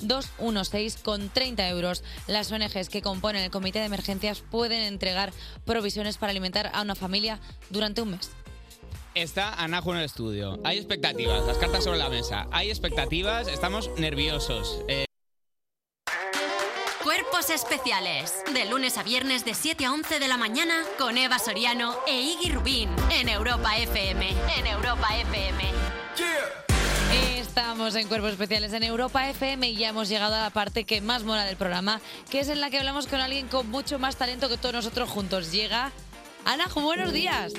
Speaker 2: 900-595-216 con 30 euros. Las ONGs que componen el Comité de Emergencias pueden entregar provisiones para alimentar a una familia durante un mes.
Speaker 3: Está Anajo en el estudio. Hay expectativas. Las cartas sobre la mesa. Hay expectativas. Estamos nerviosos. Eh,
Speaker 5: Cuerpos especiales. De lunes a viernes de 7 a 11 de la mañana con Eva Soriano e Iggy Rubín en Europa FM. En Europa FM.
Speaker 2: Estamos en Cuerpos Especiales en Europa FM y ya hemos llegado a la parte que más mola del programa, que es en la que hablamos con alguien con mucho más talento que todos nosotros juntos. Llega Anajo, buenos días.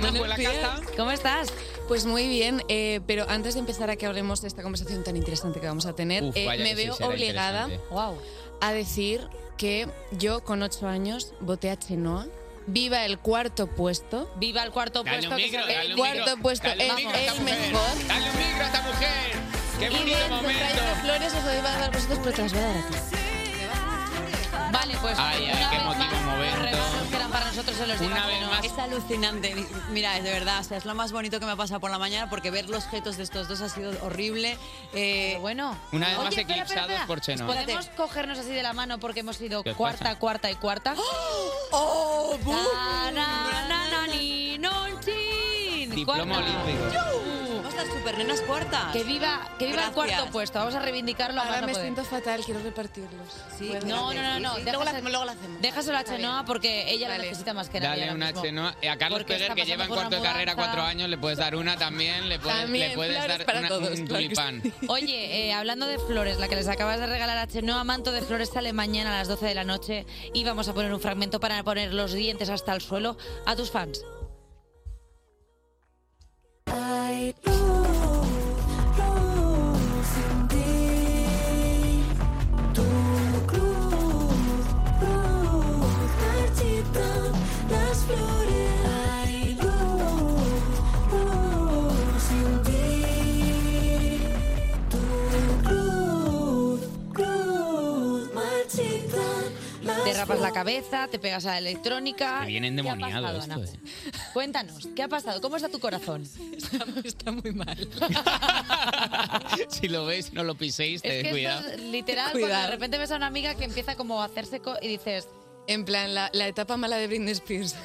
Speaker 10: Buenos días.
Speaker 2: ¿Cómo estás?
Speaker 10: Pues muy bien, eh, pero antes de empezar a que hablemos de esta conversación tan interesante que vamos a tener,
Speaker 9: Uf,
Speaker 10: eh,
Speaker 9: vaya
Speaker 10: me
Speaker 9: que sí,
Speaker 10: veo
Speaker 9: será
Speaker 10: obligada
Speaker 9: interesante.
Speaker 10: a decir que yo con ocho años voté a Chenoa. Viva el cuarto puesto.
Speaker 2: Viva el cuarto
Speaker 10: Dale
Speaker 2: puesto.
Speaker 10: un
Speaker 2: que
Speaker 10: micro,
Speaker 2: se-
Speaker 10: dale un Cuarto micro, puesto, dale un el- micro a esta el mujer. mejor.
Speaker 3: Dale un micro a esta mujer. Qué bonito momento.
Speaker 10: flores os lo iba a dar vosotros, pero te las voy a dar a ti.
Speaker 2: Vale, pues
Speaker 3: Ay, ay,
Speaker 2: una
Speaker 3: qué
Speaker 2: vez más,
Speaker 3: emotivo momento.
Speaker 2: regalos que eran para nosotros se los lleva Chenoa.
Speaker 8: Es alucinante. Mira, es de verdad, o sea, es lo más bonito que me ha pasado por la mañana porque ver los jetos de estos dos ha sido horrible. Eh,
Speaker 2: bueno.
Speaker 3: Una vez más eclipsados por Chenoa.
Speaker 2: ¿Podemos cogernos así de la mano porque hemos sido
Speaker 3: ¿Qué os
Speaker 2: cuarta,
Speaker 3: pasa?
Speaker 2: cuarta y cuarta? ¡Oh!
Speaker 3: Diploma olímpico.
Speaker 8: Vamos a super nenas cuartas.
Speaker 2: Uh. Que viva, que viva el
Speaker 8: Gracias.
Speaker 2: cuarto puesto. Vamos a reivindicarlo. a
Speaker 10: Ahora
Speaker 2: más no
Speaker 10: me
Speaker 2: poder.
Speaker 10: siento fatal, quiero repartirlos.
Speaker 2: no,
Speaker 10: Bueno,
Speaker 2: no,
Speaker 10: vale,
Speaker 2: no,
Speaker 10: sí,
Speaker 2: no.
Speaker 10: sí, Luego, la
Speaker 2: déjaselo-
Speaker 10: hacemos, luego la hacemos.
Speaker 2: Déjaselo a
Speaker 10: Está
Speaker 2: Chenoa
Speaker 10: bien.
Speaker 2: porque ella
Speaker 10: Dale.
Speaker 2: lo necesita más que nadie.
Speaker 3: Dale
Speaker 2: ahora
Speaker 3: una
Speaker 2: mismo.
Speaker 3: Chenoa. Eh, A Carlos
Speaker 2: Porque
Speaker 3: Peguer,
Speaker 2: está
Speaker 3: que lleva en
Speaker 2: pasando por
Speaker 3: cuarto de
Speaker 2: una
Speaker 3: carrera
Speaker 2: mudanza.
Speaker 3: cuatro años, le puedes dar una también. Le puedes,
Speaker 10: También,
Speaker 3: le puedes
Speaker 10: flores
Speaker 3: dar
Speaker 10: para
Speaker 3: una-
Speaker 10: todos,
Speaker 3: un
Speaker 10: claro que
Speaker 3: tulipán.
Speaker 2: Oye, eh, hablando de flores, la que les acabas de regalar a Chenoa, Manto de Flores sale mañana a las 12 de la noche y vamos a poner un fragmento para poner los dientes hasta el suelo a tus fans.
Speaker 4: Hay luz, luz en ti. Tu cruz, cruz, marchitan las flores. Hay luz, luz en ti. Tu cruz, cruz, marchitan las
Speaker 2: Te rapas la
Speaker 4: flores.
Speaker 2: cabeza, te pegas a la electrónica.
Speaker 3: Que
Speaker 2: ¿Qué
Speaker 3: viene
Speaker 2: ha
Speaker 3: endemoniado
Speaker 2: pasado,
Speaker 3: esto,
Speaker 2: Ana? Cuéntanos, ¿qué ha pasado? ¿Cómo está tu corazón?
Speaker 10: Está muy mal.
Speaker 3: [laughs] si lo veis, no lo piséis,
Speaker 2: Es
Speaker 3: tened
Speaker 2: que
Speaker 3: cuidado.
Speaker 2: esto es literal, cuando
Speaker 10: Cuidado.
Speaker 2: de repente ves a una amiga que empieza como a hacerse co- y dices,
Speaker 10: En plan, la, la etapa mala de Britney Spears.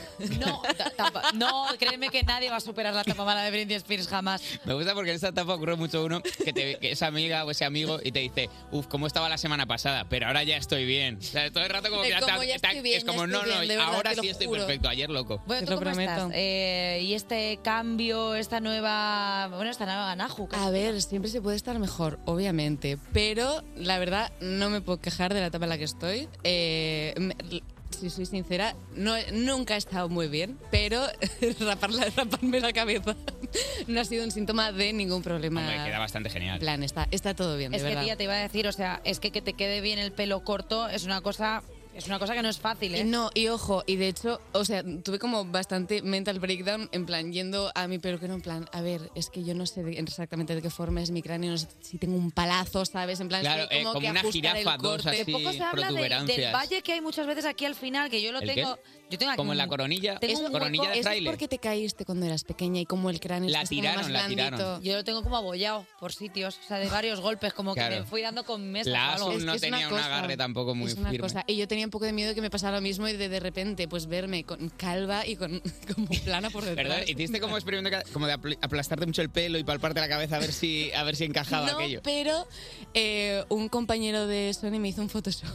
Speaker 2: "Tapa- no, créeme que nadie va a superar la tapa mala de Britney Spears jamás.
Speaker 3: Me gusta porque en esta etapa ocurre mucho uno que, te, que es amiga o ese amigo y te dice, uff, ¿cómo estaba la semana pasada? Pero ahora ya estoy bien. O sea, todo el rato como que
Speaker 10: Es
Speaker 3: ya,
Speaker 10: como,
Speaker 3: está-
Speaker 10: "Ya
Speaker 3: está-
Speaker 10: estoy bien,
Speaker 3: es
Speaker 10: ya
Speaker 3: como, no,
Speaker 10: estoy
Speaker 3: no,
Speaker 10: bien, de verdad,
Speaker 3: ahora
Speaker 10: te lo
Speaker 3: sí estoy
Speaker 10: juro".
Speaker 3: perfecto, ayer loco.
Speaker 2: Bueno, ¿tú cómo estás? Eh, y este cambio, esta nueva, bueno, esta nueva Naju.
Speaker 10: A ver, siempre se puede estar mejor, obviamente, pero la verdad no me puedo quejar de la etapa en la que estoy. Eh, me- l- si soy sincera, no, nunca he estado muy bien, pero [laughs] rapar la- raparme la cabeza [laughs] no ha sido un síntoma de ningún problema.
Speaker 3: Hombre, queda bastante
Speaker 10: En
Speaker 3: genial.
Speaker 10: plan, está, está todo bien,
Speaker 2: Es
Speaker 10: de
Speaker 2: que
Speaker 10: verdad.
Speaker 2: tía, te iba a decir, o sea, es que que te quede bien el pelo corto es una cosa, es una cosa que no es fácil, ¿eh?
Speaker 10: Y No, y ojo, y de hecho, o sea, tuve como bastante mental breakdown, en plan, yendo a mi peluquero, en plan, a ver, es que yo no sé de- exactamente de qué forma es mi cráneo, no sé si tengo un palazo, ¿sabes? En plan,
Speaker 3: Claro,
Speaker 10: si hay
Speaker 3: eh, como
Speaker 10: que
Speaker 3: una
Speaker 10: ajustar el
Speaker 3: jirafa, dos
Speaker 10: corte.
Speaker 3: así,
Speaker 2: Poco se habla del- del,
Speaker 3: protuberancias.
Speaker 2: valle que hay muchas veces aquí al final, que yo lo
Speaker 3: ¿El qué?
Speaker 2: tengo, Yo tengo aquí
Speaker 3: Como en
Speaker 2: un-
Speaker 3: la coronilla,
Speaker 2: Tengo un
Speaker 3: coronilla
Speaker 2: hueco.
Speaker 3: de
Speaker 2: Eso es
Speaker 3: fraile.
Speaker 10: Porque te caíste cuando eras pequeña y como el cráneo
Speaker 3: La
Speaker 10: está como
Speaker 3: tiraron,
Speaker 10: más
Speaker 3: la
Speaker 10: blandito.
Speaker 3: tiraron.
Speaker 2: Yo lo tengo como abollado por sitios, o sea, de varios golpes, como que
Speaker 3: Claro.
Speaker 2: me fui dando con mesas
Speaker 3: La
Speaker 2: o algo.
Speaker 3: Asun no
Speaker 10: es una
Speaker 3: tenía un
Speaker 10: cosa,
Speaker 3: agarre tampoco muy
Speaker 10: es una
Speaker 3: firme.
Speaker 10: cosa. Y yo tenía un poco de miedo de que me pasara lo mismo y de de repente pues verme con calva y con [laughs] como plana por detrás.
Speaker 3: ¿Verdad? Hiciste como experimento que- como de apl- aplastarte mucho el pelo y palparte la cabeza a ver si a ver si encajaba
Speaker 10: No,
Speaker 3: aquello.
Speaker 10: pero eh, un compañero de Sony me hizo un Photoshop.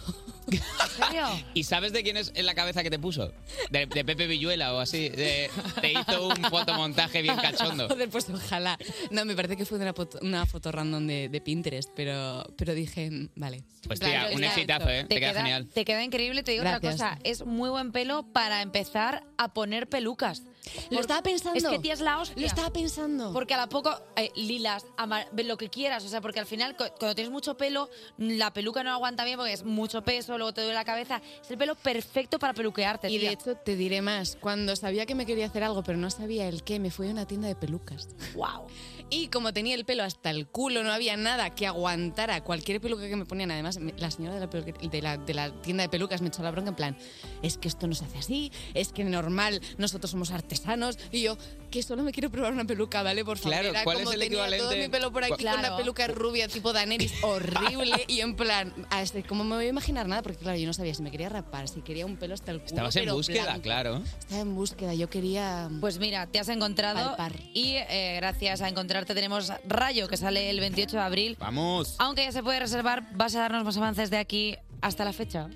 Speaker 3: [laughs] ¿Y sabes de quién es en la cabeza que te puso? De, de Pepe Villuela o así. de- te hizo
Speaker 10: [laughs]
Speaker 3: un fotomontaje bien cachondo.
Speaker 10: Joder, pues ojalá. No, me parece que fue de una foto, una foto random de, de Pinterest, pero, pero dije, mm, vale.
Speaker 3: Pues tía, un exitazo, ¿eh? Te, queda genial.
Speaker 2: Te queda increíble, te digo
Speaker 10: Gracias.
Speaker 2: otra cosa. Es muy buen pelo para empezar a poner pelucas. Por-
Speaker 10: estaba pensando.
Speaker 2: Es que tía es la hostia.
Speaker 10: Lo estaba pensando.
Speaker 2: Porque a la poco, eh, lilas, amar- lo que quieras. O sea, porque al final, cu- cuando tienes mucho pelo, la peluca no aguanta bien porque es mucho peso, luego te duele la cabeza. Es el pelo perfecto para peluquearte,
Speaker 10: Y de
Speaker 2: tía.
Speaker 10: hecho te diré más, cuando sabía que me quería hacer algo pero no sabía el qué, me fui a una tienda de pelucas.
Speaker 2: Wow.
Speaker 10: Y como tenía el pelo hasta el culo, no había nada que aguantara cualquier peluca que me ponían. Además, me- la señora de la, peluque- de la- de la tienda de pelucas me echó la bronca en plan, es que esto no se hace así, es que normal, nosotros somos artesanos. Y yo, que solo me quiero probar una peluca, ¿vale? Por favor.
Speaker 3: Claro,
Speaker 10: Era
Speaker 3: ¿cuál
Speaker 10: como
Speaker 3: es el
Speaker 10: tenía todo
Speaker 3: equivalente?
Speaker 10: mi pelo por aquí
Speaker 3: Cu-
Speaker 10: con una
Speaker 3: Claro.
Speaker 10: peluca rubia
Speaker 3: [laughs]
Speaker 10: tipo Daneris, horrible. y yo en plan, a este, ¿cómo me voy a imaginar nada? Porque claro, yo no sabía si me quería rapar, si quería un pelo hasta el culo.
Speaker 3: Estabas en
Speaker 10: pero
Speaker 3: búsqueda,
Speaker 10: blanco.
Speaker 3: claro.
Speaker 10: Estaba en búsqueda, yo quería...
Speaker 2: Pues mira, te has encontrado y eh, gracias a encontrarte tenemos Rayo que sale el 28 de abril.
Speaker 3: Vamos.
Speaker 2: Aunque ya se puede reservar, vas a darnos más avances de aquí hasta la fecha.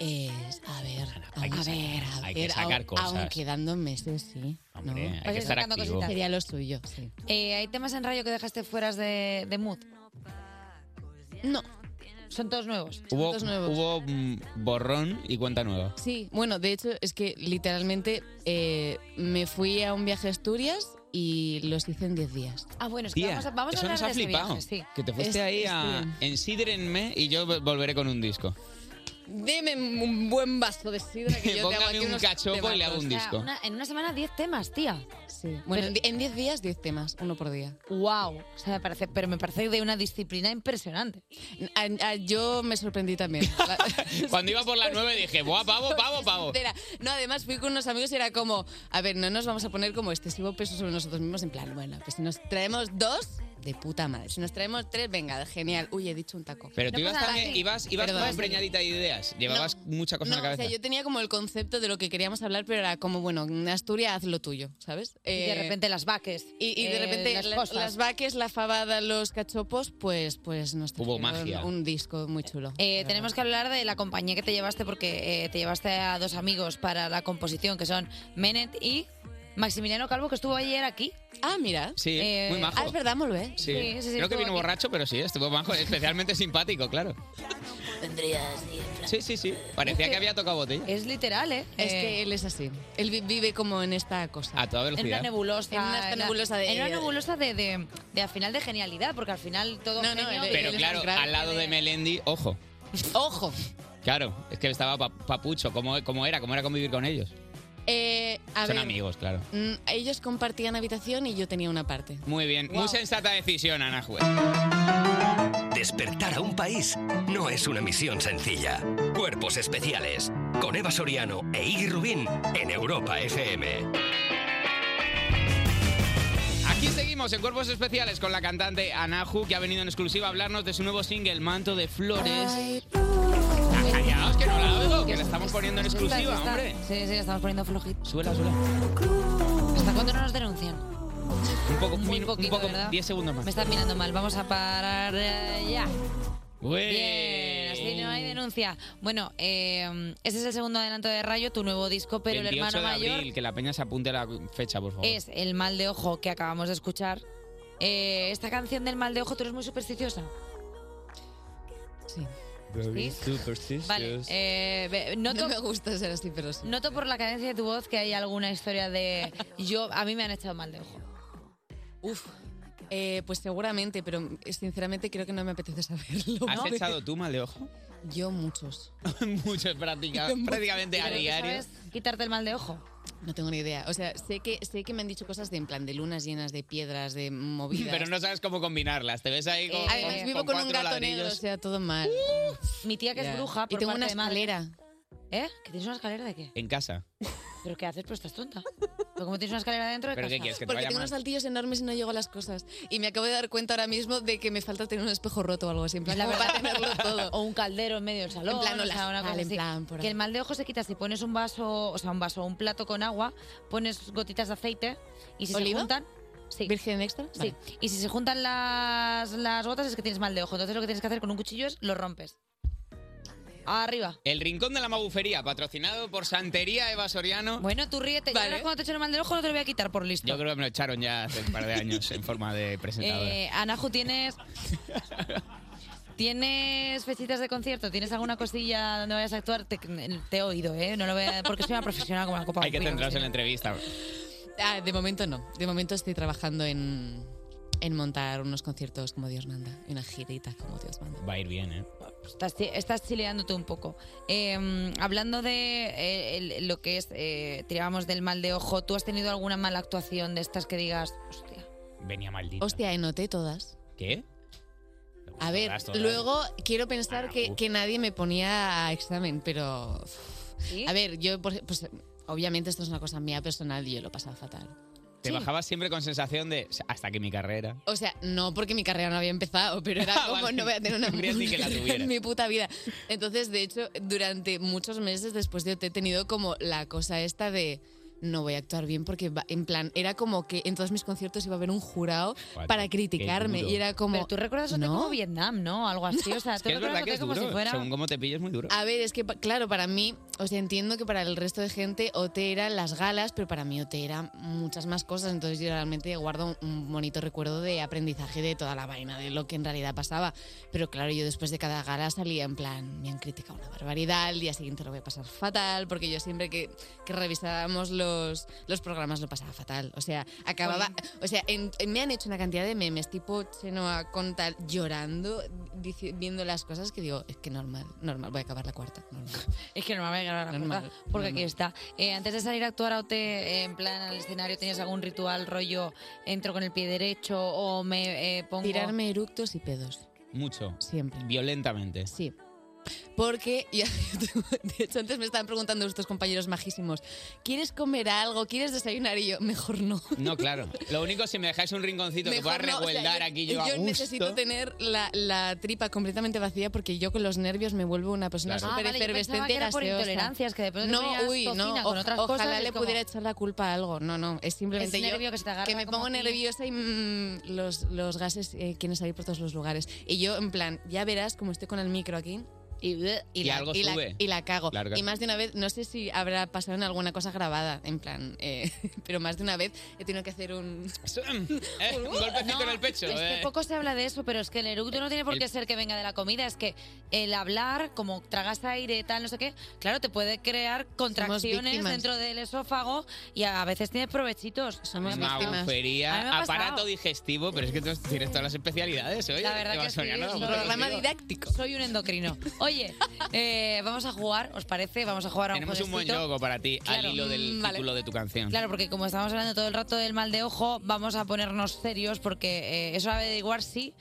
Speaker 2: Eh,
Speaker 10: Es, a ver,
Speaker 2: hay que
Speaker 10: a
Speaker 2: sacar-
Speaker 10: ver, a
Speaker 2: hay
Speaker 10: ver,
Speaker 2: que sacar
Speaker 10: aun-
Speaker 2: cosas.
Speaker 10: aun quedando meses, sí.
Speaker 3: Hombre, hay que
Speaker 2: Vas a ir estar sacando activo. cositas.
Speaker 10: Sería lo suyo, sí.
Speaker 2: Eh, ¿Hay temas en Rayo que dejaste fuera de, de mood?
Speaker 10: No.
Speaker 2: Son todos nuevos.
Speaker 3: Hubo, hubo mm, borrón y cuenta nueva.
Speaker 10: Sí, bueno, de hecho es que literalmente eh, me fui a un viaje a Asturias y los hice en 10 días.
Speaker 2: Ah, bueno, es que
Speaker 3: Tía,
Speaker 2: vamos a, vamos a
Speaker 3: eso
Speaker 2: hablar
Speaker 3: nos ha
Speaker 2: de ese
Speaker 3: flipado.
Speaker 2: viaje, sí. este
Speaker 3: Que te fuiste
Speaker 10: Es-
Speaker 3: ahí
Speaker 10: es
Speaker 3: a
Speaker 10: bien.
Speaker 3: ensídrenme y yo vo- volveré con un
Speaker 2: [laughs]
Speaker 3: disco.
Speaker 10: Deme un buen vaso de sidra
Speaker 3: [laughs]
Speaker 10: que yo te hago
Speaker 3: Póngame
Speaker 10: aquí
Speaker 3: un
Speaker 10: unos
Speaker 3: cachopo y le hago un
Speaker 10: temazos.
Speaker 3: disco.
Speaker 2: Una- en una semana 10 temas, tía.
Speaker 10: Sí. Bueno, en di- en 10 días 10 temas, uno por día.
Speaker 2: Wow, o sea, me parece, pero me parece de una disciplina impresionante.
Speaker 10: A- a- yo me
Speaker 3: [laughs]
Speaker 10: sorprendí también. La-
Speaker 3: Cuando iba por la nueve dije, ¡buah, pavo, pavo, pavo!
Speaker 10: Era- no, además fui con unos amigos y era como, a ver, no nos vamos a poner como excesivo peso sobre nosotros mismos, en plan, bueno, pues si nos traemos dos, de puta madre. Si nos traemos tres, venga, genial. Uy, he dicho un taco.
Speaker 3: Pero tú ibas también, ibas, ibas
Speaker 10: Perdón.
Speaker 3: como empreñadita de ideas. Llevabas mucha cosa
Speaker 10: No,
Speaker 3: en la
Speaker 10: o
Speaker 3: cabeza.
Speaker 10: sea, yo tenía como el concepto de lo que queríamos hablar, pero era como, bueno, en Asturias haz lo tuyo, ¿sabes?
Speaker 2: Y de
Speaker 10: Eh,
Speaker 2: repente las vaques.
Speaker 10: Y, y de
Speaker 2: eh,
Speaker 10: repente
Speaker 2: las
Speaker 10: la- las,
Speaker 2: cosas.
Speaker 10: vaques, la fabada, los cachopos, pues, pues nos
Speaker 3: Hubo
Speaker 10: trajeron
Speaker 3: magia.
Speaker 10: un disco muy chulo.
Speaker 2: Eh, tenemos que hablar de la compañía que te llevaste porque eh, te llevaste a dos amigos para la composición que son Menet y Maximiliano Calvo que estuvo ayer aquí. Eh,
Speaker 10: Ah, mira.
Speaker 3: Sí, muy majo. ah, es verdad,
Speaker 10: muy bien.
Speaker 3: Sí. Creo que vino borracho, pero sí, estuvo bajo, especialmente simpático, claro. Sí, sí, sí. Parecía que había tocado botella.
Speaker 2: Es literal, ¿eh?
Speaker 10: Es que él es así. Él vi- vive como en esta cosa.
Speaker 3: A toda
Speaker 10: En
Speaker 3: velocidad.
Speaker 10: una nebulosa. En una nebulosa de...
Speaker 2: en una nebulosa de, de- de al final de genialidad, porque al final todo. No,
Speaker 3: Pero claro, al lado de Melendi, ojo.
Speaker 10: ¡Ojo!
Speaker 3: Claro, es que estaba pa- papucho. ¿Cómo, cómo era? ¿Cómo era convivir con ellos?
Speaker 10: Eh, a
Speaker 3: Son
Speaker 10: ver,
Speaker 3: amigos, claro.
Speaker 10: mm, ellos compartían habitación y yo tenía una parte.
Speaker 3: Muy bien. Muy sensata decisión, Ana Juez.
Speaker 1: Despertar a un país no es una misión sencilla. Cuerpos especiales con Eva Soriano e Iggy Rubín en Europa FM.
Speaker 3: Aquí seguimos en Cuerpos Especiales con la cantante Anahu, que ha venido en exclusiva a hablarnos de su nuevo single, Manto de Flores. Callaos, que no la oigo, que la estamos poniendo en exclusiva, hombre.
Speaker 2: Sí, sí, estamos poniendo flojito.
Speaker 3: Suela, suela.
Speaker 2: ¿Hasta cuándo no nos denuncian?
Speaker 3: Un poco,
Speaker 2: Muy
Speaker 3: un
Speaker 2: poquito,
Speaker 3: poco,
Speaker 2: ¿verdad?
Speaker 3: 10 segundos más.
Speaker 2: Me estás mirando mal. Vamos a parar eh, ya.
Speaker 3: Ué.
Speaker 2: Bien, así no
Speaker 10: Eh.
Speaker 2: hay denuncia. Bueno, eh, ese es el segundo adelanto de Rayo, tu nuevo disco, pero el
Speaker 3: 28
Speaker 2: hermano
Speaker 3: de abril,
Speaker 2: mayor
Speaker 3: que la peña se apunte a la fecha, por favor.
Speaker 2: es El Mal de Ojo que acabamos de escuchar. Eh, esta canción del Mal de Ojo, tú eres muy supersticiosa.
Speaker 4: Very
Speaker 9: superstitious.
Speaker 2: Vale, eh, ve- noto,
Speaker 10: No me gusta ser así, pero sí.
Speaker 2: noto por la cadencia de tu voz que hay alguna historia de yo a mí me han echado mal de ojo.
Speaker 10: Uf. Eh, pues seguramente, pero mm, sinceramente creo que no me apetece saberlo.
Speaker 3: ¿Has
Speaker 10: ¿no? [laughs]
Speaker 3: echado tú mal de ojo?
Speaker 10: Yo muchos.
Speaker 3: Mucho, práctica- [laughs] prácticamente a
Speaker 10: Pero tú
Speaker 3: diario.
Speaker 10: sabes-
Speaker 2: Quitarte el mal de ojo.
Speaker 10: No tengo ni idea. O sea, sé que, sé que me han dicho cosas de en plan de lunas llenas de piedras, de movidas. Eh,
Speaker 3: Pero no sabes cómo combinarlas. Te ves ahí con,
Speaker 10: Además,
Speaker 3: con-
Speaker 10: vivo
Speaker 3: con
Speaker 10: con, un
Speaker 3: cuatro
Speaker 10: gato negro, o
Speaker 3: ladrillos.
Speaker 10: sea, todo mal.
Speaker 2: Mi tía que
Speaker 10: Ya.
Speaker 2: es bruja,
Speaker 10: Y
Speaker 2: por
Speaker 10: tengo
Speaker 2: parte
Speaker 10: una
Speaker 2: de madre,
Speaker 10: escalera.
Speaker 2: ¿Eh? ¿Que tienes una escalera de qué?
Speaker 3: En casa.
Speaker 2: ¿Pero qué haces? Pues estás tonta. ¿Pero cómo tienes una escalera dentro de
Speaker 3: ¿Pero qué
Speaker 2: casa?
Speaker 3: quieres, que te
Speaker 10: Porque
Speaker 3: vaya
Speaker 10: tengo
Speaker 3: mal?
Speaker 10: unos saltillos enormes y no llego a las cosas. Y me acabo de dar cuenta ahora mismo de que me falta tener un espejo roto o algo así. en plan,
Speaker 2: La
Speaker 10: como
Speaker 2: verdad.
Speaker 10: para tenerlo todo.
Speaker 2: O un caldero en medio del salón.
Speaker 10: En plan,
Speaker 2: o
Speaker 10: olas,
Speaker 2: sea, una cosa
Speaker 10: vale, en
Speaker 2: así.
Speaker 10: plan, por
Speaker 2: Que
Speaker 10: ahí.
Speaker 2: el mal de ojo se quita si pones un vaso, o sea, un vaso, un plato con agua, pones gotitas de aceite y si
Speaker 10: ¿Oliva?
Speaker 2: se juntan. Sí.
Speaker 10: ¿Virgen extra?
Speaker 2: Sí.
Speaker 10: Vale.
Speaker 2: Y si se juntan las, las gotas es que tienes mal de ojo. Entonces lo que tienes que hacer con un cuchillo es lo rompes. Arriba.
Speaker 3: El Rincón de la Magufería, patrocinado por Santería Eva Soriano.
Speaker 2: Bueno, tú ríete. Yo
Speaker 3: Vale.
Speaker 2: ahora cuando te echen el mal de ojo no te lo voy a quitar por listo.
Speaker 3: Yo creo que me lo echaron ya hace un par de años en forma de presentadora.
Speaker 2: Eh, Anahu, tienes. ¿Tienes fechitas de concierto? ¿Tienes alguna cosilla donde vayas a actuar? Te, te he oído, ¿eh? No lo voy a- porque soy una profesional como la copa.
Speaker 3: Hay que
Speaker 2: Pino,
Speaker 3: centrarse
Speaker 2: ¿sí?
Speaker 3: en la entrevista.
Speaker 10: Ah, de momento no. De momento estoy trabajando en, en montar unos conciertos como Dios manda. y Una girita como Dios manda.
Speaker 3: Va a ir bien, ¿eh?
Speaker 2: Estás, chi- estás chileándote un poco. Eh, hablando de eh, el- lo que es, eh, tirábamos del mal de ojo, ¿tú has tenido alguna mala actuación de estas que digas, hostia?
Speaker 3: Venía maldito.
Speaker 10: Hostia, anoté todas.
Speaker 3: ¿Qué?
Speaker 10: A ver,
Speaker 3: todas, todas.
Speaker 10: luego quiero pensar
Speaker 3: Ah,
Speaker 10: que, que nadie me ponía a examen, pero... uf. A ver, yo, por- pues, obviamente esto es una cosa mía personal y yo lo pasaba fatal.
Speaker 3: Te
Speaker 10: Sí.
Speaker 3: bajabas siempre con sensación de hasta que mi carrera.
Speaker 10: O sea, no porque mi carrera no había empezado, pero era
Speaker 3: [laughs] Ah,
Speaker 10: como
Speaker 3: vale.
Speaker 10: no voy a tener una
Speaker 3: No creía ni que la
Speaker 10: carrera
Speaker 3: tuviera.
Speaker 10: [laughs] en mi puta vida. Entonces, de hecho, durante muchos meses después de OT he tenido como la cosa esta de no voy a actuar bien porque va- en plan era como que en todos mis conciertos iba a haber un jurado
Speaker 2: Joder,
Speaker 10: para
Speaker 2: qué
Speaker 10: criticarme
Speaker 3: duro.
Speaker 10: y era como
Speaker 2: Pero tú recuerdas OT
Speaker 10: ¿no?
Speaker 2: como Vietnam, ¿no? Algo así. O sea,
Speaker 3: Es
Speaker 2: tú
Speaker 3: que es
Speaker 2: recuerdas
Speaker 3: verdad que
Speaker 2: OT
Speaker 3: es
Speaker 2: como
Speaker 3: duro.
Speaker 2: si fuera... Ah,
Speaker 3: Según cómo te pilles, muy duro.
Speaker 10: A ver, es que, pa- claro, para mí, o sea, entiendo que para el resto de gente OT eran las galas, pero para mí OT eran muchas más cosas, entonces yo realmente guardo un bonito recuerdo de aprendizaje de toda la vaina, de lo que en realidad pasaba. Pero claro, yo después de cada gala salía en plan, me han criticado una barbaridad, al día siguiente lo voy a pasar fatal, porque yo siempre que, que revisábamos los, los programas lo pasaba fatal. O sea, acababa, o sea, en- en- me han hecho una cantidad de memes, tipo Chenoa con tal, llorando, dici- viendo las cosas que digo, es que normal, normal, voy a acabar la cuarta. normal".
Speaker 2: Es que no me voy a grabar la
Speaker 10: Normal,
Speaker 2: cuenta, porque
Speaker 10: normal.
Speaker 2: aquí está. Eh, antes de salir a actuar a OT, eh, en plan al escenario, ¿tienes algún ritual rollo? ¿Entro con el pie derecho o me eh, pongo...?
Speaker 10: Tirarme eructos y pedos.
Speaker 3: Mucho.
Speaker 10: Siempre.
Speaker 3: Violentamente.
Speaker 10: Sí. Porque, y [laughs] de hecho, antes me estaban preguntando estos compañeros majísimos, ¿quieres comer algo? ¿Quieres desayunar? Y yo, mejor no.
Speaker 3: No, claro. Lo único, si me dejáis un rinconcito que pueda
Speaker 10: Mejor no, o sea,
Speaker 3: revueldar
Speaker 10: yo-
Speaker 3: aquí yo a
Speaker 10: Yo
Speaker 3: gusto.
Speaker 10: necesito tener la, la tripa completamente vacía porque yo con los nervios me vuelvo una persona
Speaker 3: Claro.
Speaker 10: súper
Speaker 2: Ah, vale, yo
Speaker 10: efervescente.
Speaker 2: pensaba que era por
Speaker 10: gaseosa.
Speaker 2: intolerancias, que de pronto tenías
Speaker 10: No, uy, no.
Speaker 2: tocina con
Speaker 10: oj-
Speaker 2: otras cosas,
Speaker 10: ojalá
Speaker 2: es
Speaker 10: le
Speaker 2: como-
Speaker 10: pudiera echar la culpa a algo. No, no. Es simplemente
Speaker 2: Ese
Speaker 10: yo
Speaker 2: nervio que se te agarra
Speaker 10: me
Speaker 2: como
Speaker 10: pongo
Speaker 2: a ti.
Speaker 10: nerviosa y mm, los, los gases eh, quieren salir por todos los lugares. Y yo, en plan, ya verás como estoy con el micro aquí. Y, bleh, y
Speaker 3: Y
Speaker 10: la,
Speaker 3: algo
Speaker 10: y la-
Speaker 3: sube.
Speaker 10: y la cago.
Speaker 3: Larga.
Speaker 10: Y más de una vez, no sé si habrá pasado en alguna cosa grabada, en plan, eh, [laughs] pero más de una vez he tenido que hacer un...
Speaker 3: [laughs] Eh,
Speaker 2: Uh,
Speaker 3: un golpecito en el pecho.
Speaker 2: Es que
Speaker 3: eh.
Speaker 2: poco se habla de eso, pero es que el eructo no tiene por
Speaker 3: El-
Speaker 2: qué ser que venga de la comida. Es que el hablar, como tragas aire, tal, no sé qué, claro, te puede crear contracciones
Speaker 10: víctimas.
Speaker 2: dentro del esófago y a veces tienes provechitos. Somos A mí me
Speaker 3: Magufería,
Speaker 2: ha
Speaker 3: aparato
Speaker 2: pasado.
Speaker 3: digestivo, pero es que tú tienes todas las especialidades, oye.
Speaker 2: La verdad
Speaker 3: Eva
Speaker 2: que sí,
Speaker 3: Soriano,
Speaker 2: es
Speaker 3: vamos
Speaker 2: un programa
Speaker 3: contigo.
Speaker 10: didáctico.
Speaker 2: Soy un endocrino. Oye, eh, vamos a jugar, ¿os parece? Vamos a jugar a un
Speaker 3: Tenemos un buen
Speaker 2: jueguecito.
Speaker 3: juego para ti
Speaker 2: Claro.
Speaker 3: al hilo del
Speaker 2: Mm, vale.
Speaker 3: título de tu canción.
Speaker 2: Claro, porque como estamos hablando todo el rato del mal de ojo, vamos a ponernos serios porque eh, eso va a averiguar si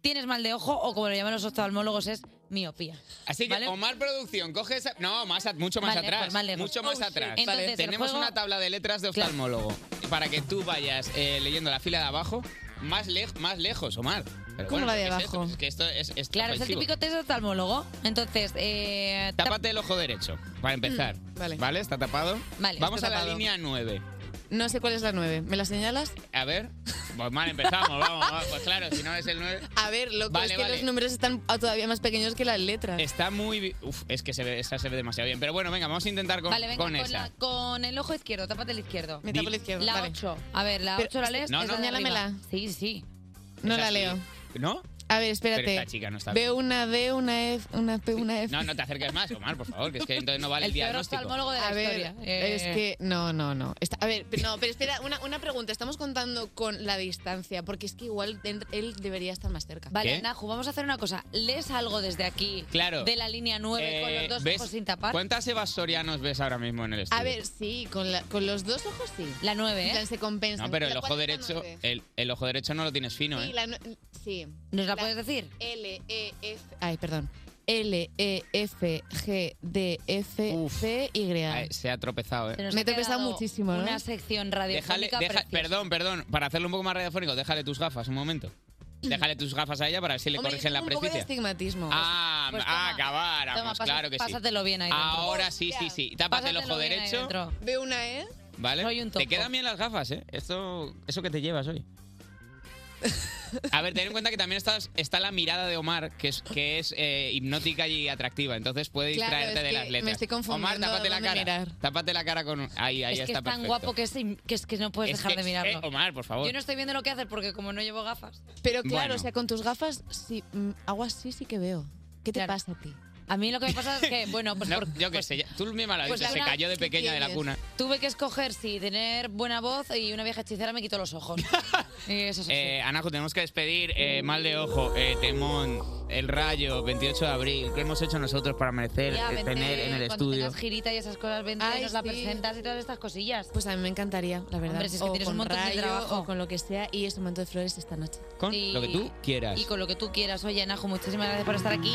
Speaker 2: tienes mal de ojo o como lo llaman los oftalmólogos es miopía.
Speaker 3: Así que,
Speaker 2: ¿Vale?
Speaker 3: Omar Producción, coge esa. No, más, a- mucho más
Speaker 2: Más lejos,
Speaker 3: atrás.
Speaker 2: más lejos.
Speaker 3: Mucho más
Speaker 2: Oh, shit.
Speaker 3: atrás.
Speaker 2: Entonces, el
Speaker 3: Tenemos
Speaker 2: juego-
Speaker 3: una tabla de letras de
Speaker 2: Claro.
Speaker 3: oftalmólogo para que tú vayas eh, leyendo la fila de abajo más, lej- más lejos, Omar. Pero
Speaker 2: ¿Cómo la de
Speaker 3: ¿qué es esto?
Speaker 2: abajo?
Speaker 3: Es que esto es. es
Speaker 2: Claro, es el
Speaker 3: ofensivo.
Speaker 2: típico test de oftalmólogo. Entonces, eh, tap-
Speaker 3: Tápate el ojo derecho para empezar.
Speaker 10: Mm, vale.
Speaker 3: ¿Está tapado?
Speaker 10: Vale,
Speaker 3: Vamos
Speaker 10: está
Speaker 3: a la
Speaker 10: tapado.
Speaker 3: línea 9.
Speaker 10: No sé cuál es la 9. ¿Me la señalas?
Speaker 3: A ver. Pues mal empezamos, vamos, vamos. Pues claro, si no es el 9.
Speaker 10: A ver, loco,
Speaker 3: Vale,
Speaker 10: es que
Speaker 3: vale.
Speaker 10: los números están todavía más pequeños que las letras.
Speaker 3: Está muy. bi- Uf, es que se ve, esa se ve demasiado bien. Pero bueno, venga, vamos a intentar con,
Speaker 2: vale, venga, con,
Speaker 3: con esa.
Speaker 2: la- con el ojo izquierdo, tápate el izquierdo.
Speaker 3: Me tapo el izquierdo,
Speaker 2: La
Speaker 3: vale.
Speaker 2: 8. A ver, la
Speaker 10: Pero-
Speaker 2: 8 la lees.
Speaker 3: No,
Speaker 2: es
Speaker 3: no.
Speaker 2: la de arriba.
Speaker 10: Señálamela.
Speaker 2: Sí, sí.
Speaker 10: No
Speaker 3: Es
Speaker 10: la
Speaker 3: así.
Speaker 10: leo.
Speaker 3: ¿No?
Speaker 10: A ver, espérate.
Speaker 3: Pero esta chica no está
Speaker 10: Veo una D, una F, una P, una F.
Speaker 3: No, no te acerques más, Omar, por favor, que es que entonces no vale el,
Speaker 2: El peor
Speaker 3: diagnóstico.
Speaker 2: oftalmólogo de la
Speaker 10: a ver,
Speaker 2: historia. Eh,
Speaker 10: es que no, no, no. Está- a ver, pero- no, pero espera, una, una pregunta. Estamos contando con la distancia, porque es que igual en- él debería estar más cerca.
Speaker 2: Vale,
Speaker 3: ¿Qué?
Speaker 2: Naju, vamos a hacer una cosa. Lees algo desde aquí
Speaker 3: Claro.
Speaker 2: de la línea 9 con
Speaker 3: Eh,
Speaker 2: los dos
Speaker 3: ¿ves
Speaker 2: ojos sin tapar.
Speaker 3: ¿Cuántas Evas Sorianos ves ahora mismo en el estudio?
Speaker 10: A ver, sí, con, la- con los dos ojos sí.
Speaker 2: La ¿eh? 9,
Speaker 10: En plan, se compensa.
Speaker 3: No, pero el
Speaker 10: ¿La
Speaker 3: ojo
Speaker 10: cuál es la
Speaker 3: derecho,
Speaker 10: nueve?
Speaker 3: el, el ojo derecho no ¿eh? lo tienes fino,
Speaker 10: Sí,
Speaker 3: ¿eh?
Speaker 10: la nue- sí.
Speaker 2: ¿Nos la puedes decir?
Speaker 10: L, E, F. Ay, perdón. L, E, F, G, D, F, C, Y.
Speaker 3: Ay, se ha tropezado,
Speaker 2: Se
Speaker 3: ¿eh?
Speaker 2: nos ha
Speaker 10: Me he tropezado
Speaker 2: quedado
Speaker 10: muchísimo, ¿eh? ¿no?
Speaker 2: Una sección
Speaker 3: Déjale,
Speaker 2: radiofónica
Speaker 3: deja-
Speaker 2: preciosa.
Speaker 3: perdón, perdón. Para hacerlo un poco más radiofónico, déjale tus gafas un momento. Déjale tus gafas a ella para ver si le
Speaker 10: Hombre,
Speaker 3: corrigen la
Speaker 10: un poco de
Speaker 3: presbicia.
Speaker 10: estigmatismo.
Speaker 3: Ah,
Speaker 10: Pues
Speaker 3: ah,
Speaker 10: toma,
Speaker 3: acabáramos,
Speaker 10: toma, pasa-
Speaker 3: claro que sí.
Speaker 10: pásatelo bien ahí dentro.
Speaker 3: Ahora sí, sí, sí. Tápate el ojo
Speaker 10: Pásatelo bien ahí
Speaker 3: derecho.
Speaker 10: dentro. Ve una E.
Speaker 3: ¿Vale? te quedan bien las gafas, ¿eh? Esto, eso que te llevas
Speaker 2: [laughs]
Speaker 3: hoy. A ver, ten en cuenta que también estás- está la mirada de Omar, que es, que es eh, hipnótica y atractiva, entonces puede
Speaker 10: Claro,
Speaker 3: distraerte
Speaker 10: es
Speaker 3: de
Speaker 10: que
Speaker 3: las letras.
Speaker 10: me estoy confundiendo
Speaker 3: Omar, tápate la
Speaker 10: dónde
Speaker 3: cara.
Speaker 10: mirar.
Speaker 3: Tápate la cara con... un- Ahí, ahí
Speaker 2: es que
Speaker 3: está
Speaker 2: es tan
Speaker 3: perfecto.
Speaker 2: guapo que es, im- que es que no puedes
Speaker 3: Es
Speaker 2: dejar
Speaker 3: que-
Speaker 2: de mirarlo.
Speaker 3: eh, Omar, por favor.
Speaker 2: Yo no estoy viendo lo que haces porque como no llevo gafas.
Speaker 10: Pero claro,
Speaker 3: Bueno.
Speaker 10: o sea, con tus gafas, sí, mm, hago así, sí que veo. ¿Qué te pasa a ti?
Speaker 2: A mí lo que me pasa es
Speaker 3: [laughs]
Speaker 2: que, bueno, pues
Speaker 3: No,
Speaker 2: por-
Speaker 3: yo qué sé, ya- tú misma lo has
Speaker 2: pues
Speaker 3: dicho, se
Speaker 2: alguna-
Speaker 3: cayó de
Speaker 2: ¿qué
Speaker 3: pequeña de la
Speaker 2: tienes?
Speaker 3: cuna.
Speaker 2: Tuve que escoger si tener buena voz y una vieja hechicera me quitó los
Speaker 3: [laughs]
Speaker 2: ojos. Y eso es así.
Speaker 3: Eh, Anajo, tenemos que despedir eh, Mal de Ojo, eh, Temón, El Rayo, 28 de abril. ¿Qué hemos hecho nosotros para merecer
Speaker 2: Ya,
Speaker 3: eh,
Speaker 2: vente,
Speaker 3: tener en el
Speaker 2: cuando
Speaker 3: estudio?
Speaker 2: tengas girita y esas cosas, vente
Speaker 10: Ay,
Speaker 2: y nos la
Speaker 10: sí.
Speaker 2: presentas y todas estas cosillas.
Speaker 10: Pues a mí me encantaría, la verdad.
Speaker 2: Hombre, si es que
Speaker 10: O
Speaker 2: tienes un
Speaker 10: con
Speaker 2: montón de
Speaker 10: rayo,
Speaker 2: trabajo.
Speaker 10: O con lo que sea, y este momento de flores esta noche.
Speaker 3: Con
Speaker 2: Y-
Speaker 3: lo que tú quieras.
Speaker 2: Y con lo que tú quieras. Oye, Anajo, muchísimas gracias por estar aquí.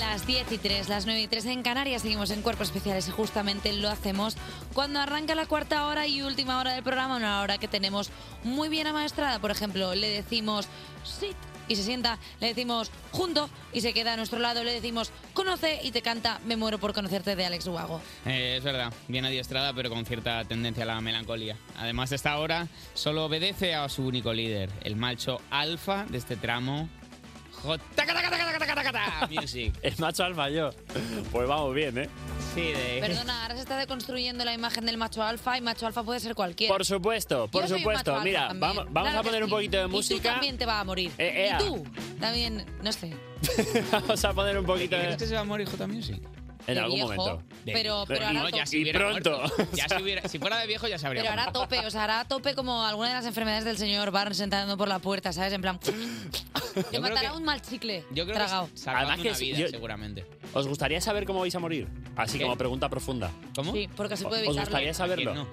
Speaker 2: Las 10 y 3, las 9 y 3 en Canarias, seguimos en Cuerpos Especiales y justamente lo hacemos cuando arranca la cuarta hora y última hora del programa, una hora que tenemos muy bien amaestrada. Por ejemplo, le decimos sit y se sienta, le decimos junto y se queda a nuestro lado, le decimos conoce y te canta Me muero por conocerte de Alex Ubago.
Speaker 3: Eh, es verdad, bien adiestrada, pero con cierta tendencia a la melancolía. Además, esta hora solo obedece a su único líder, el macho alfa de este tramo. Hot taca, taca, taca, taca, taca, taca, Music.
Speaker 7: El [laughs] macho alfa yo. Pues vamos bien, ¿eh?
Speaker 3: Sí, de... [laughs]
Speaker 2: Perdona, ahora se está deconstruyendo la imagen del macho alfa y macho alfa puede ser cualquiera.
Speaker 7: Por supuesto, por
Speaker 2: Yo soy un
Speaker 7: supuesto.
Speaker 2: macho
Speaker 7: Mira,
Speaker 2: alfa también.
Speaker 7: vamos, vamos
Speaker 2: Claro
Speaker 7: a
Speaker 2: que
Speaker 7: poner un
Speaker 2: sí.
Speaker 7: poquito de
Speaker 2: Y tú
Speaker 7: música.
Speaker 2: también te va a morir.
Speaker 7: Eh, ea.
Speaker 2: Y tú también, no sé.
Speaker 7: [laughs] vamos a poner un poquito de.
Speaker 3: ¿Crees que se va a morir J Music?
Speaker 7: En
Speaker 2: De
Speaker 7: algún
Speaker 2: viejo,
Speaker 7: momento.
Speaker 2: pero- pero ahora
Speaker 3: No, ya
Speaker 2: to-
Speaker 3: si
Speaker 7: Y
Speaker 3: hubiera
Speaker 7: pronto.
Speaker 3: muerto. Ya si, hubiera- si fuera de viejo ya se habría
Speaker 2: Pero hará a
Speaker 3: muerto.
Speaker 2: tope, o sea, hará a tope como alguna de las enfermedades del señor Barnes entrando por la puerta, ¿sabes? En plan, te matará un mal chicle
Speaker 3: Yo creo
Speaker 2: tragado.
Speaker 3: que salvando
Speaker 7: Además que
Speaker 3: una
Speaker 7: sí,
Speaker 3: vida,
Speaker 7: yo-
Speaker 3: seguramente.
Speaker 7: ¿Os gustaría saber cómo vais a morir? Así como pregunta profunda.
Speaker 3: ¿Cómo?
Speaker 2: Sí, porque se puede
Speaker 7: ¿Os
Speaker 2: evitarlo.
Speaker 7: gustaría saberlo?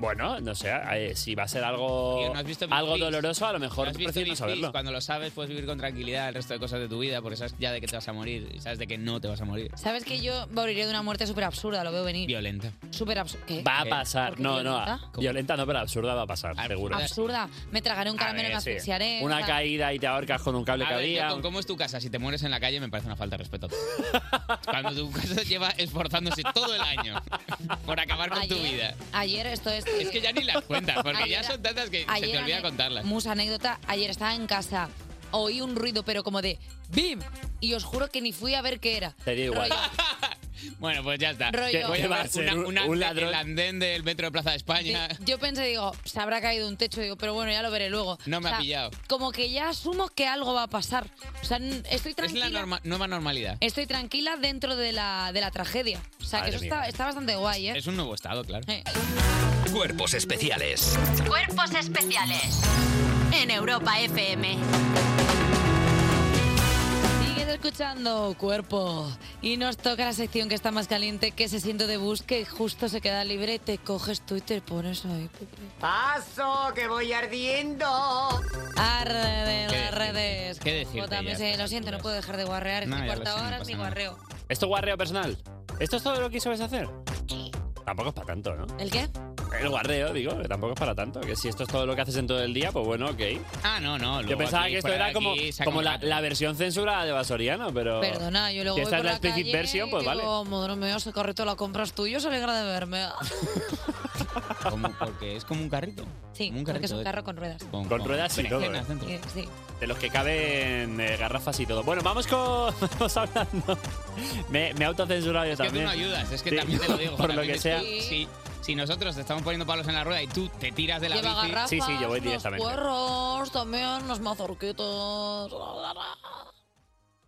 Speaker 7: Bueno, no sé, eh, si va a ser algo,
Speaker 3: ¿No has visto
Speaker 7: algo
Speaker 3: Big Fish?
Speaker 7: doloroso, a lo mejor
Speaker 3: ¿No has visto
Speaker 7: prefiero no
Speaker 3: Big Fish?
Speaker 7: saberlo.
Speaker 3: Cuando lo sabes, puedes vivir con tranquilidad el resto de cosas de tu vida, porque sabes ya de que te vas a morir y sabes de que no te vas a morir.
Speaker 2: ¿Sabes que yo moriré de una muerte súper absurda? Lo veo venir.
Speaker 3: Violenta.
Speaker 2: Súper absurda. ¿Qué?
Speaker 7: Va a
Speaker 2: ¿Qué? ¿Por
Speaker 7: pasar,
Speaker 2: qué
Speaker 7: no, no,
Speaker 2: violenta?
Speaker 7: a- violenta no, pero absurda va a pasar, seguro.
Speaker 2: Absurda. Me tragaré un
Speaker 7: A
Speaker 2: caramelo y
Speaker 7: ver,
Speaker 2: me
Speaker 7: sí.
Speaker 2: asfixiaré. o
Speaker 7: Una
Speaker 2: sea,
Speaker 7: caída y te ahorcas con un cable
Speaker 3: A
Speaker 7: que
Speaker 3: ver, yo
Speaker 7: había.
Speaker 3: con ¿Cómo es tu casa? Si te mueres en la calle, me parece una falta de respeto. Cuando tu casa lleva esforzándose todo el año por acabar con tu vida.
Speaker 2: Ayer, esto es...
Speaker 3: Es que ya ni las cuentas, porque
Speaker 2: Ayer-
Speaker 3: ya son tantas que se
Speaker 2: ayer
Speaker 3: te olvida
Speaker 2: ane-
Speaker 3: contarlas.
Speaker 2: Musa anécdota, ayer estaba en casa, oí un ruido, pero como de ¡Bim! Y os juro que ni fui a ver qué era.
Speaker 7: Te dio igual.
Speaker 2: Rollo,
Speaker 3: Bueno, pues ya está.
Speaker 2: Rollo-
Speaker 3: Te Voy a
Speaker 2: ¿Qué va a
Speaker 3: dar
Speaker 7: ser?
Speaker 3: una, una-
Speaker 7: ¿Un ladrón?
Speaker 3: el andén del metro de Plaza de España.
Speaker 2: Yo pensé, digo, se habrá caído un techo, digo, pero bueno, ya lo veré luego.
Speaker 3: No me ha pillado.
Speaker 2: Como que ya asumo que algo va a pasar. O sea, n- estoy
Speaker 3: Es la
Speaker 2: tranquila.
Speaker 3: norma- nueva normalidad.
Speaker 2: Estoy tranquila dentro de la, de la tragedia. O sea,
Speaker 3: Madre
Speaker 2: que eso
Speaker 3: mía.
Speaker 2: está, está bastante guay, ¿eh?
Speaker 3: Es un nuevo estado, claro.
Speaker 1: Cuerpos especiales.
Speaker 5: Cuerpos especiales en Europa FM.
Speaker 2: Sigues escuchando Cuerpo y nos toca la sección que está más caliente, que se siente de bus, que justo se queda libre y te coges tú y te pones ahí.
Speaker 9: ¡Paso, que voy ardiendo!
Speaker 2: Arden
Speaker 7: ¿Qué
Speaker 2: las
Speaker 7: decirte?
Speaker 2: redes.
Speaker 7: ¿Qué decirte
Speaker 2: Jota,
Speaker 7: ya
Speaker 2: me
Speaker 7: a
Speaker 2: sé,
Speaker 7: estas
Speaker 2: lo siento, no puedo dejar de guarrear. Es
Speaker 7: No,
Speaker 2: mi
Speaker 7: ya lo
Speaker 2: cuarta
Speaker 7: sé, no
Speaker 2: hora, es
Speaker 7: pasa
Speaker 2: mi
Speaker 7: nada.
Speaker 2: guarreo.
Speaker 7: ¿Esto es guarreo personal? ¿Esto es todo lo que sabes hacer? Tampoco es para tanto, ¿no?
Speaker 2: ¿El qué?
Speaker 7: El guarreo, digo, que tampoco es para tanto. Que si esto es todo lo que haces en todo el día, pues bueno, ok.
Speaker 3: Ah, no, no.
Speaker 7: Yo
Speaker 3: luego
Speaker 7: pensaba
Speaker 3: aquí,
Speaker 7: que esto
Speaker 3: fuera
Speaker 7: era
Speaker 3: de
Speaker 7: como,
Speaker 3: aquí, saca
Speaker 7: como
Speaker 3: un
Speaker 7: la,
Speaker 3: rato.
Speaker 7: la versión censurada de Basoriano, pero.
Speaker 2: Perdona, yo luego
Speaker 7: Si
Speaker 2: voy por
Speaker 7: esta es la
Speaker 2: la
Speaker 7: explicit
Speaker 2: calle
Speaker 7: version, pues
Speaker 2: y
Speaker 7: vale.
Speaker 2: digo, madre mía, ese carrito la compras tú y yo se alegra de verme. [laughs]
Speaker 3: Como- porque es como un carrito.
Speaker 2: Sí,
Speaker 3: Como un
Speaker 2: porque
Speaker 3: carrito
Speaker 2: es un
Speaker 3: de-
Speaker 2: carro con ruedas.
Speaker 7: Con, ruedas y todo.
Speaker 3: berenjenas
Speaker 7: ¿eh?
Speaker 3: dentro.
Speaker 2: Sí.
Speaker 7: De los que caben eh, garrafas y todo. Bueno, vamos con. [laughs] Vamos hablando. Me, me he autocensurado yo
Speaker 3: Es que tú
Speaker 7: también.
Speaker 3: no ayudas, es que
Speaker 7: Sí,
Speaker 3: también te lo digo.
Speaker 7: [laughs] Por
Speaker 3: Jota,
Speaker 7: lo
Speaker 3: que
Speaker 7: que
Speaker 3: tú-
Speaker 7: sea.
Speaker 3: Si, si nosotros te estamos poniendo palos en la rueda y tú te tiras de la
Speaker 2: Lleva
Speaker 3: bici...
Speaker 2: garrafas, unos puerros, también unos mazorquitos.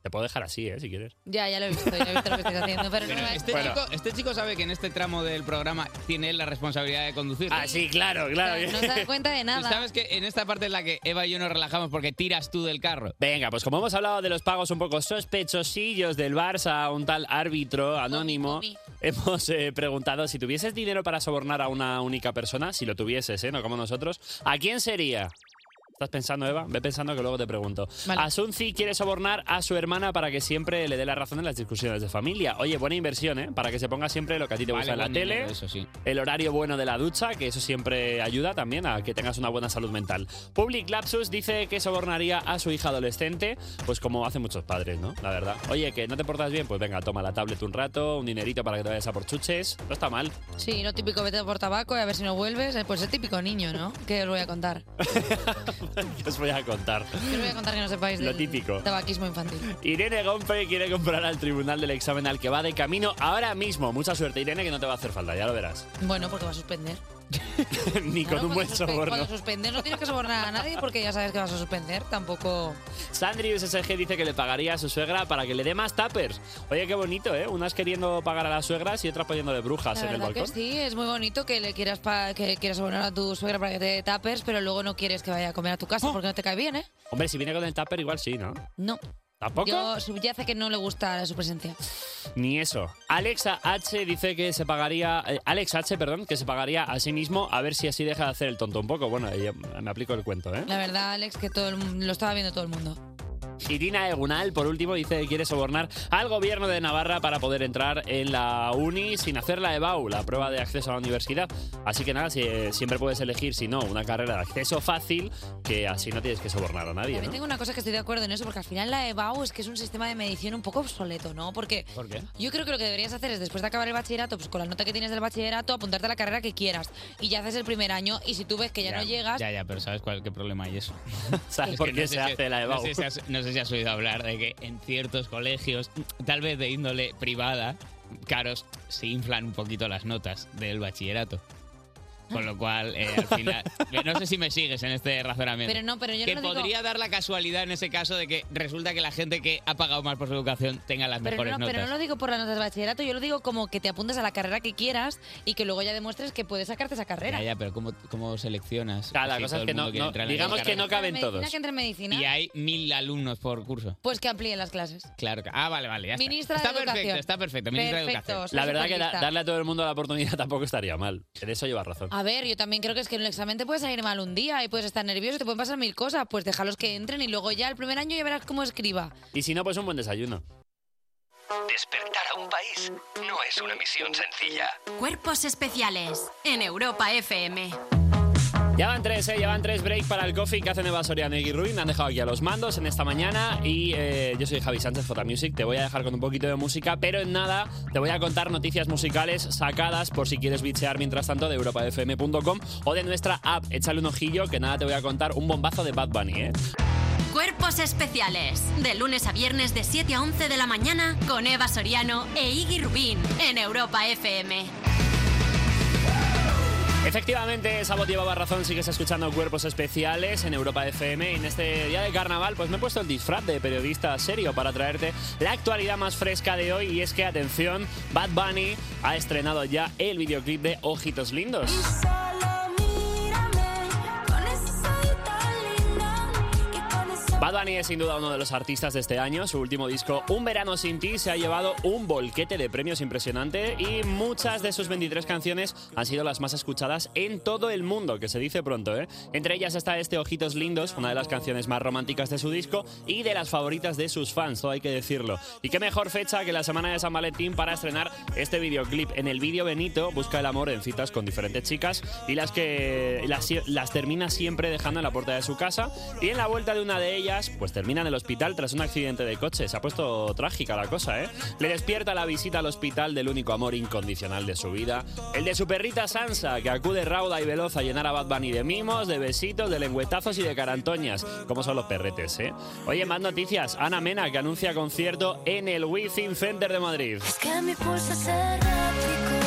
Speaker 7: Te puedo dejar así, ¿eh? Si quieres.
Speaker 2: Ya, ya lo he visto, ya he visto lo que estáis haciendo, pero no
Speaker 3: Pero
Speaker 2: me-
Speaker 3: este,
Speaker 7: Bueno.
Speaker 3: chico, este chico sabe que en este tramo del programa tiene él la responsabilidad de conducir.
Speaker 7: Ah, sí, claro, claro.
Speaker 2: No se da cuenta de
Speaker 3: Tú
Speaker 2: nada.
Speaker 3: sabes que en esta parte es la que Eva y yo nos relajamos porque tiras tú del carro.
Speaker 7: Venga, pues como hemos hablado de los pagos un poco sospechosillos del Barça a un tal árbitro anónimo, hemos eh, preguntado si tuvieses dinero para sobornar a una única persona, si lo tuvieses, ¿eh? no como nosotros, ¿a quién sería? ¿Estás pensando, Eva? Ve pensando que luego te pregunto. Asunci quiere sobornar a su hermana para que siempre le dé la razón en las discusiones de familia. Oye, buena inversión, ¿eh? Para que se ponga siempre lo que a ti te
Speaker 3: Vale,
Speaker 7: gusta en la
Speaker 3: buen
Speaker 7: tele.
Speaker 3: dinero, eso sí.
Speaker 7: El horario bueno de la ducha, que eso siempre ayuda también a que tengas una buena salud mental. Public Lapsus dice que sobornaría a su hija adolescente, pues como hacen muchos padres, ¿no? La verdad. Oye, que no te portas bien, pues venga, toma la tablet un rato, un dinerito para que te vayas a por chuches. No está mal. [laughs]
Speaker 2: Sí, lo típico, vete por tabaco y a ver si no vuelves. Eh, Pues el típico niño, ¿no? Que os voy a contar.
Speaker 7: ¿Qué os voy a contar?
Speaker 2: Que os voy a contar que no sepáis
Speaker 7: Lo
Speaker 2: del
Speaker 7: típico.
Speaker 2: tabaquismo infantil.
Speaker 7: Irene Gompe quiere comprar al tribunal del examen al que va de camino ahora mismo. Mucha suerte, Irene, que no te va a hacer falta, ya lo verás. [laughs]
Speaker 2: Bueno, porque va a suspender.
Speaker 7: Ni con un buen soborno.
Speaker 2: Cuando suspendes no tienes que sobornar a nadie porque ya sabes que vas a suspender. Tampoco...
Speaker 7: Sandri USSG dice que le pagaría a su suegra para que le dé más tuppers. Oye, qué bonito, ¿eh? Unas queriendo pagar a las suegras y otras poniéndole brujas
Speaker 2: La
Speaker 7: en el
Speaker 2: verdad que
Speaker 7: balcón.
Speaker 2: sí, es muy bonito que le quieras pa- que quieras sobornar a tu suegra para que te dé tapers, pero luego no quieres que vaya a comer a tu casa porque no te cae bien, ¿eh?
Speaker 7: Hombre, si viene con el tupper igual sí, ¿no?
Speaker 2: No.
Speaker 7: ¿Tampoco?
Speaker 2: Yo subyace que no le gusta su presencia.
Speaker 7: Ni eso. Alexa H dice que se pagaría. eh, Alex H, perdón, que se pagaría a sí mismo a ver si así deja de hacer el tonto un poco. Bueno, yo me aplico el cuento, ¿eh?
Speaker 2: La verdad, Alex, que todo el mu- lo estaba viendo todo el mundo.
Speaker 7: Irina Egunal, por último, dice que quiere sobornar al gobierno de Navarra para poder entrar en la uni sin hacer la EBAU, la prueba de acceso a la universidad. Así que nada, si- eh, siempre puedes elegir, si no, una carrera de acceso fácil, que así no tienes que sobornar a nadie.
Speaker 2: También
Speaker 7: ¿no?
Speaker 2: tengo una cosa que estoy de acuerdo en eso, porque al final la EBAU es que es un sistema de medición un poco obsoleto, ¿no? Porque
Speaker 7: ¿Por qué?
Speaker 2: yo creo que lo que deberías hacer es, después de acabar el bachillerato, pues con la nota que tienes del bachillerato, apuntarte a la carrera que quieras. Y ya haces el primer año, y si tú ves que ya, no llegas,
Speaker 3: Ya, ya, pero ¿sabes cuál, qué problema hay eso?
Speaker 7: [laughs] ¿Sabes
Speaker 3: Es
Speaker 7: por
Speaker 3: que
Speaker 7: qué
Speaker 3: sé
Speaker 7: se
Speaker 3: si-
Speaker 7: hace la EBAU?
Speaker 3: No sé, si has, no sé si has oído hablar de que en ciertos colegios, tal vez de índole privada, caros, se inflan un poquito las notas del bachillerato. Con lo cual, eh, al
Speaker 7: [laughs]
Speaker 3: final... no sé si me sigues en este razonamiento.
Speaker 2: Pero no, pero yo
Speaker 3: que
Speaker 2: no digo-
Speaker 3: podría dar la casualidad en ese caso de que resulta que la gente que ha pagado más por su educación tenga las
Speaker 2: Pero
Speaker 3: mejores
Speaker 2: no,
Speaker 3: notas.
Speaker 2: pero no lo digo por las notas de bachillerato, yo lo digo como que te apuntes a la carrera que quieras y que luego ya demuestres que puedes sacarte esa carrera.
Speaker 3: Ya, ya, pero ¿cómo, cómo seleccionas?
Speaker 7: Claro, la
Speaker 3: si
Speaker 7: cosa
Speaker 3: todo
Speaker 7: es
Speaker 3: el
Speaker 7: que no-
Speaker 3: mundo quiere
Speaker 7: no-
Speaker 3: entrar en la
Speaker 7: digamos
Speaker 3: misma
Speaker 7: que no
Speaker 3: carrera?
Speaker 7: caben
Speaker 2: medicina que entre en medicina,
Speaker 3: Y hay mil alumnos por curso.
Speaker 2: pues que amplíen las clases.
Speaker 3: Claro. que- Ah, vale, vale. Ya está.
Speaker 2: Ministra de
Speaker 3: está
Speaker 2: Educación.
Speaker 3: perfecto, está perfecto. Ministra
Speaker 2: Perfecto,
Speaker 3: de Educación.
Speaker 2: soy La verdad que da- superlista.
Speaker 7: Darle a todo el mundo la oportunidad [laughs] tampoco estaría mal. En eso llevas razón.
Speaker 2: A ver, yo también creo que es que en el examen te puede salir mal un día y puedes estar nervioso, te pueden pasar mil cosas, pues déjalos que entren y luego ya el primer año ya verás cómo escriba.
Speaker 7: Y si no, pues un buen desayuno.
Speaker 1: Despertar a un país no es una misión sencilla.
Speaker 5: Cuerpos especiales en Europa FM.
Speaker 7: Ya van tres, ¿eh? ya van tres break para el coffee que hacen Eva Soriano y Gui Ruiz. Me han dejado aquí a los mandos en esta mañana. Y eh, yo soy Javi Sánchez, J Music. Te voy a dejar con un poquito de música, pero en nada te voy a contar noticias musicales sacadas por si quieres bichear mientras tanto de europafm.com o de nuestra app. Échale un ojillo que nada te voy a contar un bombazo de Bad Bunny. ¿eh?
Speaker 5: Cuerpos especiales de lunes a viernes de 7 a 11 de la mañana con Eva Soriano e Iggy Rubín en Europa FM.
Speaker 7: Efectivamente, Sabot llevaba razón, sigues escuchando Cuerpos Especiales en Europa FM y en este día de carnaval pues me he puesto el disfraz de periodista serio para traerte la actualidad más fresca de hoy y es que, atención, Bad Bunny ha estrenado ya el videoclip de Ojitos Lindos. Bad Bunny es sin duda uno de los artistas de este año. Su último disco, Un verano sin ti, se ha llevado un volquete de premios impresionante y muchas de sus 23 canciones han sido las más escuchadas en todo el mundo, que se dice pronto. ¿eh? Entre ellas está este Ojitos Lindos, una de las canciones más románticas de su disco y de las favoritas de sus fans, todo hay que decirlo. Y qué mejor fecha que la semana de San Valentín para estrenar este videoclip. En el vídeo Benito busca el amor en citas con diferentes chicas y las que las, las termina siempre dejando en la puerta de su casa y en la vuelta de una de ellas pues termina en el hospital tras un accidente de coche. Se ha puesto trágica la cosa, ¿eh? Le despierta la visita al hospital del único amor incondicional de su vida, el de su perrita Sansa, que acude rauda y veloz a llenar a Bad Bunny de mimos, de besitos, de lengüetazos y de carantoñas, como son los perretes, ¿eh? Oye, más noticias. Ana Mena, que anuncia concierto en el Within Center de Madrid.
Speaker 4: Que mi pulso es errático.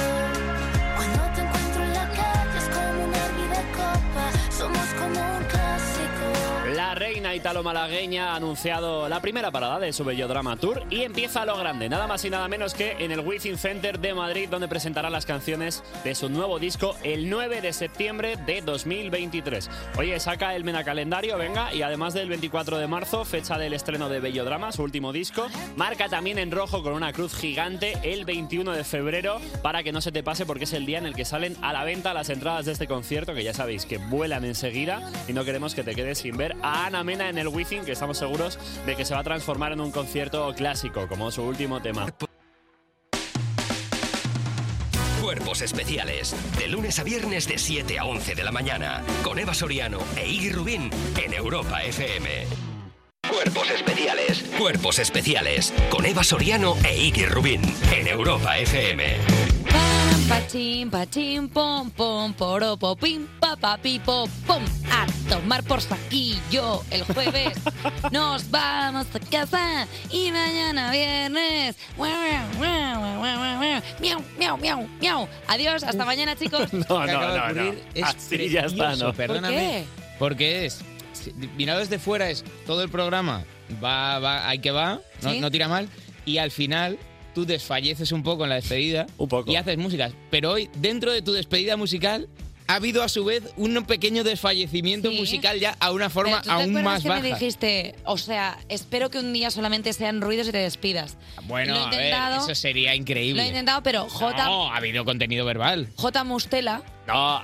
Speaker 4: Cuando te encuentro en la calle es como un árbol de copa. Somos como un clásico.
Speaker 7: La reina italo-malagueña ha anunciado la primera parada de su Bellodrama Tour y empieza a lo grande, nada más y nada menos que en el Within Center de Madrid, donde presentará las canciones de su nuevo disco el 9 de septiembre de 2023. Oye, saca el menacalendario, venga, y además del 24 de marzo, fecha del estreno de Bellodrama, su último disco, marca también en rojo con una cruz gigante el 21 de febrero para que no se te pase porque es el día en el que salen a la venta las entradas de este concierto, que ya sabéis que vuelan enseguida y no queremos que te quedes sin ver a Ana Mena en el Wizzing, que estamos seguros de que se va a transformar en un concierto clásico, como su último tema.
Speaker 1: Cuerpos especiales. De lunes a viernes de 7 a 11 de la mañana. Con Eva Soriano e Iggy Rubín en Europa FM. Cuerpos especiales. Cuerpos especiales. Con Eva Soriano e Iggy Rubín en Europa FM.
Speaker 2: Pachín, pachín, pom, pom, poropo, pim, pa, pa, pi, po, pom. A tomar por saquillo el [laughs] jueves. Nos vamos a casa y mañana viernes. Miau, miau, miau, miau. Adiós, hasta mañana, chicos. [laughs]
Speaker 7: No,
Speaker 3: que
Speaker 7: no,
Speaker 3: acaba de
Speaker 7: no, no.
Speaker 3: ocurrir es
Speaker 7: Así ya está,
Speaker 3: precioso,
Speaker 7: ¿no?
Speaker 3: Perdóname. Porque es, si- mirado desde fuera, es todo el programa, va, va, hay que va, no,
Speaker 7: Sí.
Speaker 3: no tira mal, y al final tú desfalleces un poco en la despedida y haces músicas. Pero hoy, dentro de tu despedida musical, ha habido a su vez un pequeño desfallecimiento musical ya a una
Speaker 2: Pero,
Speaker 3: forma
Speaker 2: ¿tú te
Speaker 3: aún
Speaker 2: acuerdas
Speaker 3: más
Speaker 2: que
Speaker 3: baja.
Speaker 2: me dijiste, o sea, espero que un día solamente sean ruidos y te despidas.
Speaker 3: Bueno,
Speaker 2: Lo he
Speaker 3: a ver,
Speaker 2: intentado.
Speaker 3: eso sería
Speaker 2: Lo he
Speaker 3: increíble.
Speaker 2: intentado, pero J,
Speaker 3: No, ha habido contenido verbal.
Speaker 2: J Mustela
Speaker 7: No.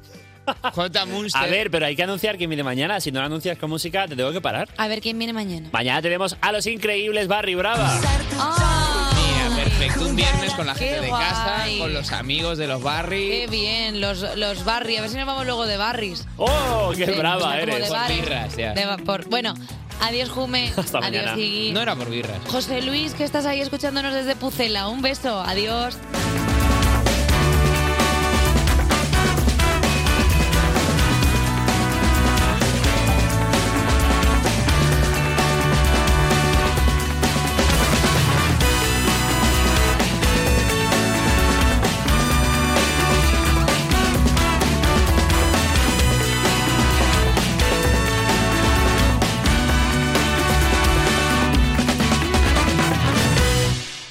Speaker 3: [laughs] J Munster.
Speaker 7: A ver, pero hay que anunciar que viene mañana. Si no lo anuncias con música, te tengo que parar.
Speaker 2: A ver quién viene mañana.
Speaker 7: Mañana tenemos a los increíbles Barry Brava.
Speaker 3: Mira, perfecto. Un viernes con la
Speaker 2: Qué
Speaker 3: gente de casa,
Speaker 2: guay.
Speaker 3: con los amigos de los barrios.
Speaker 2: Qué bien, los, los Barry. A ver si nos vamos luego de Barrys.
Speaker 7: ¡Oh, qué
Speaker 2: Sí,
Speaker 7: brava
Speaker 2: como
Speaker 7: eres!
Speaker 2: de
Speaker 3: Por
Speaker 2: bares.
Speaker 3: birras, ya.
Speaker 2: De va- por- bueno, adiós, Jume.
Speaker 7: Hasta
Speaker 2: adiós,
Speaker 7: mañana.
Speaker 2: Iggy.
Speaker 3: No era por birras.
Speaker 2: José Luis, que estás ahí escuchándonos desde Pucela. Un beso. Adiós.